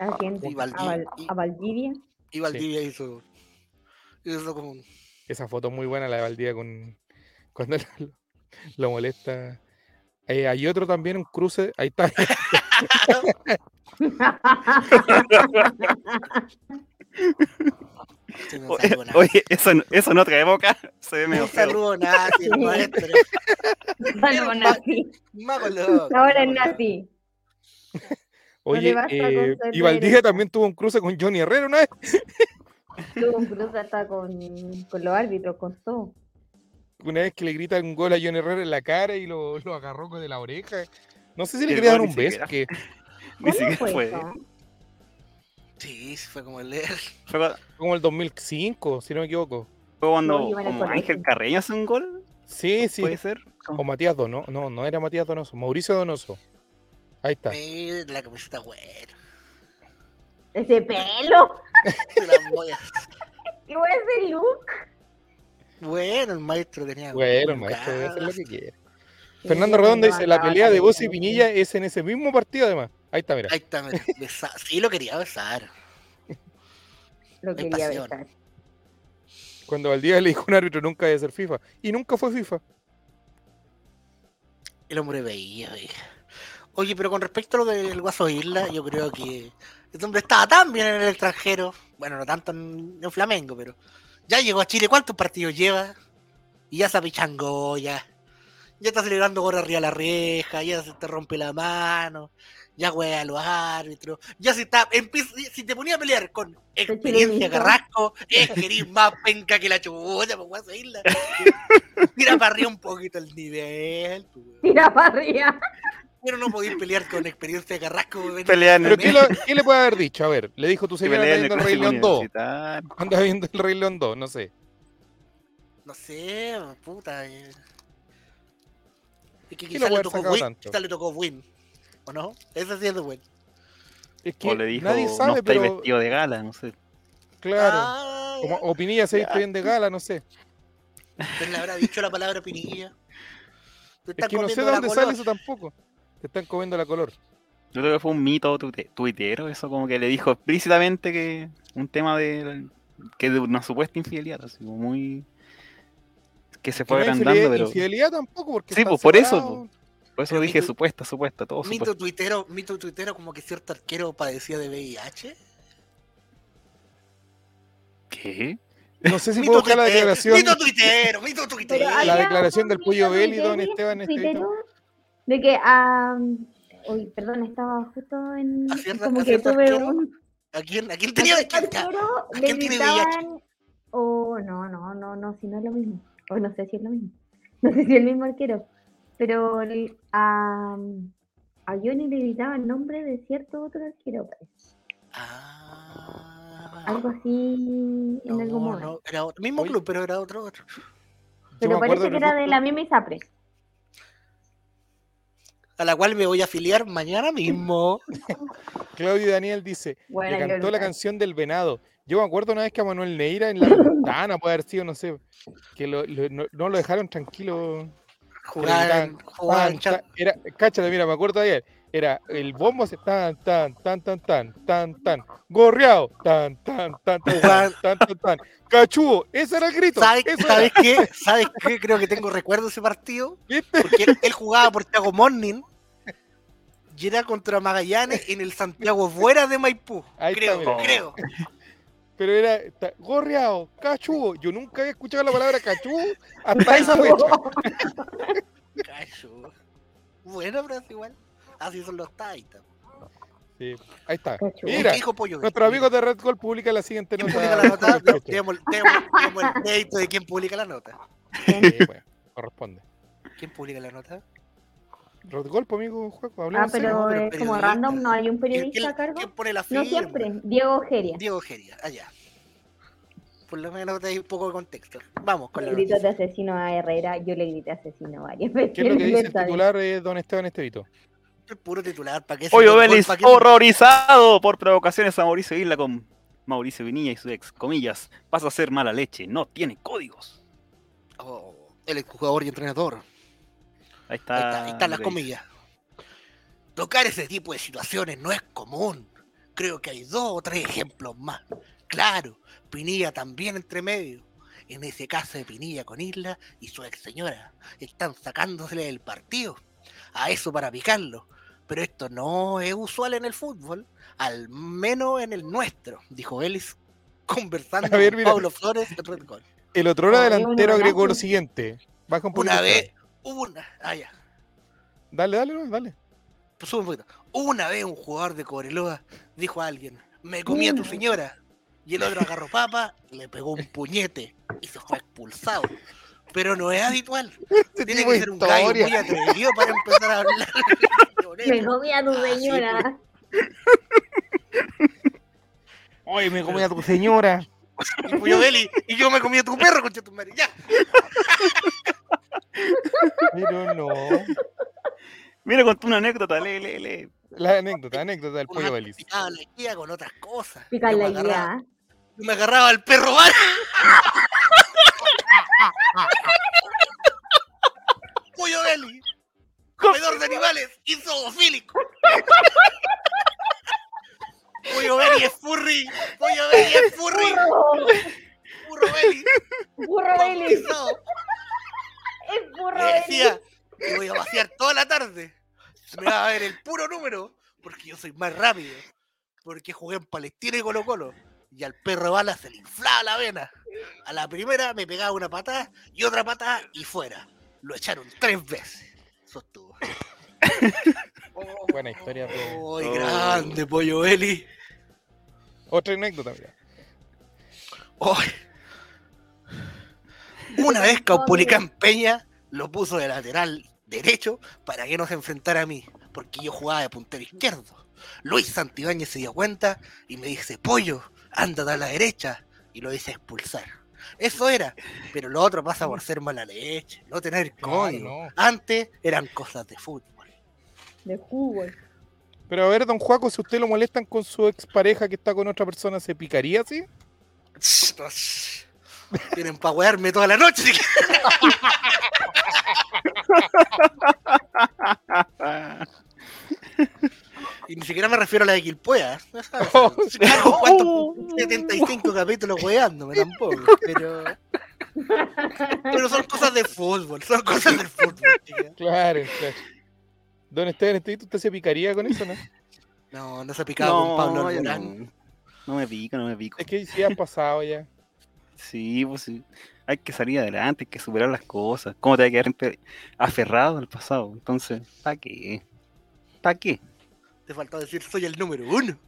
[SPEAKER 4] ¿A quién?
[SPEAKER 1] Ah, Y Valdi-
[SPEAKER 4] A, Val-
[SPEAKER 1] y-
[SPEAKER 4] a Valdivia.
[SPEAKER 1] Y Valdivia hizo. hizo como un-
[SPEAKER 3] Esa foto es muy buena, la de Valdivia con cuando lo, lo molesta. Eh, hay otro también, un cruce. Ahí está.
[SPEAKER 1] se me
[SPEAKER 2] Oye,
[SPEAKER 1] salió una-
[SPEAKER 2] oye, eso, no- eso en otra época se ve medio
[SPEAKER 1] Me
[SPEAKER 2] feo.
[SPEAKER 1] saludo nazi, el maestro.
[SPEAKER 4] Salvo nazi.
[SPEAKER 1] Mago loco,
[SPEAKER 4] Ahora es
[SPEAKER 1] mago loco.
[SPEAKER 4] nazi. le
[SPEAKER 3] Oye,
[SPEAKER 4] basta con
[SPEAKER 3] eh,
[SPEAKER 4] ser
[SPEAKER 3] y
[SPEAKER 4] de
[SPEAKER 3] Valdivia
[SPEAKER 4] derecha.
[SPEAKER 3] también tuvo un cruce con Johnny Herrera una vez.
[SPEAKER 4] Tuvo un cruce hasta con, con los árbitros, con todo.
[SPEAKER 3] Una vez que le gritan un gol a Johnny Herrera en la cara y lo, lo agarró con de la oreja. No sé si le
[SPEAKER 2] El
[SPEAKER 3] quería dar
[SPEAKER 2] gol ni
[SPEAKER 3] un beso.
[SPEAKER 2] siquiera.
[SPEAKER 3] Que,
[SPEAKER 4] ¿Cuándo
[SPEAKER 2] Ni siquiera
[SPEAKER 4] fue
[SPEAKER 2] fue.
[SPEAKER 4] eso?
[SPEAKER 1] Sí, sí, fue como leer.
[SPEAKER 2] Fue cua-
[SPEAKER 3] fue como el 2005, si no me equivoco.
[SPEAKER 2] fue cuando
[SPEAKER 4] No, iban al
[SPEAKER 2] como Ángel
[SPEAKER 4] colegio.
[SPEAKER 2] Carreño hace un gol,
[SPEAKER 3] Sí, sí.
[SPEAKER 2] Pues puede ser.
[SPEAKER 3] O Matías Donoso. No, no era Matías Donoso. Mauricio Donoso. Ahí está.
[SPEAKER 1] Mira, la camiseta buena.
[SPEAKER 4] Ese pelo.
[SPEAKER 1] de las modas.
[SPEAKER 4] ¿Qué fue ese look?
[SPEAKER 1] Bueno, el maestro tenía.
[SPEAKER 3] Bueno, maestro, debe hacer lo
[SPEAKER 1] Lucas.
[SPEAKER 3] que quiera. Fernando Redondo dice, la pelea de Bosa y Pinilla es en ese mismo partido además. Ahí está, mira.
[SPEAKER 1] Ahí está, mira, besa- sí lo quería besar.
[SPEAKER 4] Lo
[SPEAKER 1] de
[SPEAKER 4] quería
[SPEAKER 1] pasión.
[SPEAKER 4] besar.
[SPEAKER 3] Cuando Valdivia le dijo a un árbitro nunca debe ser FIFA. Y nunca fue FIFA.
[SPEAKER 1] El hombre veía, veía. Oye, pero con respecto a lo del Guaso Isla, yo creo que este hombre estaba tan bien en el extranjero. Bueno, no tanto en, en Flamengo, pero ya llegó a Chile. ¿Cuántos partidos lleva? Y ya se apichangó, ya. Ya está celebrando gol arriba de la reja, ya se te rompe la mano, ya juega a los árbitros, ya se está. empieza- si te ponía a pelear con experiencia
[SPEAKER 4] chilenito.
[SPEAKER 1] Carrasco, es que eres más penca que la chubolla, pues Guaso Isla. Mira para arriba un poquito el nivel, pues, weón.
[SPEAKER 4] Tira para arriba.
[SPEAKER 1] Pero no podéis pelear con experiencia de Carrasco. weón.
[SPEAKER 2] Pelean
[SPEAKER 3] Pero ¿qué, lo- qué le puede haber dicho? A ver, le dijo tu señora anda
[SPEAKER 2] pelean en
[SPEAKER 3] viendo
[SPEAKER 2] el
[SPEAKER 3] el Rey
[SPEAKER 2] clásico
[SPEAKER 3] León 2.
[SPEAKER 2] universitario.
[SPEAKER 3] Anda viendo el Rey León 2, no sé.
[SPEAKER 1] No sé, puta. eh. Es que
[SPEAKER 3] lo
[SPEAKER 1] quizás le
[SPEAKER 3] puede
[SPEAKER 1] tocó
[SPEAKER 3] haber sacado
[SPEAKER 1] Win.
[SPEAKER 3] tanto?
[SPEAKER 1] Quizás le tocó Win. ¿O no? Ese sí es de Win.
[SPEAKER 3] Es que
[SPEAKER 2] O le dijo,
[SPEAKER 3] nadie sabe,
[SPEAKER 2] no estáis
[SPEAKER 3] pero
[SPEAKER 2] vestido de gala, no sé.
[SPEAKER 3] claro.
[SPEAKER 1] Ah,
[SPEAKER 3] Como, o Pinilla se viste bien de gala, no sé.
[SPEAKER 1] ¿quién le habrá dicho la palabra pinilla? Te
[SPEAKER 3] Es
[SPEAKER 1] están
[SPEAKER 3] que no sé
[SPEAKER 1] comiendo
[SPEAKER 3] de
[SPEAKER 1] la
[SPEAKER 3] dónde
[SPEAKER 1] color.
[SPEAKER 3] sale eso tampoco. Te están comiendo la color.
[SPEAKER 2] Yo creo que fue un mito tuite- tuitero, eso como que le dijo explícitamente que un tema de, que de una supuesta infidelidad, así como muy... que
[SPEAKER 3] Que
[SPEAKER 2] se
[SPEAKER 3] no
[SPEAKER 2] fue
[SPEAKER 3] hay
[SPEAKER 2] agrandando,
[SPEAKER 3] infidelidad,
[SPEAKER 2] pero...
[SPEAKER 3] infidelidad tampoco, porque
[SPEAKER 2] Sí,
[SPEAKER 3] están
[SPEAKER 2] pues, por eso,
[SPEAKER 3] separados.
[SPEAKER 2] Por eso
[SPEAKER 1] Pero
[SPEAKER 2] dije
[SPEAKER 1] mito-
[SPEAKER 2] supuesta, supuesta, todo supuesto.
[SPEAKER 3] pues.
[SPEAKER 1] Mito tuitero, mito tuitero como que cierto arquero padecía de VIH.
[SPEAKER 2] ¿Qué?
[SPEAKER 3] No sé si puedo buscar pues,
[SPEAKER 1] tuitero,
[SPEAKER 3] la declaración.
[SPEAKER 1] mito tuitero, mito tuitero.
[SPEAKER 4] Pero hay-
[SPEAKER 3] la
[SPEAKER 4] Allá,
[SPEAKER 3] declaración
[SPEAKER 4] don
[SPEAKER 3] del Puyo
[SPEAKER 4] Miguel,
[SPEAKER 3] Belli, don
[SPEAKER 4] Miguel,
[SPEAKER 3] Esteban Estevito.
[SPEAKER 4] Tuitero, de que, ah, uy, perdón, estaba justo en,
[SPEAKER 1] ¿A cierta-
[SPEAKER 4] como
[SPEAKER 1] a
[SPEAKER 4] que
[SPEAKER 1] cierta
[SPEAKER 4] tuve
[SPEAKER 1] arquero?
[SPEAKER 4] un,
[SPEAKER 1] ¿A quién, a quién
[SPEAKER 4] a
[SPEAKER 1] tenía de
[SPEAKER 4] cierto
[SPEAKER 1] quinta?
[SPEAKER 4] arquero
[SPEAKER 1] ¿A
[SPEAKER 4] le
[SPEAKER 1] quién tiene VIH?
[SPEAKER 4] gritaban, oh, no, no, no, no, si no es lo mismo, o no sé si es lo mismo, no sé si es el mismo arquero, pero el- a, a Johnny le gritaban nombre de cierto otro arquero, parece.
[SPEAKER 1] Ah.
[SPEAKER 4] algo así en algún
[SPEAKER 1] No,
[SPEAKER 4] momento,
[SPEAKER 1] no, era otro. Mismo
[SPEAKER 3] Oye.
[SPEAKER 1] club, pero era otro, otro.
[SPEAKER 3] Yo me
[SPEAKER 4] pero
[SPEAKER 3] acuerdo
[SPEAKER 4] parece que era de la misma Isapre.
[SPEAKER 1] A la cual me voy a afiliar mañana mismo.
[SPEAKER 3] Claudio Daniel dice,
[SPEAKER 4] Bueno,
[SPEAKER 3] le
[SPEAKER 4] yo
[SPEAKER 3] cantó la
[SPEAKER 4] nunca-
[SPEAKER 3] canción del venado. Yo me acuerdo una vez que a Manuel Neira en la ventana puede haber sido, no sé, que lo- lo- no, no lo dejaron tranquilo.
[SPEAKER 1] Jugaban, jugaban,
[SPEAKER 3] Tan, tan, era, cáchala, mira, me acuerdo ayer. Era el bombo hace tan, tan, tan, tan, tan, tan, tan, gorreado, tan, tan, tan, tan, tan,
[SPEAKER 1] Juan.
[SPEAKER 3] tan, tan, tan, cachudo, ese era el grito,
[SPEAKER 1] ¿Sabes,
[SPEAKER 3] eso era.
[SPEAKER 1] sabes qué? ¿Sabes qué? Creo que tengo recuerdo de ese partido.
[SPEAKER 3] ¿Viste?
[SPEAKER 1] Porque él, él jugaba por Thiago Morning. Llega contra Magallanes en el Santiago Buera de Maipú.
[SPEAKER 3] Ahí está,
[SPEAKER 1] creo,
[SPEAKER 3] mira.
[SPEAKER 1] creo.
[SPEAKER 3] Pero era ta- gorreado, cachudo. Yo nunca había escuchado la palabra cachudo hasta esa fecha.
[SPEAKER 1] Cacho. Bueno, pero es igual. Así son los taitas.
[SPEAKER 3] Sí, ahí está.
[SPEAKER 4] Cachudo.
[SPEAKER 3] Mira,
[SPEAKER 1] ¿Qué dijo Pollo?
[SPEAKER 3] nuestros amigos de Red Gold publican la siguiente
[SPEAKER 1] ¿Quién
[SPEAKER 3] nota.
[SPEAKER 1] publica la nota?
[SPEAKER 3] respecto a esto.
[SPEAKER 1] Tenemos, tenemos- tenemos el crédito de quién publica la nota.
[SPEAKER 3] Sí, bueno, corresponde.
[SPEAKER 1] ¿Quién publica la nota?
[SPEAKER 3] Red Gold, pues, amigo, juego,
[SPEAKER 4] Ah,
[SPEAKER 3] hablemos. en serio.
[SPEAKER 4] pero
[SPEAKER 1] pero
[SPEAKER 4] es como
[SPEAKER 1] periodista.
[SPEAKER 4] random, no hay un
[SPEAKER 1] ¿Quién,
[SPEAKER 4] periodista a
[SPEAKER 1] quién-
[SPEAKER 4] cargo.
[SPEAKER 1] quién pone la firma?
[SPEAKER 4] No siempre, Diego Geria.
[SPEAKER 1] Diego Geria, allá. Por lo menos hay un poco de contexto. Vamos con la
[SPEAKER 4] Le gritó
[SPEAKER 1] noticia.
[SPEAKER 4] de asesino a Herrera, yo le grité asesino varias veces.
[SPEAKER 3] ¿Qué es lo que dice el
[SPEAKER 4] Está bien.
[SPEAKER 3] titular eh, don Esteban Estevito?
[SPEAKER 1] El puro titular, ¿para qué se
[SPEAKER 2] Pollo
[SPEAKER 1] dio el gol?
[SPEAKER 2] Vélez,
[SPEAKER 1] ¿Para qué-
[SPEAKER 2] horrorizado por provocaciones a Mauricio Isla con Mauricio Vinilla y su ex, comillas, vas a ser mala leche, no tiene códigos.
[SPEAKER 1] Oh, el jugador y entrenador.
[SPEAKER 2] Ahí está.
[SPEAKER 1] Ahí, está, ahí están las
[SPEAKER 2] lo que
[SPEAKER 1] comillas. Tocar ese tipo de situaciones no es común. Creo que hay dos o tres ejemplos más. Claro, Pinilla también entre medio. En ese caso de Pinilla con Isla y su ex señora. Están sacándosele del partido. A eso para picarlo. Pero esto no es usual en el fútbol. Al menos en el nuestro, dijo Ellis, conversando
[SPEAKER 3] A ver,
[SPEAKER 1] con
[SPEAKER 3] mira.
[SPEAKER 1] Pablo Flores en Red Gol.
[SPEAKER 3] El otro era
[SPEAKER 4] Ay,
[SPEAKER 3] delantero
[SPEAKER 4] Oh, un
[SPEAKER 3] agregó lo
[SPEAKER 4] abrazo.
[SPEAKER 3] siguiente. Baja un poquito.
[SPEAKER 1] Una
[SPEAKER 3] atrás.
[SPEAKER 1] vez, hubo una. Ah, ya.
[SPEAKER 3] Dale, dale, no, dale.
[SPEAKER 1] Pues sube un poquito. Una vez un jugador de Cobreloa dijo a alguien, me comí a
[SPEAKER 3] Mm.
[SPEAKER 1] tu señora. Y el otro agarró papa, le pegó un puñete y se fue expulsado. Pero no es habitual.
[SPEAKER 3] Este
[SPEAKER 1] Tiene
[SPEAKER 3] tipo
[SPEAKER 1] que
[SPEAKER 3] de
[SPEAKER 1] ser un gallo muy
[SPEAKER 3] historia.
[SPEAKER 1] atrevido para empezar a hablar.
[SPEAKER 4] Me comí a tu
[SPEAKER 1] Ah, sí,
[SPEAKER 4] señora.
[SPEAKER 3] Oye, me comí a tu señora.
[SPEAKER 1] Y Puyo Belli, y yo me comí a tu perro, concha tu madre. Ya.
[SPEAKER 3] Pero no.
[SPEAKER 2] dice. Mira, contó una anécdota, lee, lee, lee.
[SPEAKER 3] La anécdota, anécdota del pollo
[SPEAKER 1] Una
[SPEAKER 3] Belis.
[SPEAKER 1] picada la guía con otras cosas.
[SPEAKER 4] Pica
[SPEAKER 1] Yo
[SPEAKER 4] la
[SPEAKER 1] me agarraba-
[SPEAKER 4] idea.
[SPEAKER 1] yo me agarraba al perro vara. Puyo Belli, comedor de animales y zoofílico. Puyo Belli es furry. Puyo Belli es furry.
[SPEAKER 4] ¡Burro!
[SPEAKER 1] Puro Belli.
[SPEAKER 4] ¡Burro Vélez!
[SPEAKER 1] bautizado.
[SPEAKER 4] ¡Es burro
[SPEAKER 1] Le
[SPEAKER 4] Vélez!
[SPEAKER 1] pues, decía, "Te voy a vaciar toda la tarde. Me va a ver el puro número, porque yo soy más rápido. Porque jugué en Palestina y Colo Colo. Y al perro de bala se le inflaba la vena. A la primera me pegaba una patada y otra patada y fuera. Lo echaron tres veces. Sostuvo.
[SPEAKER 3] Buena historia, pero-
[SPEAKER 1] ¡Uy, grande, Pollo Eli!
[SPEAKER 3] Otra anécdota, mira.
[SPEAKER 1] Ay. Una vez Caupolicán Peña lo puso de lateral derecho para que no se enfrentara a mí, porque yo jugaba de puntero izquierdo. Luis Santibáñez se dio cuenta y me dice, pollo, anda a la derecha, y lo hice expulsar. Eso era, pero lo otro pasa por ser mala leche, no tener
[SPEAKER 3] Claro,
[SPEAKER 1] código.
[SPEAKER 3] no.
[SPEAKER 1] Antes eran cosas de fútbol.
[SPEAKER 4] De fútbol.
[SPEAKER 3] Pero a ver, don Juaco, si usted lo molestan con su expareja que está con otra persona, ¿se picaría así?
[SPEAKER 1] Tienen para wearme toda la noche.
[SPEAKER 2] Ah,
[SPEAKER 1] Y ni siquiera me refiero a la de ¿eh? Quilpuea. ¿no sabes?
[SPEAKER 3] Oh,
[SPEAKER 1] Claro, ¿cuántos- 75 capítulos weándome tampoco. Pero. Pero son cosas de fútbol, son cosas del fútbol, chica.
[SPEAKER 3] Claro, claro. Don Esteban Estevito, ¿usted se picaría con eso, no?
[SPEAKER 1] No, no se picaba con Pablo
[SPEAKER 2] No, yo
[SPEAKER 1] Alborán.
[SPEAKER 2] no, no me pico, no me pico.
[SPEAKER 3] Es que sí ha pasado ya.
[SPEAKER 2] Sí, pues sí. Hay que salir adelante, hay que superar las cosas. ¿Cómo te vas a quedar empe- aferrado al pasado? Entonces, ¿para qué? ¿Para qué?
[SPEAKER 1] Te faltó decir soy el número uno.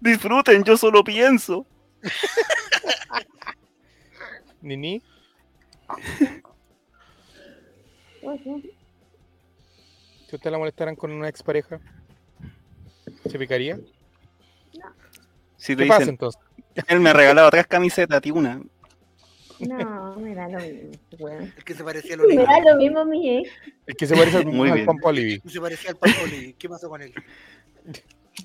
[SPEAKER 2] Disfruten, yo solo pienso.
[SPEAKER 3] Nini,
[SPEAKER 4] Pues, ¿eh?
[SPEAKER 3] si usted la molestaran con una expareja, ¿se picaría?
[SPEAKER 2] Si te
[SPEAKER 3] ¿Qué pasa
[SPEAKER 2] dicen,
[SPEAKER 3] entonces?
[SPEAKER 2] él me regalaba tres camisetas, a ti una.
[SPEAKER 4] No, me da lo mismo, weón.
[SPEAKER 1] El que se parecía al
[SPEAKER 4] Me
[SPEAKER 1] Oliva.
[SPEAKER 4] da lo mismo mi ex.
[SPEAKER 3] Es que se parece al,
[SPEAKER 2] Muy
[SPEAKER 3] al
[SPEAKER 2] bien.
[SPEAKER 3] Juan Polivi.
[SPEAKER 1] Se parecía al Pampoli. ¿Qué pasó con él?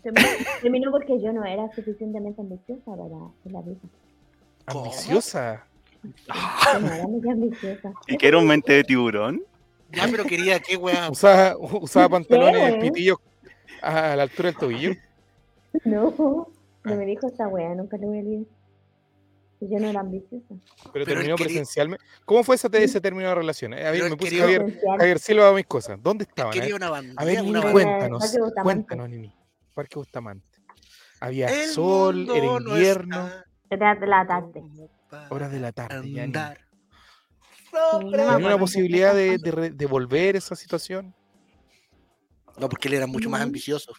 [SPEAKER 4] Terminó- Terminó porque yo no era suficientemente ambiciosa para la vida.
[SPEAKER 1] ¿Cómo?
[SPEAKER 3] Ambiciosa.
[SPEAKER 4] Yo no era muy ambiciosa.
[SPEAKER 2] Y que era un mente de tiburón.
[SPEAKER 1] Ya, pero quería que weá.
[SPEAKER 3] Usaba, usaba pantalones
[SPEAKER 4] ¿Qué?
[SPEAKER 3] pitillos a la altura del tobillo. Ah.
[SPEAKER 4] No, no me dijo esta wea, nunca lo voy a olvidar. Yo no era ambiciosa.
[SPEAKER 3] Pero,
[SPEAKER 1] Pero él
[SPEAKER 3] terminó
[SPEAKER 1] quería-
[SPEAKER 3] presencialmente. ¿Cómo fue ese, ese término de relación? Eh,
[SPEAKER 1] Pero
[SPEAKER 3] A ver,
[SPEAKER 1] él
[SPEAKER 3] me puse
[SPEAKER 1] quería-
[SPEAKER 3] Javier, Javier Silva a mis cosas. ¿Dónde
[SPEAKER 1] Él
[SPEAKER 3] estaban? eh?
[SPEAKER 1] quería una
[SPEAKER 3] A
[SPEAKER 1] bandera,
[SPEAKER 3] ver, Nini,
[SPEAKER 1] una bandera.
[SPEAKER 3] cuéntanos.
[SPEAKER 4] Parque Bustamante.
[SPEAKER 3] Cuéntanos, Nini. Parque Bustamante. Había
[SPEAKER 1] El
[SPEAKER 3] sol,
[SPEAKER 1] mundo
[SPEAKER 3] era
[SPEAKER 1] no
[SPEAKER 3] invierno,
[SPEAKER 1] está
[SPEAKER 4] Era de la tarde.
[SPEAKER 1] como para
[SPEAKER 3] horas de la tarde. ya, Nini.
[SPEAKER 1] andar.
[SPEAKER 4] Sobre
[SPEAKER 1] No,
[SPEAKER 4] la
[SPEAKER 3] ¿Tenía una
[SPEAKER 4] Bueno,
[SPEAKER 3] posibilidad de,
[SPEAKER 4] entonces-
[SPEAKER 3] de, re- de volver esa situación?
[SPEAKER 1] porque él era mucho más
[SPEAKER 4] Mm.
[SPEAKER 1] ambicioso.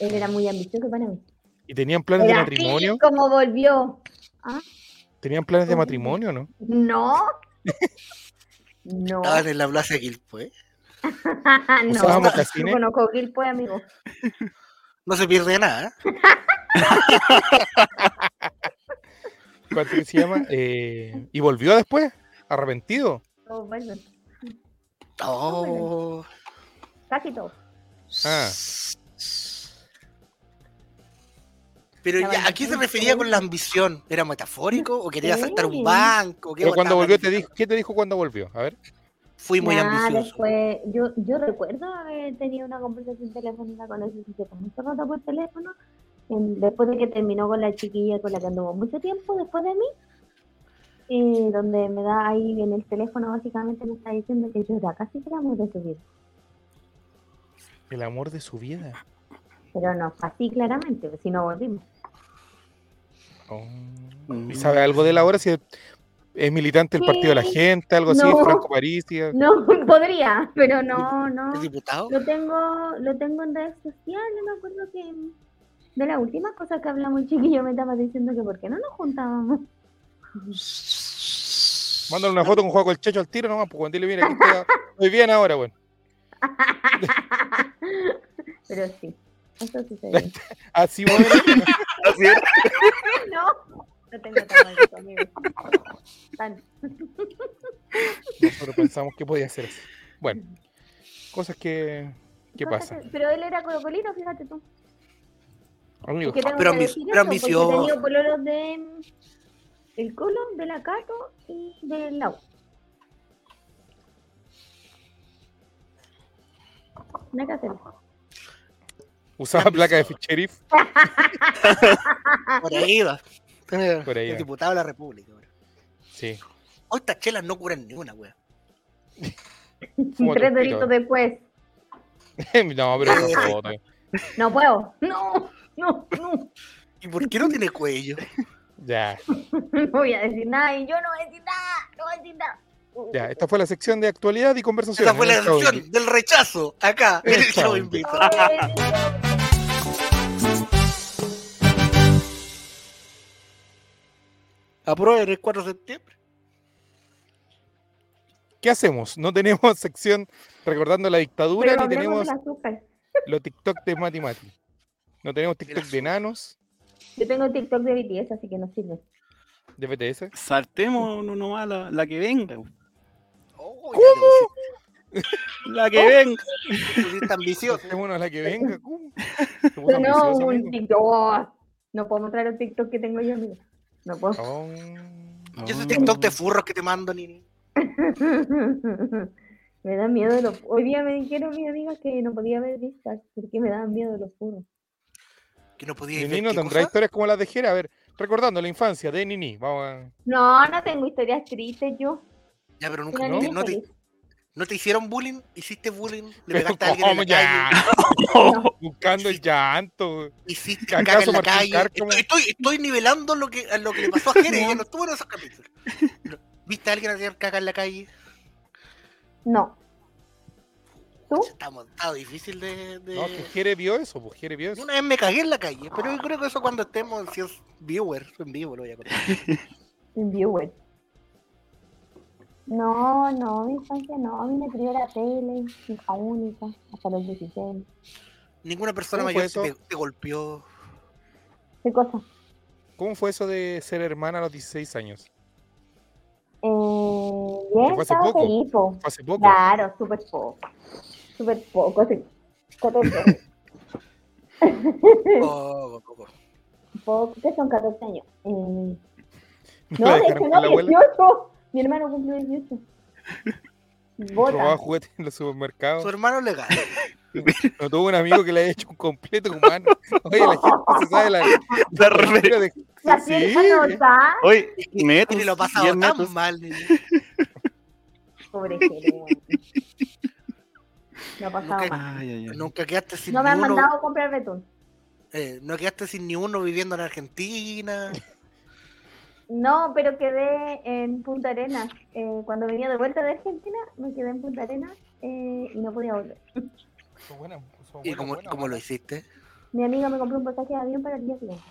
[SPEAKER 4] Él era muy ambicioso para mí.
[SPEAKER 3] ¿Y tenían planes de
[SPEAKER 4] Era
[SPEAKER 3] matrimonio?
[SPEAKER 4] así como volvió.
[SPEAKER 3] ¿Tenían planes de
[SPEAKER 4] como-
[SPEAKER 3] matrimonio, no?
[SPEAKER 4] No. No.
[SPEAKER 1] Estaban en la plaza de Quilpo, ¿eh?
[SPEAKER 4] no.
[SPEAKER 3] ¿Usábamos
[SPEAKER 4] No
[SPEAKER 3] casines?
[SPEAKER 4] conozco Gilpo, amigo.
[SPEAKER 1] No se pierde nada. ¿eh?
[SPEAKER 3] ¿Cuánto que se llama? Eh, ¿Y volvió después? ¿Arrepentido?
[SPEAKER 4] Todos vuelven.
[SPEAKER 1] Oh,
[SPEAKER 4] Casi todos.
[SPEAKER 3] Ah,
[SPEAKER 1] Pero
[SPEAKER 4] La
[SPEAKER 1] ya, ¿a qué se
[SPEAKER 4] bandeja,
[SPEAKER 1] refería
[SPEAKER 4] ¿no?
[SPEAKER 1] con la ambición? ¿Era metafórico o quería saltar
[SPEAKER 4] Sí.
[SPEAKER 1] un banco? ¿Qué
[SPEAKER 3] pero cuando
[SPEAKER 1] estaba
[SPEAKER 3] volvió, te
[SPEAKER 1] planificando?
[SPEAKER 3] dijo, ¿qué te dijo cuando volvió? A ver,
[SPEAKER 1] Fui muy
[SPEAKER 4] Nada,
[SPEAKER 1] ambicioso.
[SPEAKER 4] después- yo, yo recuerdo haber tenido una conversación telefónica con ese sujeto mucho rato por teléfono, en- después de que terminó con la chiquilla con la que anduvo mucho tiempo después de mí, y donde me da ahí en el teléfono básicamente me está diciendo que yo era casi que el amor de su vida,
[SPEAKER 3] el amor de su vida.
[SPEAKER 4] pero no fue así claramente, pues, si no volvimos.
[SPEAKER 3] Oh.
[SPEAKER 2] mm,
[SPEAKER 3] ¿Y sabe algo de la hora? Si es, es militante del Partido de la
[SPEAKER 4] Sí.
[SPEAKER 3] Gente, algo así,
[SPEAKER 4] No.
[SPEAKER 3] Franco Parisi. algo-
[SPEAKER 4] No, podría, pero no, no.
[SPEAKER 1] ¿Es diputado?
[SPEAKER 4] Lo tengo, lo tengo en redes sociales, me acuerdo que mm, de la última cosa que hablamos el chiquillo me estaba diciendo que por qué no nos juntábamos.
[SPEAKER 3] Mándale una foto con Juan el Checho al tiro nomás, pues cuando dile, mira, que estoy, estoy bien ahora, bueno.
[SPEAKER 4] Pero sí, eso sucedió.
[SPEAKER 3] Así, bueno.
[SPEAKER 2] Así es.
[SPEAKER 4] no, no tengo tan mal conmigo. Tan-
[SPEAKER 3] Nosotros pensamos que podía ser así. Bueno, cosas que, que
[SPEAKER 4] cosas
[SPEAKER 3] pasan.
[SPEAKER 4] que- Pero él era colocolino, fíjate tú. Es
[SPEAKER 3] Amigos,
[SPEAKER 4] que tengo
[SPEAKER 1] pero
[SPEAKER 4] que
[SPEAKER 1] ambi- pero
[SPEAKER 4] decir eso, porque
[SPEAKER 1] ambicioso.
[SPEAKER 4] He tenido pololos de, del Colo, de la Cato y del Lau. Nada que hacer.
[SPEAKER 3] usaba placa de sheriff
[SPEAKER 1] Por ahí va.
[SPEAKER 3] Por ahí
[SPEAKER 1] Es
[SPEAKER 3] va.
[SPEAKER 1] diputado de la República. ahora.
[SPEAKER 3] Sí.
[SPEAKER 1] Hoy estas chelas no curan ni una, wea.
[SPEAKER 3] Como
[SPEAKER 4] Tres
[SPEAKER 3] tranquilo.
[SPEAKER 4] delitos después.
[SPEAKER 3] No, pero no foto.
[SPEAKER 4] No puedo. No, no, no.
[SPEAKER 1] ¿Y por qué no tiene cuello?
[SPEAKER 3] Ya,
[SPEAKER 4] No voy a decir nada y yo no voy a decir nada. No voy a decir nada.
[SPEAKER 3] ya. Esta fue la sección de actualidad y conversación.
[SPEAKER 1] Esa fue la
[SPEAKER 3] en el show.
[SPEAKER 1] elección del rechazo. Acá, en el show invito.
[SPEAKER 4] No voy a decir nada.
[SPEAKER 1] Aprueben el 4 de septiembre.
[SPEAKER 3] ¿Qué hacemos? No tenemos sección recordando la dictadura,
[SPEAKER 4] Pero
[SPEAKER 3] ni
[SPEAKER 4] hablemos del
[SPEAKER 3] tenemos
[SPEAKER 4] azúcar.
[SPEAKER 3] los TikTok de Mati Mati. No tenemos TikTok de enanos,
[SPEAKER 4] Yo tengo TikTok de BTS, así que no sirve.
[SPEAKER 3] de BTS.
[SPEAKER 2] Saltemos no- nomás la, la que venga.
[SPEAKER 1] Oh,
[SPEAKER 2] La que venga.
[SPEAKER 1] ya te pusiste- pusiste ambicioso.
[SPEAKER 3] Uno a la que venga. ¿cómo? Se puso
[SPEAKER 4] Pero no,
[SPEAKER 3] ambicioso,
[SPEAKER 4] un
[SPEAKER 3] amigo.
[SPEAKER 4] TikTok. oh, no puedo mostrar el TikTok que tengo yo, amigo. No puedo.
[SPEAKER 3] Oh.
[SPEAKER 1] Y ese TikTok de furros que te mando, Nini.
[SPEAKER 4] me da miedo los. Hoy día me dijeron mis amigas que no podía ver vistas porque me daban miedo los puros.
[SPEAKER 1] Que no podía ir.
[SPEAKER 3] Nini no tendrá historias como las de Jera. A ver, recordando la infancia de Nini. Vamos a...
[SPEAKER 4] No, no tengo historias tristes yo.
[SPEAKER 1] Ya, pero nunca.
[SPEAKER 4] Una niña
[SPEAKER 1] ¿No, no te,
[SPEAKER 4] feliz.
[SPEAKER 1] no te hicieron bullying? ¿Hiciste bullying? ¿Le
[SPEAKER 3] Pero
[SPEAKER 1] pegaste a alguien en
[SPEAKER 3] ¿cómo
[SPEAKER 1] la
[SPEAKER 3] ya?
[SPEAKER 1] calle?
[SPEAKER 2] Oh,
[SPEAKER 3] Buscando el llanto.
[SPEAKER 1] ¿Hiciste
[SPEAKER 3] ¿Acaso
[SPEAKER 1] caca en la
[SPEAKER 3] Martín
[SPEAKER 1] calle?
[SPEAKER 3] Cárcamo?
[SPEAKER 1] Estoy, estoy, estoy nivelando lo que, a lo que le pasó a Jerez. ya no estuvo en esos capítulos. No. ¿Viste a alguien hacer caca en la calle?
[SPEAKER 4] No. ¿Tú?
[SPEAKER 1] Está montado, difícil de. de-
[SPEAKER 3] No, que Jere vio eso, pues Jere vio eso.
[SPEAKER 1] Una vez me cagué en la calle, pero yo creo que eso cuando estemos en 100 viewers, en vivo lo voy a contar.
[SPEAKER 4] Un viewer. No, no, mi infancia no. A mí me crió la tele, hija única, hasta los 16.
[SPEAKER 1] Ninguna persona
[SPEAKER 3] ¿Cómo fue
[SPEAKER 1] mayor te,
[SPEAKER 3] eso?
[SPEAKER 1] te golpeó.
[SPEAKER 4] ¿Qué cosa?
[SPEAKER 3] ¿Cómo fue eso de ser hermana a los 16 años?
[SPEAKER 4] Eh, bien,
[SPEAKER 3] fue hace
[SPEAKER 4] estaba
[SPEAKER 3] poco.
[SPEAKER 4] feliz, po.
[SPEAKER 3] Fue hace poco.
[SPEAKER 4] Claro, súper poco. Súper poco, sí. Catorce,
[SPEAKER 1] Oh, oh, oh.
[SPEAKER 4] poco, ¿Qué son 14 años? Eh,
[SPEAKER 3] Me
[SPEAKER 4] no,
[SPEAKER 3] la
[SPEAKER 4] de
[SPEAKER 3] dejaron
[SPEAKER 4] hecho,
[SPEAKER 3] con
[SPEAKER 4] no,
[SPEAKER 3] la abuela.
[SPEAKER 4] 18. Mi hermano cumplió 18.
[SPEAKER 3] Robaba
[SPEAKER 4] Bota.
[SPEAKER 3] juguetes en los
[SPEAKER 1] Su
[SPEAKER 3] supermercados.
[SPEAKER 1] hermano legal.
[SPEAKER 3] No tuvo un amigo que le haya hecho un completo humano. Oye, la gente se sabe la,
[SPEAKER 2] La
[SPEAKER 3] la
[SPEAKER 2] referencia.
[SPEAKER 3] historia de, eh.
[SPEAKER 4] La ah, piel
[SPEAKER 2] Sí.
[SPEAKER 4] anotada,
[SPEAKER 2] Oye, Netus,
[SPEAKER 1] Y lo pasaba
[SPEAKER 2] bien
[SPEAKER 1] tan
[SPEAKER 2] Netus.
[SPEAKER 1] mal.
[SPEAKER 4] pobre Jere. No ha pasado
[SPEAKER 1] Nunca-
[SPEAKER 4] mal.
[SPEAKER 2] Ay, ay, ay.
[SPEAKER 1] Nunca quedaste sin
[SPEAKER 4] No me han
[SPEAKER 1] ni uno.
[SPEAKER 4] mandado a comprar betún.
[SPEAKER 1] eh, no quedaste sin ni uno viviendo en Argentina.
[SPEAKER 4] No, pero quedé en Punta Arenas. Eh, cuando venía de vuelta de Argentina, me quedé en Punta Arenas eh, y no podía volver.
[SPEAKER 3] Son buenas, son
[SPEAKER 1] ¿Y
[SPEAKER 3] buenas,
[SPEAKER 1] cómo,
[SPEAKER 3] buenas.
[SPEAKER 1] cómo lo hiciste?
[SPEAKER 4] Mi amiga me compró un pasaje de avión para el día siguiente.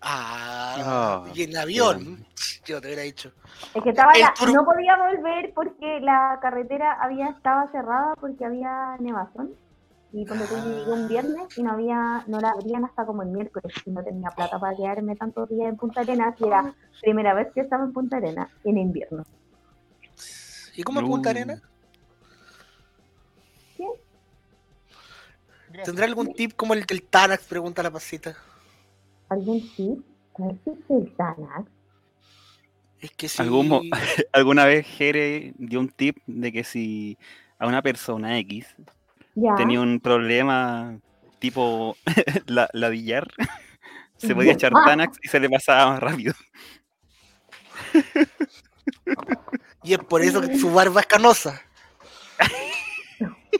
[SPEAKER 1] Ah,
[SPEAKER 2] Ah,
[SPEAKER 1] y en avión. Yo te hubiera dicho.
[SPEAKER 4] Es que estaba
[SPEAKER 1] El
[SPEAKER 4] la-
[SPEAKER 1] tru-
[SPEAKER 4] no podía volver porque la carretera había estaba cerrada porque había nevazón. Y cuando tú llegué un viernes y no había, no la abrían hasta como el miércoles y no tenía plata para quedarme tantos días en Punta Arenas y era primera vez que estaba en Punta Arenas en invierno.
[SPEAKER 1] ¿Y cómo es
[SPEAKER 2] No.
[SPEAKER 1] Punta Arena?
[SPEAKER 3] Gracias.
[SPEAKER 1] ¿Tendrá algún tip como el del Tanax? Pregunta la pasita.
[SPEAKER 4] ¿Algún tip? ¿Cuál es el Xanax?
[SPEAKER 1] Es que sí.
[SPEAKER 2] Algún mo- ¿Alguna vez Jere dio un tip de que si a una persona X
[SPEAKER 4] Ya.
[SPEAKER 2] tenía un problema tipo la, ladillar, se podía echar Tanax y se le pasaba más rápido?
[SPEAKER 1] Y es por eso que su barba es canosa.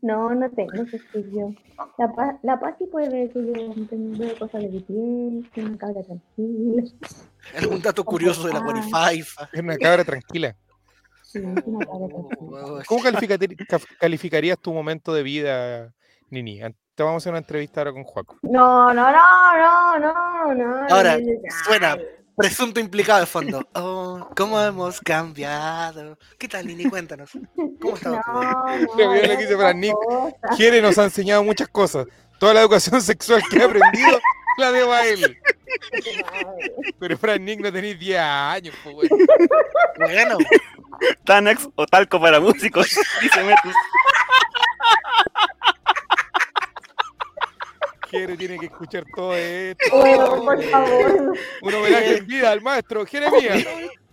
[SPEAKER 4] No, no tengo, no sé si yo. La, pa la Pasi puede ver que yo tengo cosas de mi piel, que una cabra tranquila.
[SPEAKER 1] Algún dato curioso de la
[SPEAKER 4] Ay.
[SPEAKER 1] Guarifaifa.
[SPEAKER 3] Es una cabra tranquila.
[SPEAKER 4] Sí, una cabra tranquila.
[SPEAKER 1] Oh,
[SPEAKER 3] ¿Cómo calificati- caf- calificarías tu momento de vida, Nini? An- Te vamos a hacer una entrevista ahora con Juaco.
[SPEAKER 4] No, no, no, no, no, no.
[SPEAKER 1] Ahora,
[SPEAKER 4] no, no,
[SPEAKER 1] suena.
[SPEAKER 4] ay,
[SPEAKER 1] Presunto implicado de fondo. Oh, ¿Cómo hemos cambiado? ¿Qué tal, Nini? Cuéntanos. ¿Cómo estás?
[SPEAKER 4] No, no.
[SPEAKER 3] Mira, mira lo
[SPEAKER 4] era
[SPEAKER 3] que hice
[SPEAKER 4] otra
[SPEAKER 3] para Nick.
[SPEAKER 4] cosa.
[SPEAKER 3] Quiere nos ha enseñado muchas cosas. Toda la educación sexual que he aprendido la debo a él. Pero para Nick no tenéis 10 años, pues, güey.
[SPEAKER 1] Bueno,
[SPEAKER 2] Tanax o talco para músicos, dice Metus.
[SPEAKER 3] Jere tiene que escuchar todo esto.
[SPEAKER 4] Bueno, por favor.
[SPEAKER 3] Un homenaje en vida al maestro Jeremías.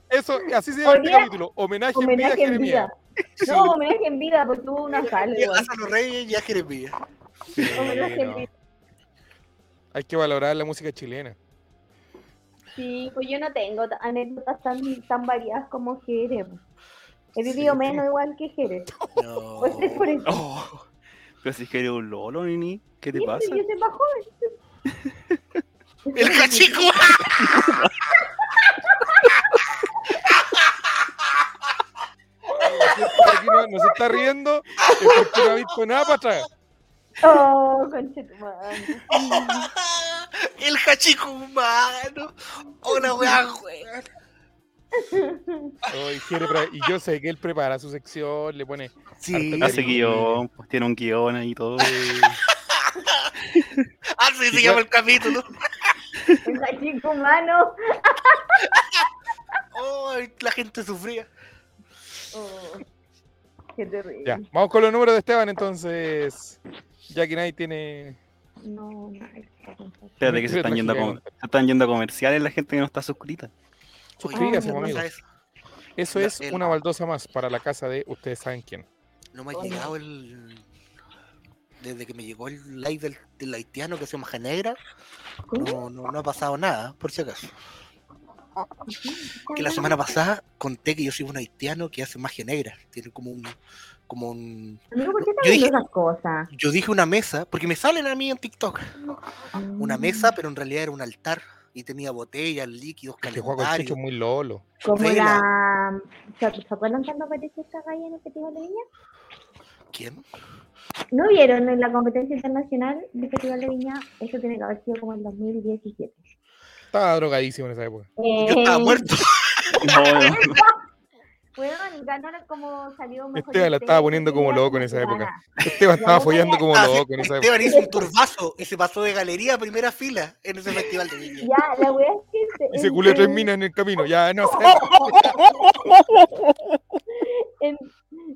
[SPEAKER 3] Eso, así se llama el
[SPEAKER 4] Podría-
[SPEAKER 3] capítulo. Homenaje,
[SPEAKER 4] Homenaje
[SPEAKER 3] en
[SPEAKER 4] en
[SPEAKER 3] vida
[SPEAKER 4] vida. No, homenaje en vida, porque tuvo una sala igual.
[SPEAKER 1] Lázaro Reyes y Ángel Villa.
[SPEAKER 3] a Jeremías.
[SPEAKER 4] Homenaje
[SPEAKER 3] Sí,
[SPEAKER 4] en
[SPEAKER 3] no.
[SPEAKER 4] vida.
[SPEAKER 3] Hay que valorar la música chilena.
[SPEAKER 4] Sí, pues yo no tengo ta- anécdotas tan, tan variadas como Jere. He vivido
[SPEAKER 1] Sí.
[SPEAKER 4] menos igual que Jere.
[SPEAKER 1] No.
[SPEAKER 4] Pues es por eso.
[SPEAKER 2] Oh, pero si es que eres un lolo, Nini, ¿qué te
[SPEAKER 4] Sí,
[SPEAKER 2] pasa?
[SPEAKER 4] Yo soy más joven.
[SPEAKER 1] El cachico.
[SPEAKER 3] Por Aquí no, no se está riendo. es porque no ha visto nada para atrás.
[SPEAKER 4] Oh, conchetumadre.
[SPEAKER 1] El cachico humano. Hola, weá, weá.
[SPEAKER 3] Ay, Jere, pero- y yo sé que él prepara su sección, le pone.
[SPEAKER 1] Sí.
[SPEAKER 2] Hace
[SPEAKER 3] que-
[SPEAKER 2] guión, pues tiene un guión ahí y todo.
[SPEAKER 1] Así se llama el capítulo.
[SPEAKER 4] El cachico humano.
[SPEAKER 1] Ay, la gente sufría.
[SPEAKER 4] Oh, qué terrible.
[SPEAKER 3] Ya, vamos con los números de Esteban entonces. Ya que nadie tiene.
[SPEAKER 4] No, no, hay que contar.
[SPEAKER 2] Espérate que se están, yendo a com- se están yendo a comerciales la gente que no está suscrita.
[SPEAKER 3] Suscríbase,
[SPEAKER 1] Oye,
[SPEAKER 3] amigo.
[SPEAKER 1] ¿sabes?
[SPEAKER 3] Eso
[SPEAKER 1] Ya,
[SPEAKER 3] es
[SPEAKER 1] el-
[SPEAKER 3] una baldosa más para la casa de ustedes saben quién.
[SPEAKER 1] No me ha llegado el. Desde que me llegó el live del, del haitiano que se llama Janegra, no, no, no ha pasado nada, por si acaso. Que la semana pasada conté que yo soy un haitiano que hace magia negra. Tiene como un. Como un...
[SPEAKER 4] Amigo, ¿por qué
[SPEAKER 1] Yo
[SPEAKER 4] te
[SPEAKER 1] dije-
[SPEAKER 4] dije... esas cosas?
[SPEAKER 1] Yo dije una mesa, porque me salen a mí en TikTok. Una
[SPEAKER 4] Mm,
[SPEAKER 1] mesa, pero en realidad era un altar. Y tenía botellas, líquidos,
[SPEAKER 3] Que juega con Chucho
[SPEAKER 1] calendarios.
[SPEAKER 3] muy lolo.
[SPEAKER 4] Como
[SPEAKER 1] vela.
[SPEAKER 4] la. ¿Se se acuerdan cuando apareció esta galla en el Festival de Viña?
[SPEAKER 1] ¿Quién?
[SPEAKER 4] ¿No vieron en la competencia internacional del Festival de Viña? Eso tiene que haber sido como en 2017.
[SPEAKER 3] Estaba drogadísimo en esa época.
[SPEAKER 1] Yo estaba
[SPEAKER 4] Eh,
[SPEAKER 1] muerto.
[SPEAKER 2] No, no.
[SPEAKER 4] Weón, ganaron como salió mejor.
[SPEAKER 3] Esteban Este la estaba
[SPEAKER 4] estrella
[SPEAKER 3] poniendo como
[SPEAKER 4] femenina
[SPEAKER 3] loco en esa época.
[SPEAKER 4] venezolana.
[SPEAKER 3] Esteban estaba
[SPEAKER 4] La boca
[SPEAKER 3] follando
[SPEAKER 4] era-
[SPEAKER 3] como
[SPEAKER 1] Ah, sí,
[SPEAKER 3] loco en esa época.
[SPEAKER 1] Esteban hizo un turbazo y se pasó de galería a primera fila en ese festival de niños.
[SPEAKER 4] Ya, la wea es que. se-
[SPEAKER 3] Y
[SPEAKER 4] en-
[SPEAKER 3] se culió tres
[SPEAKER 4] en-
[SPEAKER 3] minas en el camino. Ya, no sé.
[SPEAKER 4] en,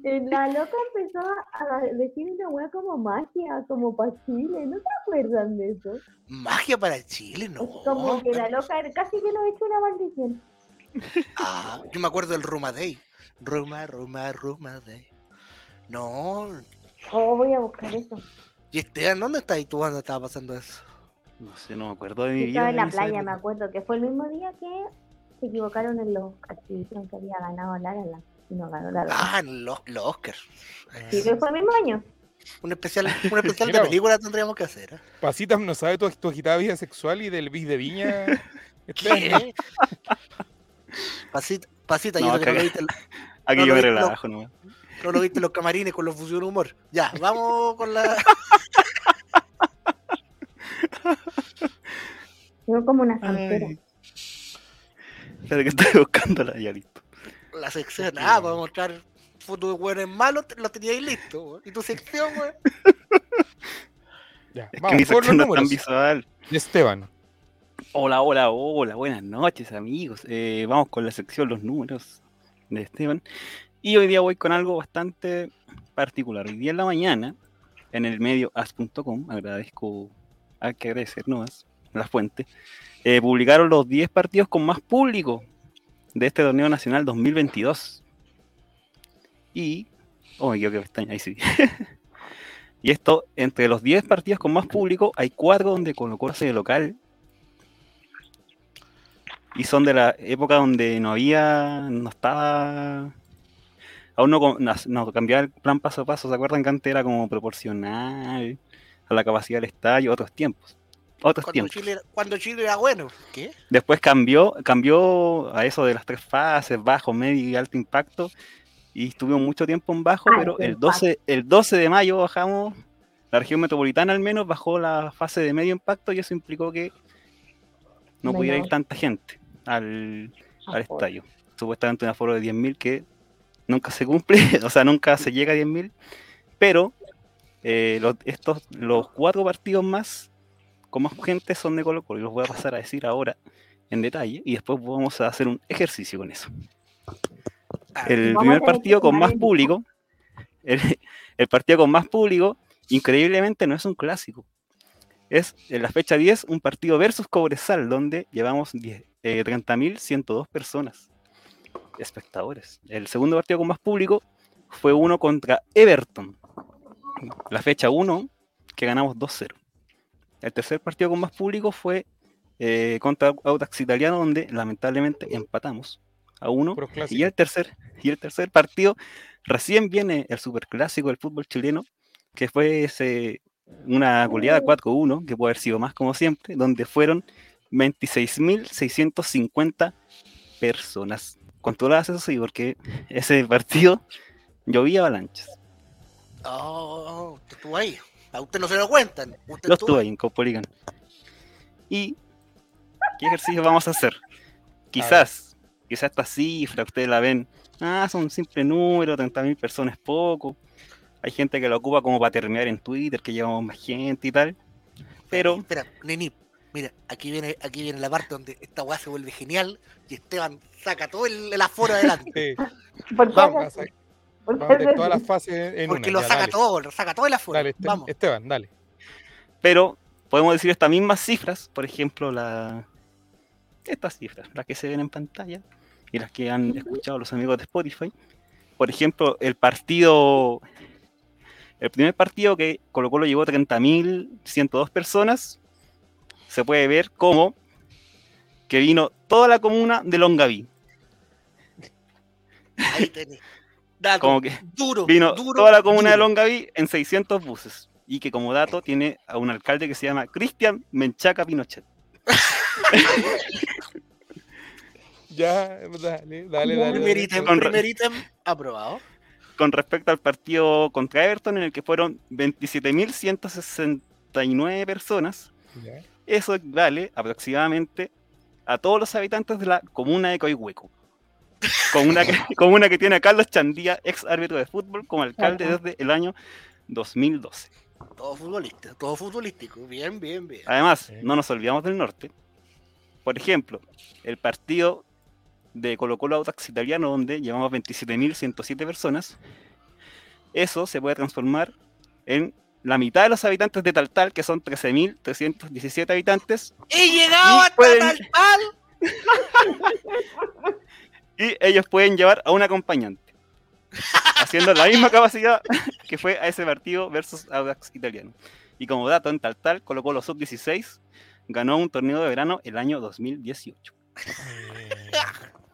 [SPEAKER 4] en la loca empezó a decir una weá como magia, como pa' Chile, ¿no te acuerdan de eso?
[SPEAKER 1] Magia para Chile, no.
[SPEAKER 4] Es como que la loca era- casi que nos echó una maldición.
[SPEAKER 1] Ah, yo me acuerdo del Roma Day. Roma, Roma, Roma Day. No.
[SPEAKER 4] Oh, voy a buscar eso.
[SPEAKER 1] ¿Y Esteban dónde está ahí tú cuando estaba pasando eso?
[SPEAKER 2] No sé, no me acuerdo de mi
[SPEAKER 4] Yo
[SPEAKER 2] vida.
[SPEAKER 4] estaba en la
[SPEAKER 2] esa
[SPEAKER 4] playa, me
[SPEAKER 2] época.
[SPEAKER 4] acuerdo que fue el mismo día que se equivocaron en los Oscars y dijeron que había ganado La La Land, y no ganó La La Land.
[SPEAKER 1] Ah, los los Oscars.
[SPEAKER 4] Sí, pero fue el mismo año.
[SPEAKER 1] Un especial, un especial de
[SPEAKER 3] Mira.
[SPEAKER 1] película tendríamos que hacer. ¿eh?
[SPEAKER 3] Pasitas no sabe tu, tu agitada vida sexual y del bis de viña.
[SPEAKER 1] ¿Qué? Pasita, pasita yo
[SPEAKER 2] No,
[SPEAKER 1] creo que no
[SPEAKER 2] caga.
[SPEAKER 1] lo viste,
[SPEAKER 2] Aquí
[SPEAKER 1] no lo
[SPEAKER 2] yo me
[SPEAKER 1] vi, no.
[SPEAKER 2] relajo nomás.
[SPEAKER 1] no lo viste en los camarines con los fusión humor. Ya, vamos con la.
[SPEAKER 4] Fue como una
[SPEAKER 3] Ah,
[SPEAKER 4] santera.
[SPEAKER 2] Ay. Espera que estoy buscándola, ya listo.
[SPEAKER 1] la sección. Ah, para mostrar fotos de hueones malos, te- los teníais listos. weón. Y tu sección, weón.
[SPEAKER 3] Ya,
[SPEAKER 2] Es que mi
[SPEAKER 3] vamos, por los
[SPEAKER 2] sección no es tan
[SPEAKER 3] números.
[SPEAKER 2] visual.
[SPEAKER 3] de Esteban.
[SPEAKER 2] Hola, hola, hola, buenas noches amigos. Eh, vamos con la sección Los números de Esteban. Y hoy día voy con algo bastante particular. Hoy día en la mañana, en el medio as.com, agradezco, hay que agradecer nomás la fuente, eh, publicaron los 10 partidos con más público de este torneo nacional 2022. Y... Oh, yo que pestaña, ahí sí. y esto, entre los 10 partidos con más público, hay 4 donde colocó de local y son de la época donde no había, no estaba, aún no, com- no, no, cambiaba el plan paso a paso, ¿se acuerdan que antes era como proporcional a la capacidad del estadio, otros tiempos, otros
[SPEAKER 1] Cuando
[SPEAKER 2] tiempos.
[SPEAKER 1] Chile, era, cuando Chile era bueno. ¿Qué?
[SPEAKER 2] Después cambió, cambió a eso de las tres fases, bajo, medio y alto impacto. Y estuvo mucho tiempo en bajo,
[SPEAKER 4] Alto
[SPEAKER 2] pero el
[SPEAKER 4] impacto.
[SPEAKER 2] 12, el 12 de mayo bajamos, la región metropolitana al menos bajó la fase de medio impacto y eso implicó que no pudiera ir
[SPEAKER 4] Menor.
[SPEAKER 2] tanta gente al, al
[SPEAKER 4] Aforo.
[SPEAKER 2] estadio. Supuestamente un aforo de 10.000 que nunca se cumple, o sea, nunca se llega a 10.000, pero eh, los, estos, los cuatro partidos más con más gente son de Colo Colo y los voy a pasar a decir ahora en detalle y después vamos a hacer un ejercicio con eso.
[SPEAKER 1] Ah,
[SPEAKER 2] El
[SPEAKER 4] Vamos a
[SPEAKER 2] primer
[SPEAKER 4] tener que
[SPEAKER 2] partido con
[SPEAKER 4] tomar
[SPEAKER 2] más
[SPEAKER 4] el-
[SPEAKER 2] público, el, el partido con más público, increíblemente no es un clásico. Es en la fecha 10 un partido versus Cobresal donde llevamos 10, eh, 30.102 personas, espectadores. El segundo partido con más público fue uno contra Everton. La fecha 1 que ganamos 2-0. El tercer partido con más público fue eh, contra Audax Italiano, donde lamentablemente empatamos a uno.
[SPEAKER 3] Puros
[SPEAKER 2] Y
[SPEAKER 3] clásicos.
[SPEAKER 2] el tercer, y el tercer partido, recién viene el superclásico del fútbol chileno, que fue ese, una goleada 4-1, que puede haber sido más como siempre, donde fueron 26.650 personas. Controladas eso sí, porque ese partido llovía avalanchas.
[SPEAKER 1] Oh, usted estuvo ahí. A usted no se lo cuentan. Usted
[SPEAKER 2] Los
[SPEAKER 1] estuvo
[SPEAKER 2] tuve ahí en Copoligan. ¿Y qué ejercicio vamos a hacer? Quizás, quizás esta cifra ustedes la ven, ah, son un simple número, 30.000 personas es poco. Hay gente que lo ocupa como para terminar en Twitter, que llevamos más gente y tal. Pero
[SPEAKER 1] Espera, Nini, mira, aquí viene, aquí viene la parte donde esta weá se vuelve genial y Esteban saca todo el, el aforo adelante.
[SPEAKER 3] Sí,
[SPEAKER 4] ¿Por qué
[SPEAKER 3] vamos,
[SPEAKER 4] haces-
[SPEAKER 3] a-
[SPEAKER 4] por qué
[SPEAKER 3] vamos de
[SPEAKER 4] haces-
[SPEAKER 3] todas las fases en
[SPEAKER 1] porque
[SPEAKER 3] una.
[SPEAKER 1] lo
[SPEAKER 3] Ya,
[SPEAKER 1] saca
[SPEAKER 3] dale.
[SPEAKER 1] todo, lo saca todo el aforo.
[SPEAKER 3] Dale, Este-
[SPEAKER 1] Vamos.
[SPEAKER 3] Esteban, dale.
[SPEAKER 2] pero podemos decir estas mismas cifras, por ejemplo, la, estas cifras, las que se ven en pantalla y las que han escuchado los amigos de Spotify. Por ejemplo, el partido, el primer partido que Colo Colo llegó a 30.102 personas, se puede ver como que vino toda la comuna de Longaví.
[SPEAKER 1] Ahí tenés. Dato,
[SPEAKER 2] Como que
[SPEAKER 1] Ah, duro,
[SPEAKER 2] vino
[SPEAKER 1] duro,
[SPEAKER 2] toda la comuna de
[SPEAKER 1] duro.
[SPEAKER 2] Longaví en 600 buses. Y que como dato tiene a un alcalde que se llama Cristian Menchaca Pinochet.
[SPEAKER 3] Ya, dale, dale,
[SPEAKER 4] Ya.
[SPEAKER 3] dale.
[SPEAKER 1] Primer
[SPEAKER 3] dale.
[SPEAKER 1] ítem,
[SPEAKER 2] Con ra-
[SPEAKER 1] primer ítem aprobado.
[SPEAKER 2] con respecto al partido contra Everton, en el que fueron 27.169 personas,
[SPEAKER 3] Ya.
[SPEAKER 2] eso equivale aproximadamente a todos los habitantes de la comuna de Coihueco. Comuna que, comuna que tiene a Carlos Chandía, ex árbitro de fútbol, como alcalde
[SPEAKER 4] Ajá.
[SPEAKER 2] desde el año 2012.
[SPEAKER 1] Todo futbolista, todo futbolístico. Bien, bien, bien.
[SPEAKER 2] Además,
[SPEAKER 3] Sí.
[SPEAKER 2] no nos olvidamos del norte. Por ejemplo, el partido de Colo Colo Autax Italiano, donde llevamos 27.107 personas, eso se puede transformar en la mitad de los habitantes de Taltal, que son 13.317 habitantes,
[SPEAKER 1] He llegado
[SPEAKER 2] Y
[SPEAKER 1] hasta
[SPEAKER 2] pueden-
[SPEAKER 1] tal tal.
[SPEAKER 2] y ellos pueden llevar a un acompañante, haciendo la misma capacidad que fue a ese partido versus Audax Italiano. Y como dato, en Taltal, Colo Colo Sub-16 ganó un torneo de verano el año 2018.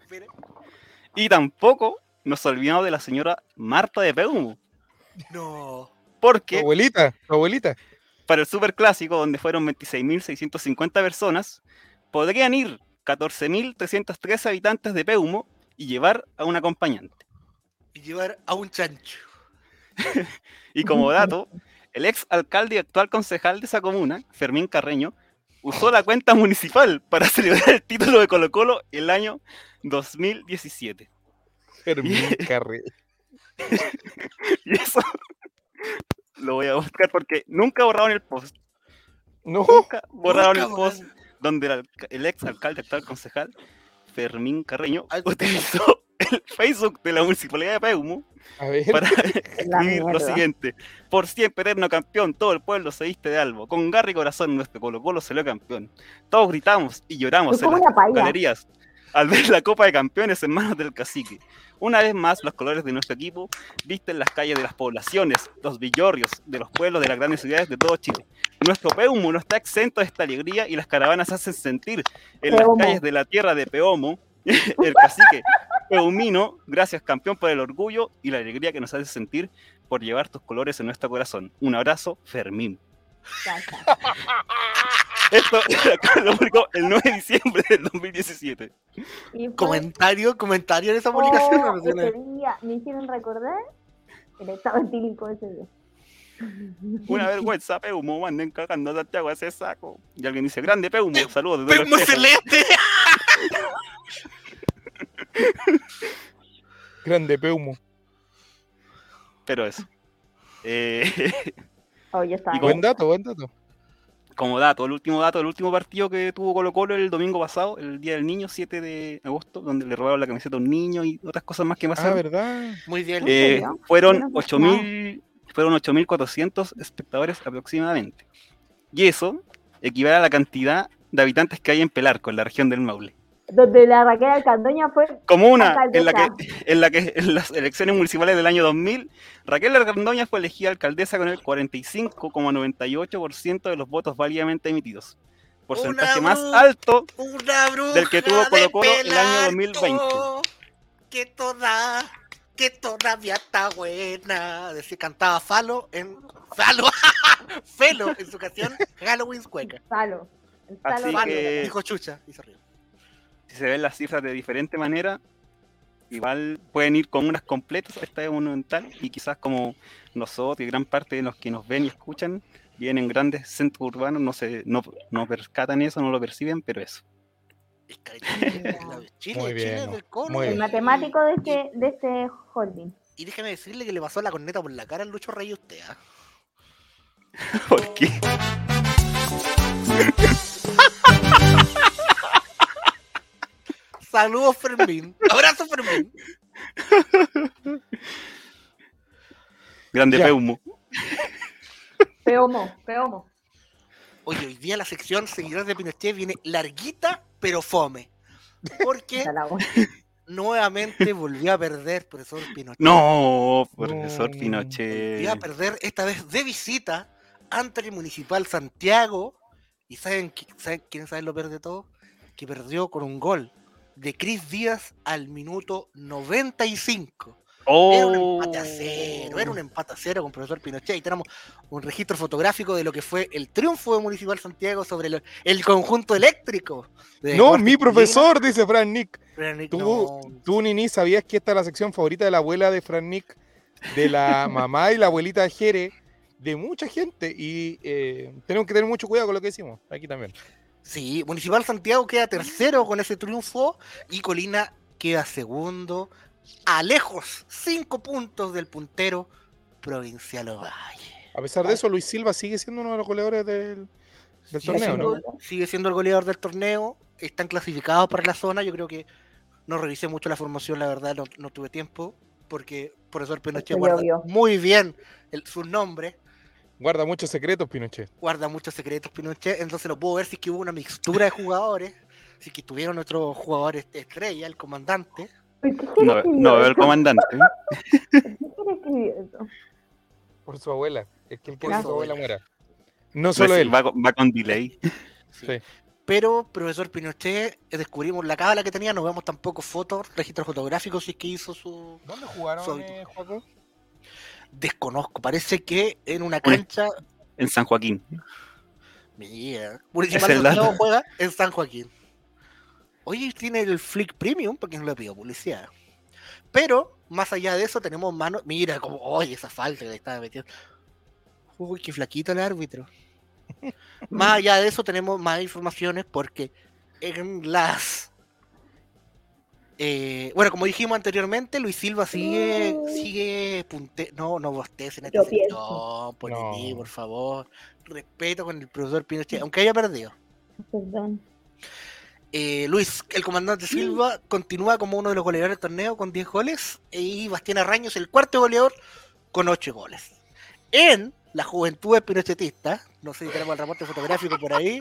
[SPEAKER 1] Espere.
[SPEAKER 2] Y tampoco nos olvidamos de la señora Marta de Peumo,
[SPEAKER 1] No.
[SPEAKER 3] Tu
[SPEAKER 2] porque
[SPEAKER 3] abuelita, tu abuelita.
[SPEAKER 2] para el Superclásico, donde fueron 26.650 personas, podrían ir 14.303 habitantes de Peumo y llevar a un acompañante.
[SPEAKER 1] Y llevar a un chancho.
[SPEAKER 2] Y como dato, el ex alcalde y actual concejal de esa comuna, Fermín Carreño, usó la cuenta municipal para celebrar el título de Colo Colo el año 2017.
[SPEAKER 3] Fermín Carré.
[SPEAKER 2] Y eso lo voy a buscar porque nunca borraron el post.
[SPEAKER 3] No,
[SPEAKER 2] Nunca
[SPEAKER 1] Uh,
[SPEAKER 2] borraron
[SPEAKER 1] Nunca
[SPEAKER 2] el post
[SPEAKER 1] borraron.
[SPEAKER 2] donde el, alca- el ex alcalde, actual concejal, Fermín Carreño,
[SPEAKER 1] Al-
[SPEAKER 2] utilizó el Facebook de la municipalidad de Peumo
[SPEAKER 3] a ver.
[SPEAKER 2] para
[SPEAKER 4] La
[SPEAKER 2] escribir lo
[SPEAKER 4] mierda.
[SPEAKER 2] siguiente. Por siempre eterno campeón, todo el pueblo se viste de albo. Con garra y corazón nuestro Colo Colo salió campeón. Todos gritamos y lloramos
[SPEAKER 4] Es
[SPEAKER 2] en
[SPEAKER 4] como
[SPEAKER 2] las
[SPEAKER 4] una paella.
[SPEAKER 2] galerías al ver la Copa de Campeones en manos del cacique. Una vez más, los colores de nuestro equipo visten las calles de las poblaciones, los villorrios, de los pueblos de las grandes ciudades de todo Chile. Nuestro Peumo no está exento de esta alegría y las caravanas hacen sentir en
[SPEAKER 4] Peumo.
[SPEAKER 2] las calles de la tierra de Peomo el cacique Peumino, gracias campeón por el orgullo y la alegría que nos hace sentir por llevar tus colores en nuestro corazón. Un abrazo, Fermín.
[SPEAKER 4] Cacha.
[SPEAKER 2] Esto acá lo publicó el 9 de diciembre del 2017.
[SPEAKER 4] Y fue-
[SPEAKER 1] Comentario, comentario en esa publicación.
[SPEAKER 4] Oh,
[SPEAKER 1] recién.
[SPEAKER 4] ese día me hicieron recordar el estado etílico ese día.
[SPEAKER 2] Una vergüenza, Peumo, manden cagando a Santiago a ese saco. Y alguien dice, grande Peumo, saludos desde
[SPEAKER 1] Peumo
[SPEAKER 2] los espejos".
[SPEAKER 1] celeste.
[SPEAKER 3] Grande Peumo.
[SPEAKER 2] Pero eso. Eh,
[SPEAKER 4] Oh, yo estaba.
[SPEAKER 2] Y
[SPEAKER 3] Buen dato, buen dato.
[SPEAKER 2] como dato, el último dato, el último partido que tuvo Colo Colo el domingo pasado, el Día del Niño, 7 de agosto, donde le robaron la camiseta a un niño y otras cosas más que
[SPEAKER 3] Ah,
[SPEAKER 2] pasaron.
[SPEAKER 3] ¿verdad?
[SPEAKER 1] Muy bien.
[SPEAKER 2] Eh,
[SPEAKER 4] serio? Yo no
[SPEAKER 2] fueron
[SPEAKER 4] sé
[SPEAKER 2] 8000 fueron 8400 espectadores aproximadamente. Y eso equivale a la cantidad de habitantes que hay en Pelarco, en la región del Maule.
[SPEAKER 4] Donde la Raquel Alcandoña fue
[SPEAKER 2] Comuna en la
[SPEAKER 4] alcaldesa.
[SPEAKER 2] que en la que en las elecciones municipales del año 2000 Raquel Argandoña fue elegida alcaldesa con el 45,98% de los votos válidamente emitidos. Porcentaje más
[SPEAKER 1] bruja.
[SPEAKER 2] alto
[SPEAKER 1] Una bruja
[SPEAKER 2] Del que tuvo
[SPEAKER 1] de
[SPEAKER 2] Colo Colo el año
[SPEAKER 1] Pelarco,
[SPEAKER 2] 2020.
[SPEAKER 1] Que toda, que todavía está buena. Decía, cantaba Falo en. Falo, Felo en su canción Halloween Cueca.
[SPEAKER 4] Salo. El Salo
[SPEAKER 2] Así
[SPEAKER 1] Falo,
[SPEAKER 2] que-
[SPEAKER 1] dijo Chucha y se rió.
[SPEAKER 2] si se ven las cifras de diferente manera, igual pueden ir con unas completas, esta es monumental, y quizás como nosotros y gran parte de los que nos ven y escuchan, vienen en grandes centros urbanos, no se no, no percatan eso, no lo perciben, pero eso.
[SPEAKER 1] Es que Chile, la de Chile,
[SPEAKER 3] Muy
[SPEAKER 1] Chile
[SPEAKER 3] bien,
[SPEAKER 1] es del Colo.
[SPEAKER 3] muy
[SPEAKER 1] y-
[SPEAKER 4] El
[SPEAKER 3] bien.
[SPEAKER 4] matemático de este, de este holding.
[SPEAKER 1] Y, y déjeme decirle que le pasó la corneta por la cara al Lucho Rey usted. ¿ah?
[SPEAKER 2] ¿Por qué?
[SPEAKER 1] Saludos, Fermín. Abrazo, Fermín.
[SPEAKER 2] Grande
[SPEAKER 3] Ya.
[SPEAKER 2] Peumo.
[SPEAKER 4] Peomo, peomo.
[SPEAKER 1] Oye, hoy día la sección Seguidores de Pinochet viene larguita, pero fome. Porque
[SPEAKER 4] Puta la wea.
[SPEAKER 1] nuevamente volvió a perder, profesor Pinochet.
[SPEAKER 2] No, Eh.
[SPEAKER 3] No.
[SPEAKER 2] profesor
[SPEAKER 1] Volvió a
[SPEAKER 2] Pinochet.
[SPEAKER 1] perder esta vez de visita ante el Municipal Santiago. ¿Y saben, qui- saben quién sabe lo peor de todo? Que perdió con un gol de Cris Díaz al minuto 95. Era un
[SPEAKER 2] Oh,
[SPEAKER 1] empate a cero, era un empate a cero con profesor Pinochet. Y tenemos un registro fotográfico de lo que fue el triunfo de Municipal Santiago sobre lo- el conjunto eléctrico. de
[SPEAKER 3] No,
[SPEAKER 1] Jorge
[SPEAKER 3] mi
[SPEAKER 1] Piñera.
[SPEAKER 3] profesor, dice Fran Nick.
[SPEAKER 1] Pero ni-
[SPEAKER 3] Tú,
[SPEAKER 1] no.
[SPEAKER 3] tú, Nini, ¿sabías que esta es la sección favorita de la abuela de Fran Nick, de la mamá y la abuelita de Jere, de mucha gente? Y eh, tenemos que tener mucho cuidado con lo que decimos aquí también.
[SPEAKER 1] Sí, Municipal Santiago queda tercero con ese triunfo y Colina queda segundo, a lejos, cinco puntos del puntero Provincial Ovalle.
[SPEAKER 3] A pesar de eso, Luis Silva sigue siendo uno de los goleadores del, del
[SPEAKER 1] Sigue
[SPEAKER 3] torneo,
[SPEAKER 1] siendo,
[SPEAKER 3] ¿no?
[SPEAKER 1] sigue siendo el goleador del torneo, están clasificados para la zona, yo creo que no revisé mucho la formación, la verdad no, no tuve tiempo, porque profesor Pinochet
[SPEAKER 4] Esto
[SPEAKER 1] guarda
[SPEAKER 4] llovió.
[SPEAKER 1] muy bien el- sus nombres,
[SPEAKER 3] Guarda muchos secretos, Pinochet.
[SPEAKER 1] guarda muchos secretos Pinochet, entonces no puedo ver si es que hubo una mixtura de jugadores, si es que tuvieron otros jugadores estrella, el comandante.
[SPEAKER 4] ¿Por qué
[SPEAKER 2] No,
[SPEAKER 4] quiere escribir
[SPEAKER 2] no veo el
[SPEAKER 4] eso?
[SPEAKER 2] comandante.
[SPEAKER 4] ¿Por qué quiere escribir eso?
[SPEAKER 3] Por su abuela. Es que él
[SPEAKER 1] Por
[SPEAKER 3] quiere que
[SPEAKER 1] su
[SPEAKER 3] su abuela
[SPEAKER 1] abuela.
[SPEAKER 2] Pues
[SPEAKER 3] muera. No solo él.
[SPEAKER 2] Va, con- va con delay.
[SPEAKER 1] Sí.
[SPEAKER 3] Sí.
[SPEAKER 1] Pero, profesor Pinochet, eh, descubrimos la cábala que tenía, no vemos tampoco fotos, registros fotográficos, si es que hizo su...
[SPEAKER 3] ¿Dónde jugaron,
[SPEAKER 1] Soy-
[SPEAKER 3] eh, Joaco?
[SPEAKER 1] Desconozco, parece que en una cancha...
[SPEAKER 2] en San Joaquín.
[SPEAKER 1] Mira, Municipal
[SPEAKER 2] Es el
[SPEAKER 1] de Santiago
[SPEAKER 2] dato.
[SPEAKER 1] juega en San Joaquín. Oye, tiene el Flick Premium porque no le pido publicidad. Pero, más allá de eso, tenemos mano. Mira, como, oye, esa falta que le estaba metiendo. Uy, qué flaquito el árbitro. más allá de eso, tenemos más informaciones porque en las. eh, bueno, como dijimos anteriormente, Luis Silva sigue,
[SPEAKER 4] Mm.
[SPEAKER 1] sigue punte. No, no bostes en este
[SPEAKER 4] Yo pienso.
[SPEAKER 1] sector, por
[SPEAKER 3] No.
[SPEAKER 1] ti, por favor. Respeto con el profesor Pinochet, aunque haya perdido.
[SPEAKER 4] Perdón.
[SPEAKER 1] Eh, Luis, el comandante Silva, continúa como uno de los goleadores del torneo con 10 goles eh, y Bastián Arraño es el cuarto goleador con 8 goles. En la juventud pinochetista, no sé si tenemos el reporte fotográfico por ahí.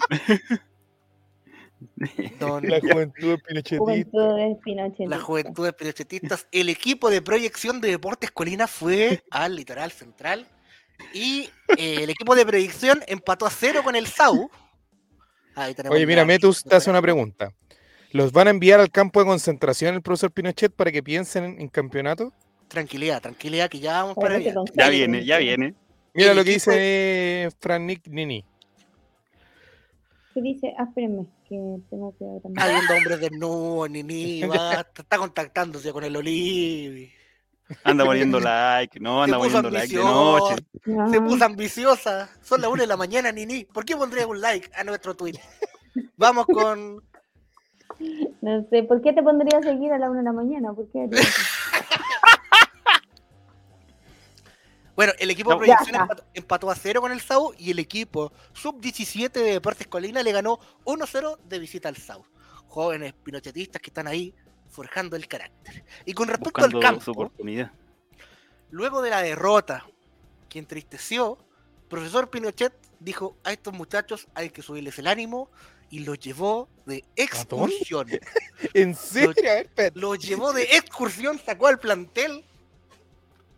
[SPEAKER 1] Don-
[SPEAKER 3] La juventud pinochetista.
[SPEAKER 4] Juventud de Pinochet.
[SPEAKER 1] la juventud de pinochetistas, el equipo de proyección de Deportes Colina fue al Litoral Central y eh, el equipo de proyección empató a cero con el SAU. Ahí tenemos
[SPEAKER 3] Oye, mira,
[SPEAKER 1] la-
[SPEAKER 3] Metus te hace una pregunta. ¿Los van a enviar al campo de concentración el profesor Pinochet para que piensen en, en campeonato?
[SPEAKER 1] Tranquilidad, tranquilidad, que ya vamos para allá.
[SPEAKER 2] Ya viene, ya viene.
[SPEAKER 3] Mira
[SPEAKER 1] El
[SPEAKER 3] lo que
[SPEAKER 1] equipo-
[SPEAKER 3] dice Fran Nick Nini.
[SPEAKER 4] ¿Qué dice? Ah, espérenme, que tengo que
[SPEAKER 3] Ah,
[SPEAKER 4] agrandar.
[SPEAKER 1] Hay un hombre desnudo, Nini, basta, está contactándose con el Olivi.
[SPEAKER 2] Anda poniendo like, no, anda
[SPEAKER 1] Se puso
[SPEAKER 2] poniendo like de
[SPEAKER 1] ambicioso,
[SPEAKER 2] noche.
[SPEAKER 4] No,
[SPEAKER 1] Se puso ambiciosa. Son las 1 de la mañana, Nini. ¿Por qué pondría un like a nuestro tweet? Vamos con.
[SPEAKER 4] no sé, ¿por qué te pondría a seguir a la una de la mañana? ¿Por qué? haría eso?
[SPEAKER 1] Bueno, el equipo de
[SPEAKER 2] Ya,
[SPEAKER 1] proyección
[SPEAKER 4] ya.
[SPEAKER 1] empató, empató a cero con el SAU y el equipo sub-17 de Deportes Colina le ganó 1-0 de visita al SAU. Jóvenes pinochetistas que están ahí forjando el carácter. Y con respecto
[SPEAKER 2] Buscando
[SPEAKER 1] al campo.
[SPEAKER 2] su oportunidad.
[SPEAKER 1] Luego de la derrota que entristeció, profesor Pinochet dijo a estos muchachos hay que subirles el ánimo y los llevó de
[SPEAKER 3] dónde?
[SPEAKER 1] excursión.
[SPEAKER 3] ¿En serio? A ver, espérate.
[SPEAKER 1] Los llevó de excursión, sacó al plantel.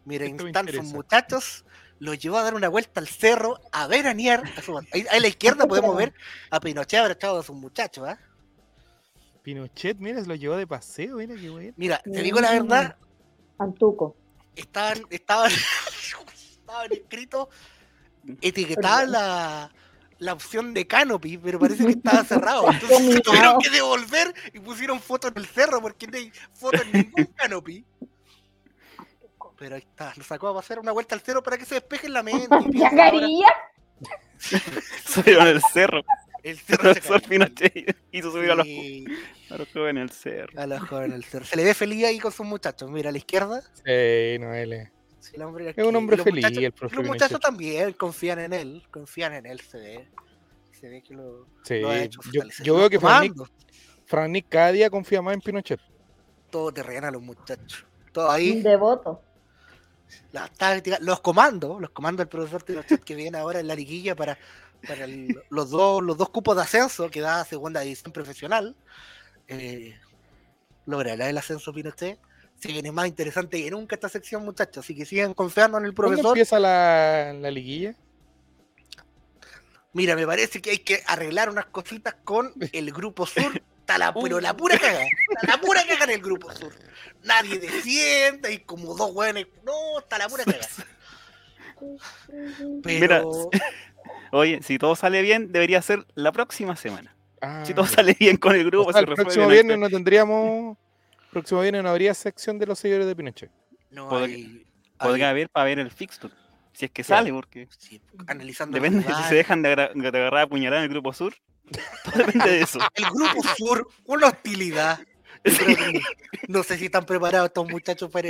[SPEAKER 1] Miren,
[SPEAKER 3] Esto me
[SPEAKER 1] están sus
[SPEAKER 3] interesa.
[SPEAKER 1] muchachos. Los llevó a dar una vuelta al cerro, a veranear. A su- ahí, ahí a la izquierda podemos ver a Pinochet abrazado a sus muchachos. ¿ah?
[SPEAKER 3] Pinochet, mira, se lo llevó de paseo, mira qué bueno.
[SPEAKER 1] Mira, te digo la verdad,
[SPEAKER 4] Antuco.
[SPEAKER 1] estaban, estaban, estaban inscritos, etiquetada la, la opción de Canopy, pero parece que estaba cerrado. Entonces se tuvieron que devolver y pusieron fotos en el cerro porque no hay fotos en ningún Canopy. Pero ahí está, lo sacó a pasar una vuelta al cerro para que se despeje la mente. y
[SPEAKER 4] ¡Ya
[SPEAKER 1] piensen ahora,
[SPEAKER 4] carilla!
[SPEAKER 2] Subieron el cerro.
[SPEAKER 1] el
[SPEAKER 2] El
[SPEAKER 1] cerro se
[SPEAKER 2] profesor
[SPEAKER 1] cayó.
[SPEAKER 2] Pinochet hizo subir a los,
[SPEAKER 1] Sí,
[SPEAKER 2] a los jóvenes al cerro.
[SPEAKER 1] a los jóvenes al cerro. Se le ve feliz ahí con sus muchachos. Mira, a la izquierda.
[SPEAKER 3] Sí, no, él es-
[SPEAKER 1] El hombre
[SPEAKER 3] Es un
[SPEAKER 1] que-
[SPEAKER 3] hombre
[SPEAKER 1] y los
[SPEAKER 3] feliz,
[SPEAKER 1] muchachos-
[SPEAKER 3] el
[SPEAKER 1] y
[SPEAKER 3] profe
[SPEAKER 1] Los
[SPEAKER 3] Pinochet.
[SPEAKER 1] muchachos también confían en él, confían en él, se ve. Se ve que lo,
[SPEAKER 3] sí.
[SPEAKER 1] lo ha hecho.
[SPEAKER 3] Eh, Yo,
[SPEAKER 1] fortalecer.
[SPEAKER 3] yo
[SPEAKER 1] Los
[SPEAKER 3] veo que Fran Nick,
[SPEAKER 1] comandos,
[SPEAKER 3] Fran Nick cada día confía más en Pinochet.
[SPEAKER 1] Todo terreno a los muchachos. Todo ahí,
[SPEAKER 4] Un devoto.
[SPEAKER 1] las tácticas, los comandos, los comandos del profesor Pinochet que viene ahora en la liguilla para, para el- los, dos, los dos cupos de ascenso que da segunda división profesional. Eh, logrará el ascenso Pinochet. Se viene más interesante que nunca esta sección, muchachos. Así que sigan confiando en el
[SPEAKER 3] ¿Cuándo
[SPEAKER 1] profesor.
[SPEAKER 3] empieza la, la liguilla?
[SPEAKER 1] Mira, me parece que hay que arreglar unas cositas con el grupo sur. Está la, pero la pura caga. Está la pura caga en el grupo sur. Nadie desciende y como dos hueones. No, está la pura caga.
[SPEAKER 2] Mira,
[SPEAKER 1] Pero
[SPEAKER 2] Oye, si todo sale bien, debería ser la próxima semana.
[SPEAKER 3] Ah,
[SPEAKER 2] Si todo
[SPEAKER 3] ya.
[SPEAKER 2] sale bien con el grupo,
[SPEAKER 1] pues,
[SPEAKER 3] O sea,
[SPEAKER 2] se
[SPEAKER 3] el
[SPEAKER 2] resuelven
[SPEAKER 3] próximo
[SPEAKER 2] al
[SPEAKER 3] viernes
[SPEAKER 2] cerro.
[SPEAKER 3] no tendríamos. próximo viernes no habría sección de los seguidores de Pinochet.
[SPEAKER 1] no
[SPEAKER 2] podría-
[SPEAKER 1] hay.
[SPEAKER 2] Podría
[SPEAKER 1] hay-
[SPEAKER 2] haber para ver el fixture. Si es que
[SPEAKER 3] Claro.
[SPEAKER 2] sale, porque
[SPEAKER 1] sí, analizando.
[SPEAKER 2] depende si
[SPEAKER 1] lugares.
[SPEAKER 2] se dejan de, agra- de agarrar a puñalada en el grupo sur. Todo depende de eso.
[SPEAKER 1] El grupo sur, una hostilidad. Yo creo que- no sé si están preparados estos muchachos para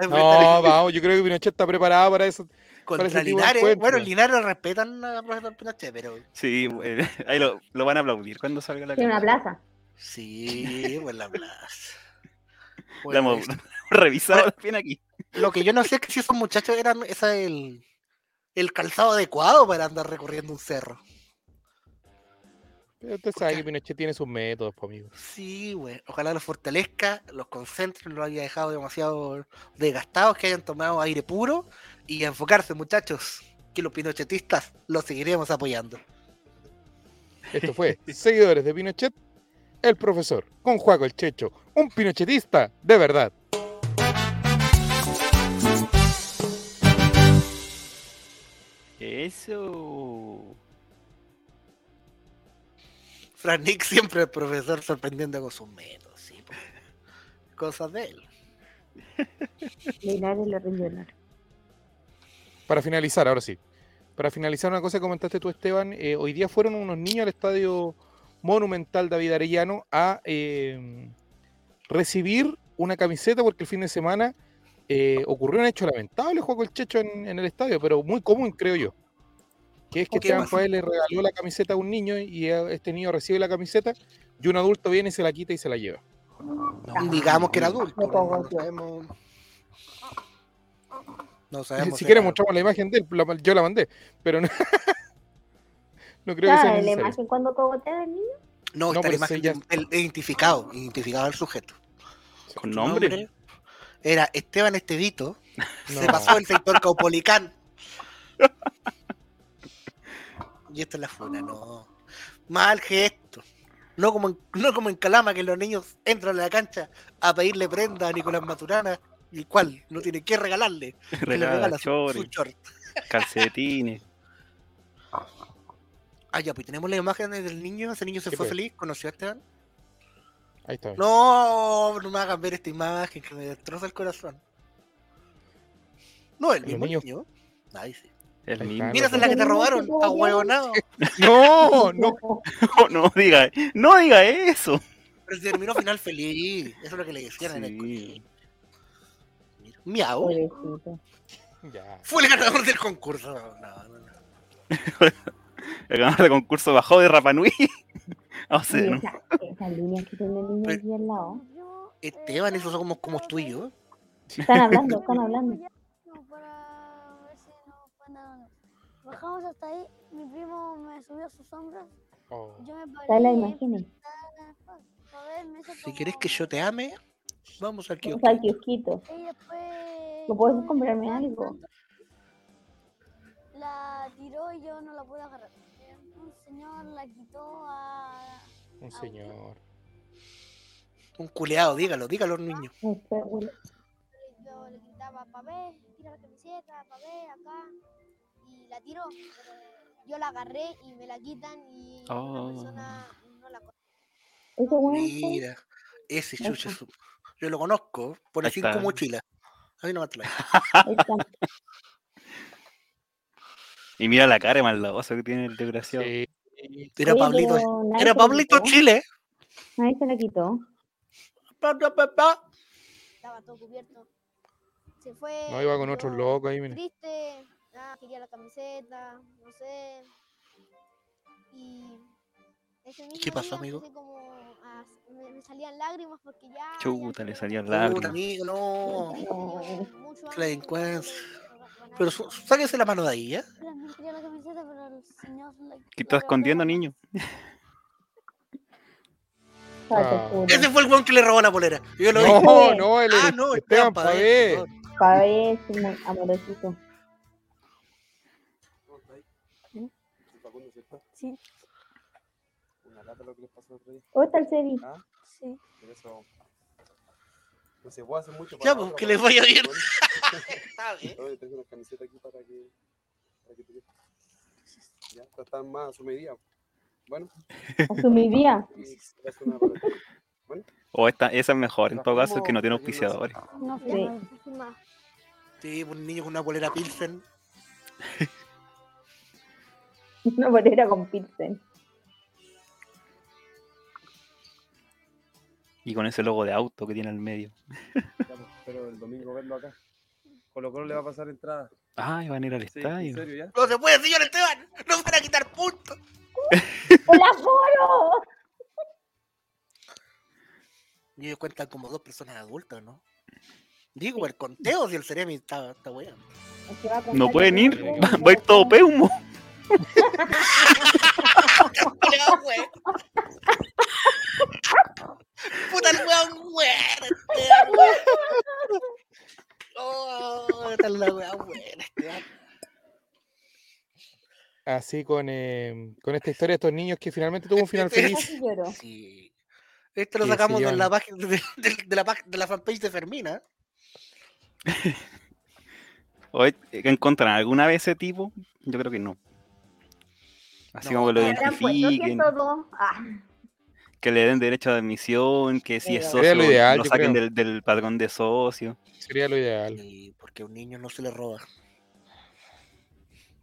[SPEAKER 3] No, vamos, yo creo que Pinochet está preparado para eso.
[SPEAKER 1] contra
[SPEAKER 3] parece tipo de
[SPEAKER 1] Linares.
[SPEAKER 3] encuentro.
[SPEAKER 1] Bueno, Linares respetan a profesor Pinochet, pero
[SPEAKER 2] Sí, bueno, ahí lo, lo van a aplaudir cuando salga la
[SPEAKER 4] Tiene una
[SPEAKER 2] cancha.
[SPEAKER 4] plaza.
[SPEAKER 1] Sí, pues la plaza.
[SPEAKER 2] Lo
[SPEAKER 1] Bueno,
[SPEAKER 2] hemos- lo hemos revisado
[SPEAKER 1] pues,
[SPEAKER 2] bien aquí.
[SPEAKER 1] Lo que yo no sé es que si esos muchachos eran esa el, el calzado adecuado para andar recorriendo un cerro.
[SPEAKER 3] Pero Usted sabe que Pinochet tiene sus métodos, pues, amigo.
[SPEAKER 1] Sí, güey. Ojalá los fortalezca, los concentre, no los haya dejado demasiado desgastados, que hayan tomado aire puro y a enfocarse, muchachos. Que los pinochetistas los seguiremos apoyando.
[SPEAKER 3] Esto fue Seguidores de Pinochet, el profesor, con Juaco el Checho, un pinochetista de verdad.
[SPEAKER 2] Eso.
[SPEAKER 1] Fran Nick siempre el profesor sorprendiendo con sus métodos, sí. po. Cosas de él.
[SPEAKER 4] Linares lo rellenar.
[SPEAKER 3] Para finalizar, ahora sí. Para finalizar, una cosa que comentaste tú, Esteban. eh, hoy día fueron unos niños al estadio Monumental David Arellano a eh, recibir una camiseta porque el fin de semana eh, ocurrió un hecho lamentable, Juego el Checho, en, en el estadio, pero muy común, creo yo. Que es que
[SPEAKER 1] Ok,
[SPEAKER 3] Esteban
[SPEAKER 1] pasa.
[SPEAKER 3] Paez le regaló la camiseta a un niño y eh, este niño recibe la camiseta y un adulto viene y se la quita y se la lleva.
[SPEAKER 1] Digamos que era adulto.
[SPEAKER 4] Me
[SPEAKER 1] No,
[SPEAKER 4] pongo
[SPEAKER 1] no sabemos. No sabemos.
[SPEAKER 3] si quieres
[SPEAKER 1] era-
[SPEAKER 3] mostramos la imagen de él, la- yo la mandé, pero no, no creo que sea
[SPEAKER 4] Claro, la
[SPEAKER 3] necesario.
[SPEAKER 4] imagen cuando cogotea al niño.
[SPEAKER 1] No, está
[SPEAKER 3] No, pero
[SPEAKER 1] la
[SPEAKER 3] ese
[SPEAKER 1] imagen
[SPEAKER 3] ya-
[SPEAKER 1] del- del identificado, identificado al sujeto.
[SPEAKER 2] Con
[SPEAKER 1] Su
[SPEAKER 2] nombre.
[SPEAKER 1] Era Esteban Estevito.
[SPEAKER 3] No.
[SPEAKER 1] Se pasó el sector Caupolicán. Y esta es la funa, no. Mal gesto. No como, en, no como en Calama, que los niños entran a la cancha a pedirle prenda a Nicolás Maturana, y cual no tiene que regalarle. Que le
[SPEAKER 2] Regala
[SPEAKER 1] regala su, su
[SPEAKER 2] chores,
[SPEAKER 1] short.
[SPEAKER 2] calcetines.
[SPEAKER 1] Ah, ya, pues tenemos la imagen del niño. Ese niño se
[SPEAKER 3] Sí,
[SPEAKER 1] fue
[SPEAKER 3] pues.
[SPEAKER 1] feliz, conoció a Esteban.
[SPEAKER 3] Ahí está.
[SPEAKER 1] No, no me hagan ver esta imagen que me destroza el corazón. No, el
[SPEAKER 3] Los
[SPEAKER 1] mismo
[SPEAKER 3] niños-
[SPEAKER 1] niño. Ahí sí.
[SPEAKER 2] El
[SPEAKER 3] Ahí
[SPEAKER 2] mismo.
[SPEAKER 3] está,
[SPEAKER 1] Mira, esa es la que te robaron, ahueonado.
[SPEAKER 3] No, no.
[SPEAKER 2] No, no diga, no diga eso.
[SPEAKER 1] Pero se terminó final feliz. Eso es lo que le decían en el
[SPEAKER 2] Sí.
[SPEAKER 1] colegio. Mira, Miau.
[SPEAKER 4] Pobrecito.
[SPEAKER 3] Ya.
[SPEAKER 1] Fue el ganador del concurso. No, no, no.
[SPEAKER 2] El ganador de concurso bajó de Rapanui. O sea,
[SPEAKER 4] Y
[SPEAKER 2] no.
[SPEAKER 4] esa- Esas líneas que tiene el niño
[SPEAKER 2] Pues
[SPEAKER 1] Pero-
[SPEAKER 4] aquí al lado.
[SPEAKER 1] Esteban, esos son como, como tú y yo.
[SPEAKER 4] Están hablando, están hablando.
[SPEAKER 5] Para ver si nos pueden dar una. Bajamos hasta ahí, mi primo me subió a sus hombros,
[SPEAKER 3] Oh.
[SPEAKER 5] yo me paré.
[SPEAKER 4] Están las
[SPEAKER 5] y-
[SPEAKER 4] imágenes.
[SPEAKER 5] A ver, me hizo
[SPEAKER 1] Si
[SPEAKER 5] como-
[SPEAKER 1] quieres que yo te ame, vamos aquí.
[SPEAKER 4] O sea, el kiosquito.
[SPEAKER 5] Y después.
[SPEAKER 4] ¿No puedes
[SPEAKER 5] yo me
[SPEAKER 4] comprarme
[SPEAKER 5] estaba
[SPEAKER 4] algo?
[SPEAKER 5] tirando. La tiró y yo no la pude agarrar. Un señor la quitó a.
[SPEAKER 3] Un señor.
[SPEAKER 1] Un culeado, dígalo, dígalo, niño.
[SPEAKER 4] Después, Este, bueno,
[SPEAKER 5] Yo le gritaba, Pabé, tira la camiseta, Pabé, acá. Y la tiró. pero Yo la agarré y me la quitan y
[SPEAKER 2] Oh.
[SPEAKER 5] una persona no la conoce.
[SPEAKER 4] ese weón fue-
[SPEAKER 1] Mira, ese chucho. es un- Yo lo conozco. Pone
[SPEAKER 2] Ahí está.
[SPEAKER 1] cinco mochilas. A mí no me atrae.
[SPEAKER 4] ahí está.
[SPEAKER 2] Y mira la cara de maldadoso que tiene el desgraciado.
[SPEAKER 3] Sí.
[SPEAKER 1] Era
[SPEAKER 4] Oye,
[SPEAKER 1] Pablito.
[SPEAKER 4] pero nadie
[SPEAKER 1] Era
[SPEAKER 4] se la
[SPEAKER 1] Pablito
[SPEAKER 4] quitó,
[SPEAKER 1] Chile.
[SPEAKER 4] Nadie se la quitó.
[SPEAKER 1] Pa, pa, pa, pa.
[SPEAKER 5] Estaba todo cubierto. Se fue.
[SPEAKER 3] No, iba con otros
[SPEAKER 5] yo
[SPEAKER 3] locos ahí, mira.
[SPEAKER 5] Triste. Ah, quería la camiseta, no sé. Y. ese mismo
[SPEAKER 1] ¿Qué pasó,
[SPEAKER 5] día
[SPEAKER 1] amigo?
[SPEAKER 5] empecé como a- me, me salían lágrimas porque ya. ya
[SPEAKER 2] Chuta, le
[SPEAKER 5] lloré
[SPEAKER 2] salían
[SPEAKER 5] mucho.
[SPEAKER 2] Lágrimas.
[SPEAKER 1] Puta, amigo, no.
[SPEAKER 5] La
[SPEAKER 1] La delincuencia. Pero su- sáquese la mano de ahí, ¿eh? ¿ya?
[SPEAKER 2] ¿Qué estás escondiendo, niño?
[SPEAKER 4] Pato,
[SPEAKER 3] Ah.
[SPEAKER 4] puro.
[SPEAKER 1] Ese fue el weón que le robó la polera. Yo lo dije.
[SPEAKER 3] No, no, él
[SPEAKER 1] Ah,
[SPEAKER 3] es
[SPEAKER 1] no, eh.
[SPEAKER 3] Esteban
[SPEAKER 1] Esteban
[SPEAKER 3] Pavé.
[SPEAKER 1] Pavé.
[SPEAKER 4] Pa' ver si mo- amorosito.
[SPEAKER 5] Sí,
[SPEAKER 6] Una lata lo que les pasó el otro día.
[SPEAKER 4] ¿Cómo está el Sebi?
[SPEAKER 6] Ah,
[SPEAKER 5] sí.
[SPEAKER 6] pero eso. No se puede hacer mucho.
[SPEAKER 1] Ya,
[SPEAKER 6] para
[SPEAKER 1] pues,
[SPEAKER 6] ahora,
[SPEAKER 1] que
[SPEAKER 6] para-
[SPEAKER 1] les vaya bien.
[SPEAKER 6] Oye, Oye, tengo una camiseta aquí para que. Para que te... Ya, está- están más a su medida. Bueno,
[SPEAKER 4] Asumiría.
[SPEAKER 6] y es una para ti.
[SPEAKER 2] O esta, esa es mejor, en todo caso, que no tiene auspiciadores.
[SPEAKER 5] No
[SPEAKER 4] Sí.
[SPEAKER 5] firma, no firma.
[SPEAKER 1] Sí, un niño con una polera Pilsen.
[SPEAKER 4] Una bolera con Pilsen.
[SPEAKER 2] Y con ese logo de auto que tiene al medio.
[SPEAKER 6] Ya, pues, Pero el domingo verlo acá. Colo Colo le va a pasar entrada.
[SPEAKER 2] Ay, Ah, van a ir al
[SPEAKER 6] Sí, en
[SPEAKER 2] estadio.
[SPEAKER 6] serio, ya.
[SPEAKER 1] No se puede, señor Esteban. No van a quitar puntos.
[SPEAKER 4] ¡El aforo!
[SPEAKER 1] Y ellos cuentan como dos personas adultas, ¿no? Digo, el conteo si el Ceremi está, está weón.
[SPEAKER 4] Es que va a contar
[SPEAKER 2] No
[SPEAKER 4] que
[SPEAKER 2] pueden
[SPEAKER 4] no
[SPEAKER 2] ir,
[SPEAKER 4] pueden
[SPEAKER 2] va, va a ir todo peumo.
[SPEAKER 1] Culeado, weón. Puta el weón, weón. Esteban, weón. Oh, está la weón, weón, Esteban.
[SPEAKER 3] así con, eh, con esta historia de estos niños que finalmente tuvo un final
[SPEAKER 1] Este-
[SPEAKER 3] feliz.
[SPEAKER 4] Casi lloro.
[SPEAKER 1] Sí. Este lo
[SPEAKER 3] Sí,
[SPEAKER 1] sacamos
[SPEAKER 3] sí,
[SPEAKER 1] de,
[SPEAKER 3] yo
[SPEAKER 1] la
[SPEAKER 3] no.
[SPEAKER 1] página, de, de- de la, pag- de la fanpage de ¿ah? Fermina.
[SPEAKER 2] Oye, ¿Encontraron alguna vez ese tipo? Yo creo que no. Así
[SPEAKER 1] No.
[SPEAKER 2] como que lo
[SPEAKER 4] Habrán
[SPEAKER 1] pues,
[SPEAKER 4] puesto
[SPEAKER 2] identifiquen,
[SPEAKER 4] 102. Ah,
[SPEAKER 2] que le den derecho de admisión, que si es
[SPEAKER 4] Pero-
[SPEAKER 2] socio
[SPEAKER 3] Sería lo ideal,
[SPEAKER 2] lo
[SPEAKER 3] yo
[SPEAKER 2] saquen
[SPEAKER 3] creo.
[SPEAKER 2] del, del padrón de socio.
[SPEAKER 3] Sería lo ideal.
[SPEAKER 1] Y porque a un niño no se le roba.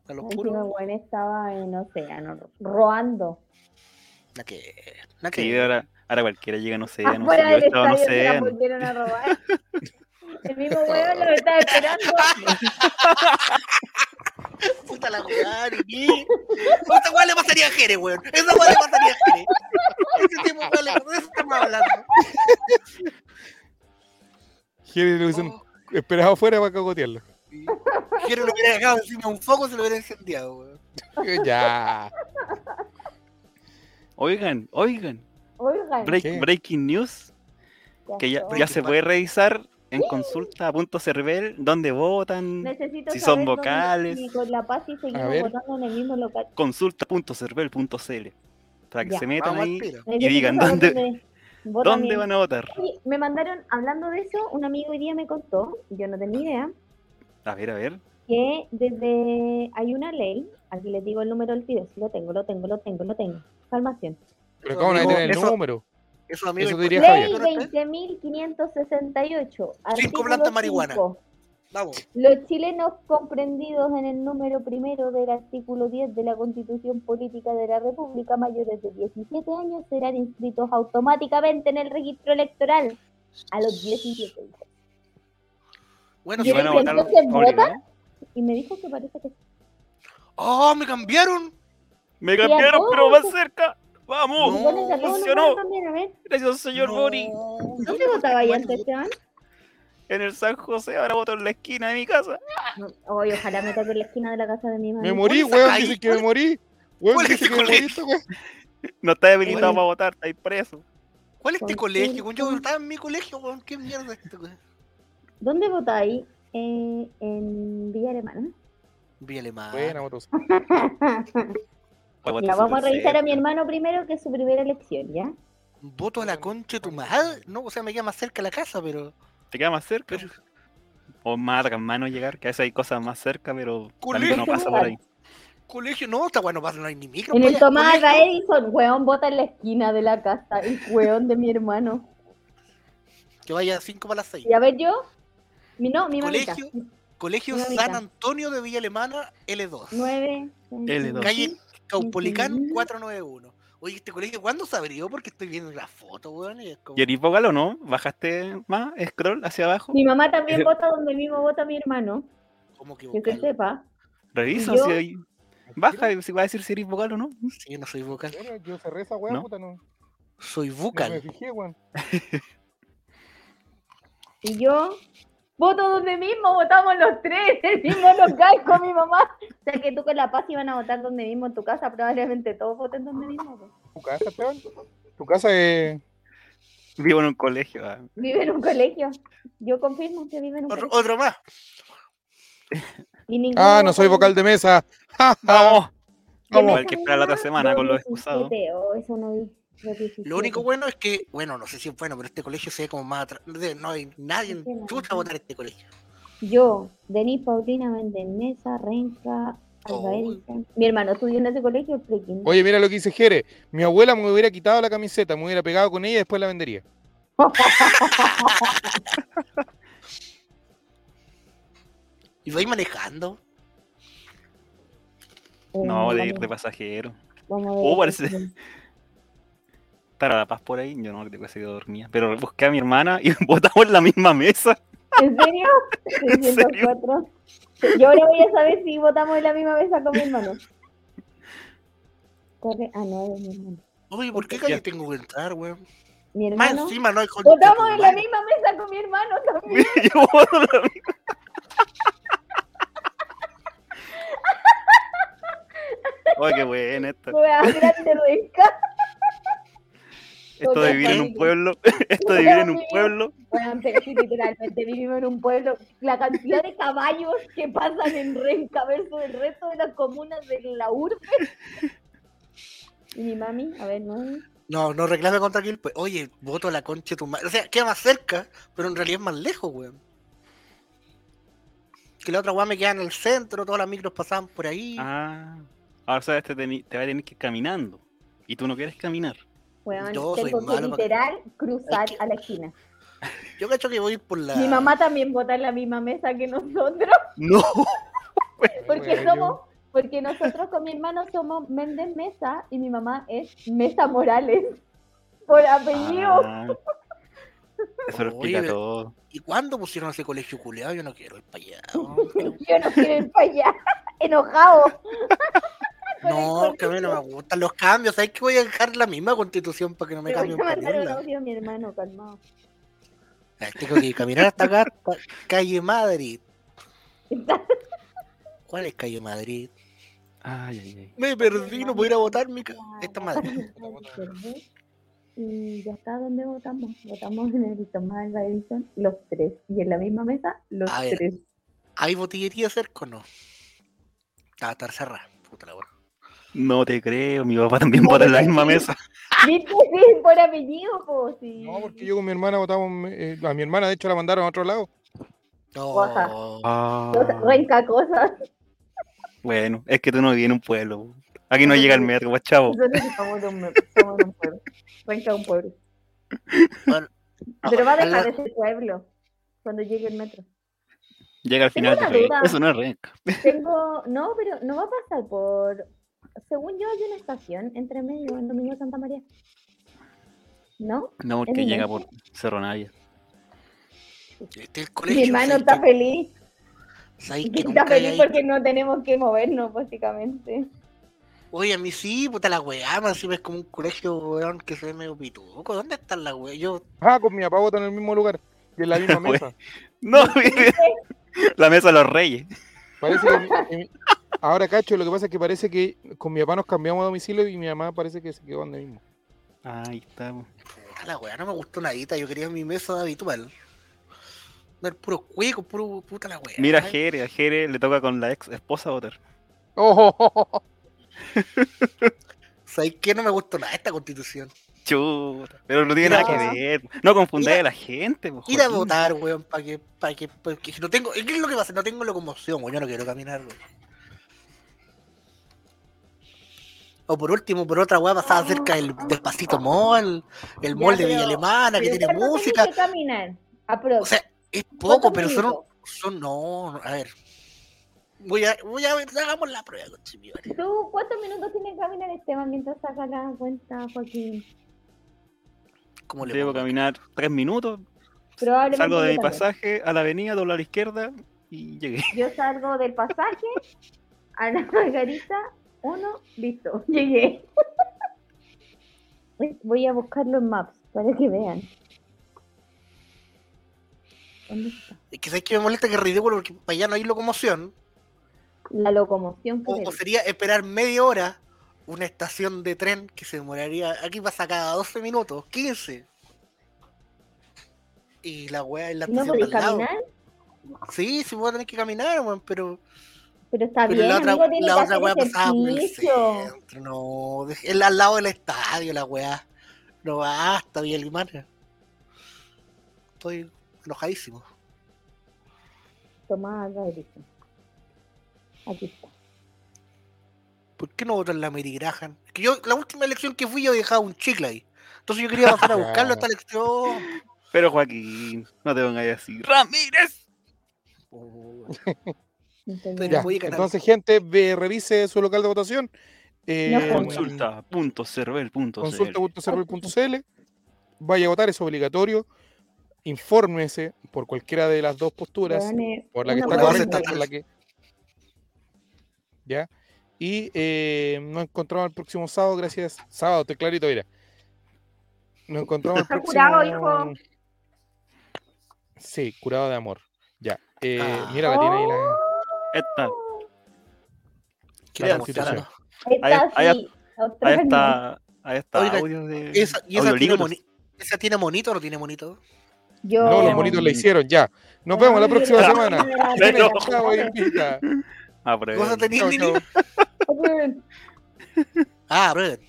[SPEAKER 1] A los
[SPEAKER 4] encima,
[SPEAKER 1] puros.
[SPEAKER 4] bueno, estaba en Océano, robando.
[SPEAKER 1] La que. La que.
[SPEAKER 2] Sí, ahora, ahora cualquiera llega, no sé, no sé,
[SPEAKER 4] Afuera
[SPEAKER 2] yo
[SPEAKER 4] del
[SPEAKER 2] estaba, no
[SPEAKER 4] estadio se
[SPEAKER 2] sé.
[SPEAKER 4] la
[SPEAKER 2] no-
[SPEAKER 4] volvieron a robar. El mismo huevo lo estaba esperando.
[SPEAKER 1] Puta la weá, Nini. Esa weá le pasaría a Jere, weón. Esa weá le pasaría a Jere. Ese tipo weá le pasaría. Eso estamos hablando.
[SPEAKER 3] Jerry lo hubiesen esperado afuera para cagotearlo.
[SPEAKER 1] Oh, Jere lo hubiera dejado encima de un foco se lo hubiera incendiado, weón.
[SPEAKER 3] Eh, ya.
[SPEAKER 2] Oigan, oigan,
[SPEAKER 4] Oigan,
[SPEAKER 2] break-
[SPEAKER 3] ¿Qué?
[SPEAKER 2] breaking news, que ya,
[SPEAKER 4] pasó?
[SPEAKER 2] ya se puede revisar en consulta.cervel dónde votan,
[SPEAKER 4] Necesito saber
[SPEAKER 2] si son
[SPEAKER 4] dónde-
[SPEAKER 2] vocales.
[SPEAKER 4] si con la paz y seguimos
[SPEAKER 3] ver.
[SPEAKER 4] votando en el mismo local.
[SPEAKER 2] consulta.cervel.cl, para que
[SPEAKER 4] Ya.
[SPEAKER 2] se metan
[SPEAKER 1] Vamos al
[SPEAKER 2] ahí
[SPEAKER 1] tiro.
[SPEAKER 4] Necesito
[SPEAKER 2] digan
[SPEAKER 4] saber
[SPEAKER 2] dónde-
[SPEAKER 4] votan
[SPEAKER 2] dónde
[SPEAKER 4] en-
[SPEAKER 2] van a votar.
[SPEAKER 4] Oye, Me mandaron, hablando de eso, un amigo hoy día me contó, yo no tenía idea,
[SPEAKER 2] A ver, a ver.
[SPEAKER 4] que desde hay una ley, aquí les digo el número del video, si lo tengo, lo tengo, lo tengo, lo tengo. Calmación.
[SPEAKER 3] Pero cómo no hay que
[SPEAKER 1] Amigo,
[SPEAKER 3] tener el
[SPEAKER 1] eso-
[SPEAKER 3] número.
[SPEAKER 1] Eso, amigo,
[SPEAKER 3] Eso
[SPEAKER 1] es
[SPEAKER 3] diría
[SPEAKER 1] por-
[SPEAKER 4] Ley
[SPEAKER 3] Javier.
[SPEAKER 4] 20.568. artículo
[SPEAKER 1] plantas marihuana.
[SPEAKER 4] cinco.
[SPEAKER 1] Vamos.
[SPEAKER 4] Los chilenos comprendidos en el número primero del artículo 10 de la Constitución Política de la República mayores de 17 años serán inscritos automáticamente en el registro electoral a los 17. dice.
[SPEAKER 1] Bueno,
[SPEAKER 4] ¿Y
[SPEAKER 1] sí,
[SPEAKER 2] ¿Y van a
[SPEAKER 4] el
[SPEAKER 2] votar
[SPEAKER 1] bueno.
[SPEAKER 4] entonces
[SPEAKER 2] obligado?
[SPEAKER 4] Y me dijo que parece que
[SPEAKER 1] ¡Oh, me cambiaron!
[SPEAKER 2] Me
[SPEAKER 4] a
[SPEAKER 2] cambiaron,
[SPEAKER 4] todos,
[SPEAKER 2] pero más
[SPEAKER 4] pues.
[SPEAKER 2] cerca.
[SPEAKER 1] No,
[SPEAKER 2] ¡Vamos!
[SPEAKER 4] Igual a todos nos
[SPEAKER 2] funcionó.
[SPEAKER 4] van a cambiar, a ver.
[SPEAKER 2] Gracias, señor
[SPEAKER 1] No,
[SPEAKER 2] Bori.
[SPEAKER 1] yo
[SPEAKER 4] ¿Dónde
[SPEAKER 1] no
[SPEAKER 4] votaba
[SPEAKER 1] sé
[SPEAKER 4] yo
[SPEAKER 1] cuál
[SPEAKER 4] antes, Esteban?
[SPEAKER 2] En el San José, ahora voto en la esquina de mi casa.
[SPEAKER 4] Ay, ojalá me toque en la esquina de la casa de mi madre.
[SPEAKER 3] Me morí,
[SPEAKER 1] ¿Cuál es
[SPEAKER 3] weón.
[SPEAKER 1] acá?
[SPEAKER 3] Dice
[SPEAKER 1] ¿Y
[SPEAKER 3] que me
[SPEAKER 1] cuál-
[SPEAKER 3] morí. Weón,
[SPEAKER 1] cuál es
[SPEAKER 3] dice
[SPEAKER 1] ese
[SPEAKER 3] que me morí.
[SPEAKER 1] colegio?
[SPEAKER 3] esta weá.
[SPEAKER 2] No está habilitado
[SPEAKER 4] Oye.
[SPEAKER 2] para votar, está ahí preso.
[SPEAKER 1] ¿Cuál es este
[SPEAKER 4] Con
[SPEAKER 1] colegio?
[SPEAKER 4] cinco.
[SPEAKER 1] weón? Yo estaba en mi colegio, weón. ¿Qué mierda es este esto, weón?
[SPEAKER 4] ¿Dónde votáis? Eh, en Villa Alemana.
[SPEAKER 1] Vía alemana.
[SPEAKER 3] Buena, motos.
[SPEAKER 2] Para votar
[SPEAKER 4] Ya, vamos a
[SPEAKER 2] súper
[SPEAKER 4] revisar a mi
[SPEAKER 2] cerca.
[SPEAKER 4] hermano primero, que es su primera elección, ¿ya?
[SPEAKER 1] Voto a la concha de tu madre. No, o sea, me queda más cerca la casa, pero.
[SPEAKER 2] ¿Te queda más cerca? O más a mano llegar, que a veces hay cosas más cerca, pero
[SPEAKER 1] Colegio.
[SPEAKER 2] también no pasa por ahí.
[SPEAKER 1] Colegio, no, está bueno, pasa, no hay ni micro.
[SPEAKER 4] En el
[SPEAKER 1] vaya,
[SPEAKER 4] Tomás
[SPEAKER 1] colegio.
[SPEAKER 4] Alba Edison, weón, vota en la esquina de la casa, el weón de mi hermano.
[SPEAKER 1] Que vaya 5 para las 6.
[SPEAKER 4] Y a ver yo, mi no, mi mamita.
[SPEAKER 1] Colegio, colegio
[SPEAKER 4] Mi mamita.
[SPEAKER 1] San Antonio de Villa Alemana, L2.
[SPEAKER 4] 9.
[SPEAKER 2] L2.
[SPEAKER 1] Calle Caupolicán
[SPEAKER 4] Ujú.
[SPEAKER 1] 491. Oye, este colegio, ¿cuándo se abrió? Porque estoy viendo la foto, weón. Y es como...
[SPEAKER 2] Y Eripo Galo, ¿no? Bajaste más, scroll hacia abajo.
[SPEAKER 4] Mi mamá también vota donde mismo vota mi hermano,
[SPEAKER 1] como que
[SPEAKER 4] que se
[SPEAKER 1] vocal.
[SPEAKER 4] sepa.
[SPEAKER 2] Revisa
[SPEAKER 4] yo-
[SPEAKER 2] si hay. Baja y si va a decir si Eripo Galo, ¿no?
[SPEAKER 1] Sí, yo no soy vocal.
[SPEAKER 3] Bueno, Yo cerré esa weá,
[SPEAKER 2] ¿No?
[SPEAKER 3] puta, no. no
[SPEAKER 1] Soy
[SPEAKER 3] me
[SPEAKER 1] vocal.
[SPEAKER 3] fijé, weón.
[SPEAKER 4] Y yo voto donde mismo, votamos los tres, el mismo local con mi mamá. O sea que tú con la paz iban a votar donde mismo en tu casa, probablemente todos voten donde mismo. pues.
[SPEAKER 3] ¿Tu casa, Esteban? ¿Tu casa es.?
[SPEAKER 2] Vivo en un colegio. ah.
[SPEAKER 4] Vive en un colegio. Yo confirmo que vive en un
[SPEAKER 1] Otro,
[SPEAKER 4] colegio.
[SPEAKER 1] otro más.
[SPEAKER 4] Y ninguno
[SPEAKER 3] Ah, no soy
[SPEAKER 4] votó
[SPEAKER 3] vocal de mesa. ¡Ja, ja!
[SPEAKER 2] ¡Vamos! Vamos,
[SPEAKER 4] mesa
[SPEAKER 2] hay que esperar la otra
[SPEAKER 4] misma,
[SPEAKER 2] semana con los
[SPEAKER 4] 17,
[SPEAKER 2] excusados.
[SPEAKER 4] oh, eso no vi, los 17.
[SPEAKER 1] Lo único bueno es que, bueno, no sé si es bueno, pero este colegio se ve como más atrás. No hay nadie en chucha a votar este colegio.
[SPEAKER 4] Yo, Denis Paulina Méndez Mesa, Renca, Alba
[SPEAKER 1] Oh.
[SPEAKER 4] Edison. Mi hermano estudió en ese colegio, freaking.
[SPEAKER 3] Oye, mira lo que dice Jere. Mi abuela me hubiera quitado la camiseta, me hubiera pegado con ella y después la vendería.
[SPEAKER 1] Y vais manejando.
[SPEAKER 4] Eh,
[SPEAKER 2] No, de ir
[SPEAKER 4] vamos-
[SPEAKER 2] de pasajero.
[SPEAKER 4] vamos a ver
[SPEAKER 2] Oh,
[SPEAKER 4] aquí.
[SPEAKER 2] parece. Estar a la paz por ahí. Yo no, que se quedó dormida. Pero busqué a mi hermana y votamos en la misma mesa.
[SPEAKER 4] ¿En serio?
[SPEAKER 2] ¿En serio?
[SPEAKER 4] 604. Yo ahora voy a saber si votamos en la misma mesa con mi hermano. Corre. Ah, no, es mi hermano.
[SPEAKER 1] Oye, ¿por qué
[SPEAKER 2] Ya.
[SPEAKER 1] calle tengo que entrar, weón?
[SPEAKER 4] Mi
[SPEAKER 1] Más
[SPEAKER 4] hermano.
[SPEAKER 1] encima no hay concha de tu
[SPEAKER 4] Votamos en la
[SPEAKER 1] madre.
[SPEAKER 4] misma mesa con mi hermano también.
[SPEAKER 2] Yo voto en la misma. Oye, qué buena esta.
[SPEAKER 4] Weá, grande rica.
[SPEAKER 2] Esto de vivir en un pueblo, esto de vivir en un pueblo,
[SPEAKER 4] Bueno, pero sí, literalmente vivimos en un pueblo. La cantidad de caballos que pasan en Renca versus el resto de las comunas de la urbe. Y mi mami, a ver, no.
[SPEAKER 1] No, no reclame contra Kill, pues. Oye, voto a la concha de tu madre. O sea, queda más cerca, pero en realidad es más lejos, weón. Que la otra weá me queda en el centro, todas las micros pasaban por ahí.
[SPEAKER 2] Ah, ahora sabes, te, teni- te va a tener que ir caminando. Y tú no quieres caminar.
[SPEAKER 4] Weón,
[SPEAKER 1] Yo soy
[SPEAKER 4] tengo que
[SPEAKER 1] malo pa-
[SPEAKER 4] literal cruzar
[SPEAKER 1] Es que-
[SPEAKER 4] a la esquina.
[SPEAKER 1] Yo cacho que voy por la.
[SPEAKER 4] Mi mamá también vota en la misma mesa que nosotros.
[SPEAKER 2] No.
[SPEAKER 4] Porque
[SPEAKER 3] Bueno.
[SPEAKER 4] somos, porque nosotros con mi hermano somos Méndez Mesa y mi mamá es Mesa Morales. Por apellido.
[SPEAKER 2] Ah. Eso lo
[SPEAKER 1] Oye,
[SPEAKER 2] explica
[SPEAKER 1] pero-
[SPEAKER 2] todo.
[SPEAKER 1] ¿Y cuándo pusieron ese colegio culeado? Yo no quiero ir para allá. weón.
[SPEAKER 4] Yo no quiero ir para allá. Enojado. Con el
[SPEAKER 1] No, que a mí no me
[SPEAKER 4] colegio.
[SPEAKER 1] gustan los cambios. ¿Sabes que voy a dejar la misma constitución para que no me
[SPEAKER 4] Le voy
[SPEAKER 1] cambien
[SPEAKER 4] a mandar un
[SPEAKER 1] para
[SPEAKER 4] audio a mi hermano, calmado.
[SPEAKER 1] Tengo que caminar hasta acá, hasta calle Madrid.
[SPEAKER 4] Está-
[SPEAKER 1] ¿Cuál es calle Madrid?
[SPEAKER 2] Ay, ay, ay.
[SPEAKER 1] Me perdí, no puedo ir a votar mi ca- Esta madre.
[SPEAKER 4] Y ya está donde votamos. Votamos en el Tomás Alba Edison los tres. Y en la misma mesa, los
[SPEAKER 1] A ver.
[SPEAKER 4] tres.
[SPEAKER 1] ¿Hay botillería cerca o no? Ah, Está estar cerrada. Puta la weá.
[SPEAKER 2] No te creo, mi papá también vota en la misma mesa.
[SPEAKER 4] ¿Viste? Sí, por apellido, pues sí.
[SPEAKER 3] No, porque yo con mi hermana votamos. eh, a mi hermana, de hecho, la mandaron a otro lado.
[SPEAKER 4] Oaxaca.
[SPEAKER 1] No.
[SPEAKER 4] Cosa- Renca cosas.
[SPEAKER 2] Ah, bueno, es que tú no vives en un pueblo. Aquí no llega el metro, guachavo.
[SPEAKER 4] Nosotros somos de un, somos de un pueblo. Renca es un pueblo.
[SPEAKER 1] Bueno,
[SPEAKER 4] Pero va a
[SPEAKER 1] ojalá-
[SPEAKER 4] dejar ese pueblo cuando llegue el metro.
[SPEAKER 2] Llega al
[SPEAKER 4] Tengo
[SPEAKER 2] final de
[SPEAKER 4] una
[SPEAKER 2] renca.
[SPEAKER 4] duda.
[SPEAKER 2] Eso no es renca.
[SPEAKER 4] Tengo, no, pero no va a pasar por. Según yo, hay una estación entre medio en Domingo de Santa María. ¿No?
[SPEAKER 2] No,
[SPEAKER 4] Es
[SPEAKER 2] porque
[SPEAKER 4] mi
[SPEAKER 2] llega
[SPEAKER 4] mesa.
[SPEAKER 2] por Cerro Navia.
[SPEAKER 1] Este es el
[SPEAKER 4] Mi
[SPEAKER 1] colegio.
[SPEAKER 4] hermano
[SPEAKER 1] ¿sabes
[SPEAKER 4] está
[SPEAKER 1] qué?
[SPEAKER 4] feliz.
[SPEAKER 1] ¿Sabes qué?
[SPEAKER 4] Está
[SPEAKER 1] Nunca
[SPEAKER 4] feliz
[SPEAKER 1] hay-
[SPEAKER 4] porque no tenemos que movernos, básicamente.
[SPEAKER 1] Oye, a mí sí, puta la weá, más si es como un colegio, weón, que se ve medio pituco. ¿Dónde están las weas? Yo,
[SPEAKER 3] Ah, con mi papá votan en el mismo lugar y en la misma mesa.
[SPEAKER 2] No, la mesa de los reyes.
[SPEAKER 3] Parece que mi- que mi- ahora cacho, lo que pasa es que parece que con mi papá nos cambiamos de domicilio y mi mamá parece que se quedó donde mismo.
[SPEAKER 2] Ahí estamos.
[SPEAKER 1] puta la weá, no me gustó nadita, yo quería mi mesa habitual. No, el puro cueco, puro puta la weá.
[SPEAKER 2] Mira a Jere, a Jere le toca con la ex esposa votar.
[SPEAKER 3] ¡Oh!
[SPEAKER 1] ¿Sabes qué? No me gustó nada esta constitución.
[SPEAKER 2] Chuta. Pero no tiene
[SPEAKER 1] Mira-
[SPEAKER 2] nada que ver. No confundáis
[SPEAKER 1] Mira-
[SPEAKER 2] a la gente. po,
[SPEAKER 1] Ir a
[SPEAKER 2] Joaquín.
[SPEAKER 1] votar, weón, para que, para que, pa' que no tengo, ¿qué es lo que pasa? No tengo locomoción, weón, yo no quiero caminar, weón. O por último, por otra weá pasaba cerca del, del pasito mall, el
[SPEAKER 4] Ya,
[SPEAKER 1] mall de
[SPEAKER 4] pero-
[SPEAKER 1] Villa Alemana, que
[SPEAKER 4] Pero
[SPEAKER 1] tiene
[SPEAKER 4] ¿cuánto
[SPEAKER 1] música.
[SPEAKER 4] tenés que caminar? Aprox.
[SPEAKER 1] O sea, es poco,
[SPEAKER 4] ¿Cuántos
[SPEAKER 1] pero son,
[SPEAKER 4] minutos?
[SPEAKER 1] son no, no, a ver. Voy a, voy a ver, hagamos la prueba, conchimiones.
[SPEAKER 4] ¿Tú cuántos minutos tienes que caminar, Esteban, mientras sacas la cuenta, Joaquín?
[SPEAKER 1] ¿Cómo le
[SPEAKER 2] Debo
[SPEAKER 1] pongo?
[SPEAKER 2] caminar tres minutos.
[SPEAKER 4] Probablemente
[SPEAKER 2] Salgo de
[SPEAKER 4] yo
[SPEAKER 2] mi
[SPEAKER 4] también.
[SPEAKER 2] pasaje a la avenida, doblo a la izquierda y llegué.
[SPEAKER 4] Yo salgo del pasaje a la margarita, uno, listo, llegué. Voy a buscar los maps para que vean. ¿Dónde está?
[SPEAKER 1] Es que sabes que me molesta que es ridículo porque para allá no hay locomoción.
[SPEAKER 4] La locomoción que
[SPEAKER 1] O, o
[SPEAKER 4] debe.
[SPEAKER 1] sería esperar media hora una estación de tren que se demoraría. Aquí pasa cada 12 minutos, 15. Y la weá es la
[SPEAKER 4] ¿Y ¿No
[SPEAKER 1] estación
[SPEAKER 4] podéis
[SPEAKER 1] del lado.
[SPEAKER 4] caminar?
[SPEAKER 1] Sí, sí, voy a tener que caminar, weón, pero.
[SPEAKER 4] Pero está
[SPEAKER 1] Pero
[SPEAKER 4] Ah, bien,
[SPEAKER 1] la otra,
[SPEAKER 4] amigo, tiene
[SPEAKER 1] la
[SPEAKER 4] que
[SPEAKER 1] otra
[SPEAKER 4] hacer
[SPEAKER 1] weá pasaba por el
[SPEAKER 4] ejercicio.
[SPEAKER 1] centro, no. de- El al lado del estadio, la weá. No basta, Villa Alemana. Estoy enojadísimo.
[SPEAKER 4] Tomás Gabrielson. Aquí está.
[SPEAKER 1] ¿Por qué no votan la Mary Graham? Que yo, la última elección que fui, yo dejaba un chicle ahí. Entonces yo quería pasar a buscarlo hasta la elección.
[SPEAKER 2] Pero Joaquín, no te pongas así. ¡Ramírez!
[SPEAKER 4] Entonces,
[SPEAKER 1] Ya.
[SPEAKER 3] Ya.
[SPEAKER 1] voy a ganar.
[SPEAKER 3] Entonces, gente, ve- revise su local de votación. eh,
[SPEAKER 4] Pero bueno.
[SPEAKER 2] Consulta punto cervel punto cl.
[SPEAKER 3] consulta.cervel.cl Vaya a votar, es obligatorio. Infórmese por cualquiera de las dos posturas.
[SPEAKER 4] weones,
[SPEAKER 3] por la que
[SPEAKER 4] una
[SPEAKER 3] está
[SPEAKER 1] Una
[SPEAKER 4] weona.
[SPEAKER 1] cosa
[SPEAKER 3] correcta,
[SPEAKER 1] estatal.
[SPEAKER 3] por la que. ¿Ya? Y eh, nos encontramos el próximo sábado, gracias. Sábado, estoy clarito, mira. Nos encontramos el
[SPEAKER 4] Está
[SPEAKER 3] próximo.
[SPEAKER 4] curado, hijo.
[SPEAKER 3] Sí, curado de amor. Ya. Eh,
[SPEAKER 1] Ah.
[SPEAKER 3] Mira, la tiene ahí
[SPEAKER 4] Oh,
[SPEAKER 3] la.
[SPEAKER 2] Esta,
[SPEAKER 1] Quería
[SPEAKER 3] constitución.
[SPEAKER 1] mostrar.
[SPEAKER 4] Está
[SPEAKER 2] Ahí- ahí-
[SPEAKER 4] así, otra
[SPEAKER 2] ahí
[SPEAKER 4] vez
[SPEAKER 2] está, Ahí está,
[SPEAKER 1] Oiga,
[SPEAKER 2] audio de.
[SPEAKER 1] Esa, y esa, tiene
[SPEAKER 2] audiolibros.
[SPEAKER 1] moni- ¿Esa tiene monito o no tiene monito?
[SPEAKER 4] Yo,
[SPEAKER 3] No, los bonitos la hicieron ya. Nos vemos la próxima
[SPEAKER 4] Ay,
[SPEAKER 3] semana.
[SPEAKER 4] ay,
[SPEAKER 3] Chile,
[SPEAKER 4] ay,
[SPEAKER 3] chao,
[SPEAKER 4] ay.
[SPEAKER 3] invita.
[SPEAKER 2] Ah, pero-
[SPEAKER 1] ¿Vos no tenés
[SPEAKER 3] Chao,
[SPEAKER 1] Lili?
[SPEAKER 3] chao.
[SPEAKER 4] Aprueben.
[SPEAKER 1] Ah, brother.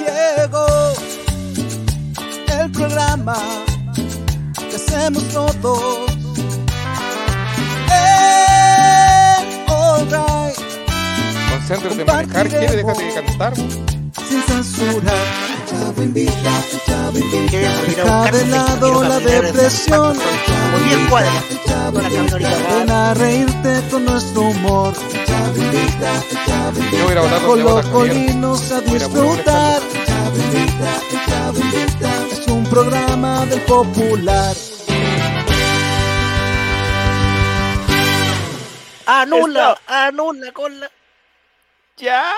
[SPEAKER 5] Ya llegó el programa que hacemos todos. El Eh, All Right,
[SPEAKER 3] Concéntrate en manejar, quiere, déjate de cantar.
[SPEAKER 5] sin censura. El chavo invita, el chavo invita. Deja
[SPEAKER 1] Deja
[SPEAKER 5] de lado la depresión.
[SPEAKER 1] Por 10 cuadras.
[SPEAKER 5] El chavo
[SPEAKER 1] Ahora camino
[SPEAKER 5] invita, ven
[SPEAKER 1] horizontal.
[SPEAKER 5] a reírte con nuestro humor. El chavo invita, el chavo invita.
[SPEAKER 3] Yo voy a ir a volar
[SPEAKER 5] Con
[SPEAKER 3] donde
[SPEAKER 5] los
[SPEAKER 3] vota Javier.
[SPEAKER 5] colinos a
[SPEAKER 3] Voy a ir a volar
[SPEAKER 5] disfrutar. Es un programa del popular.
[SPEAKER 1] Anula, anula con la.
[SPEAKER 2] Ya.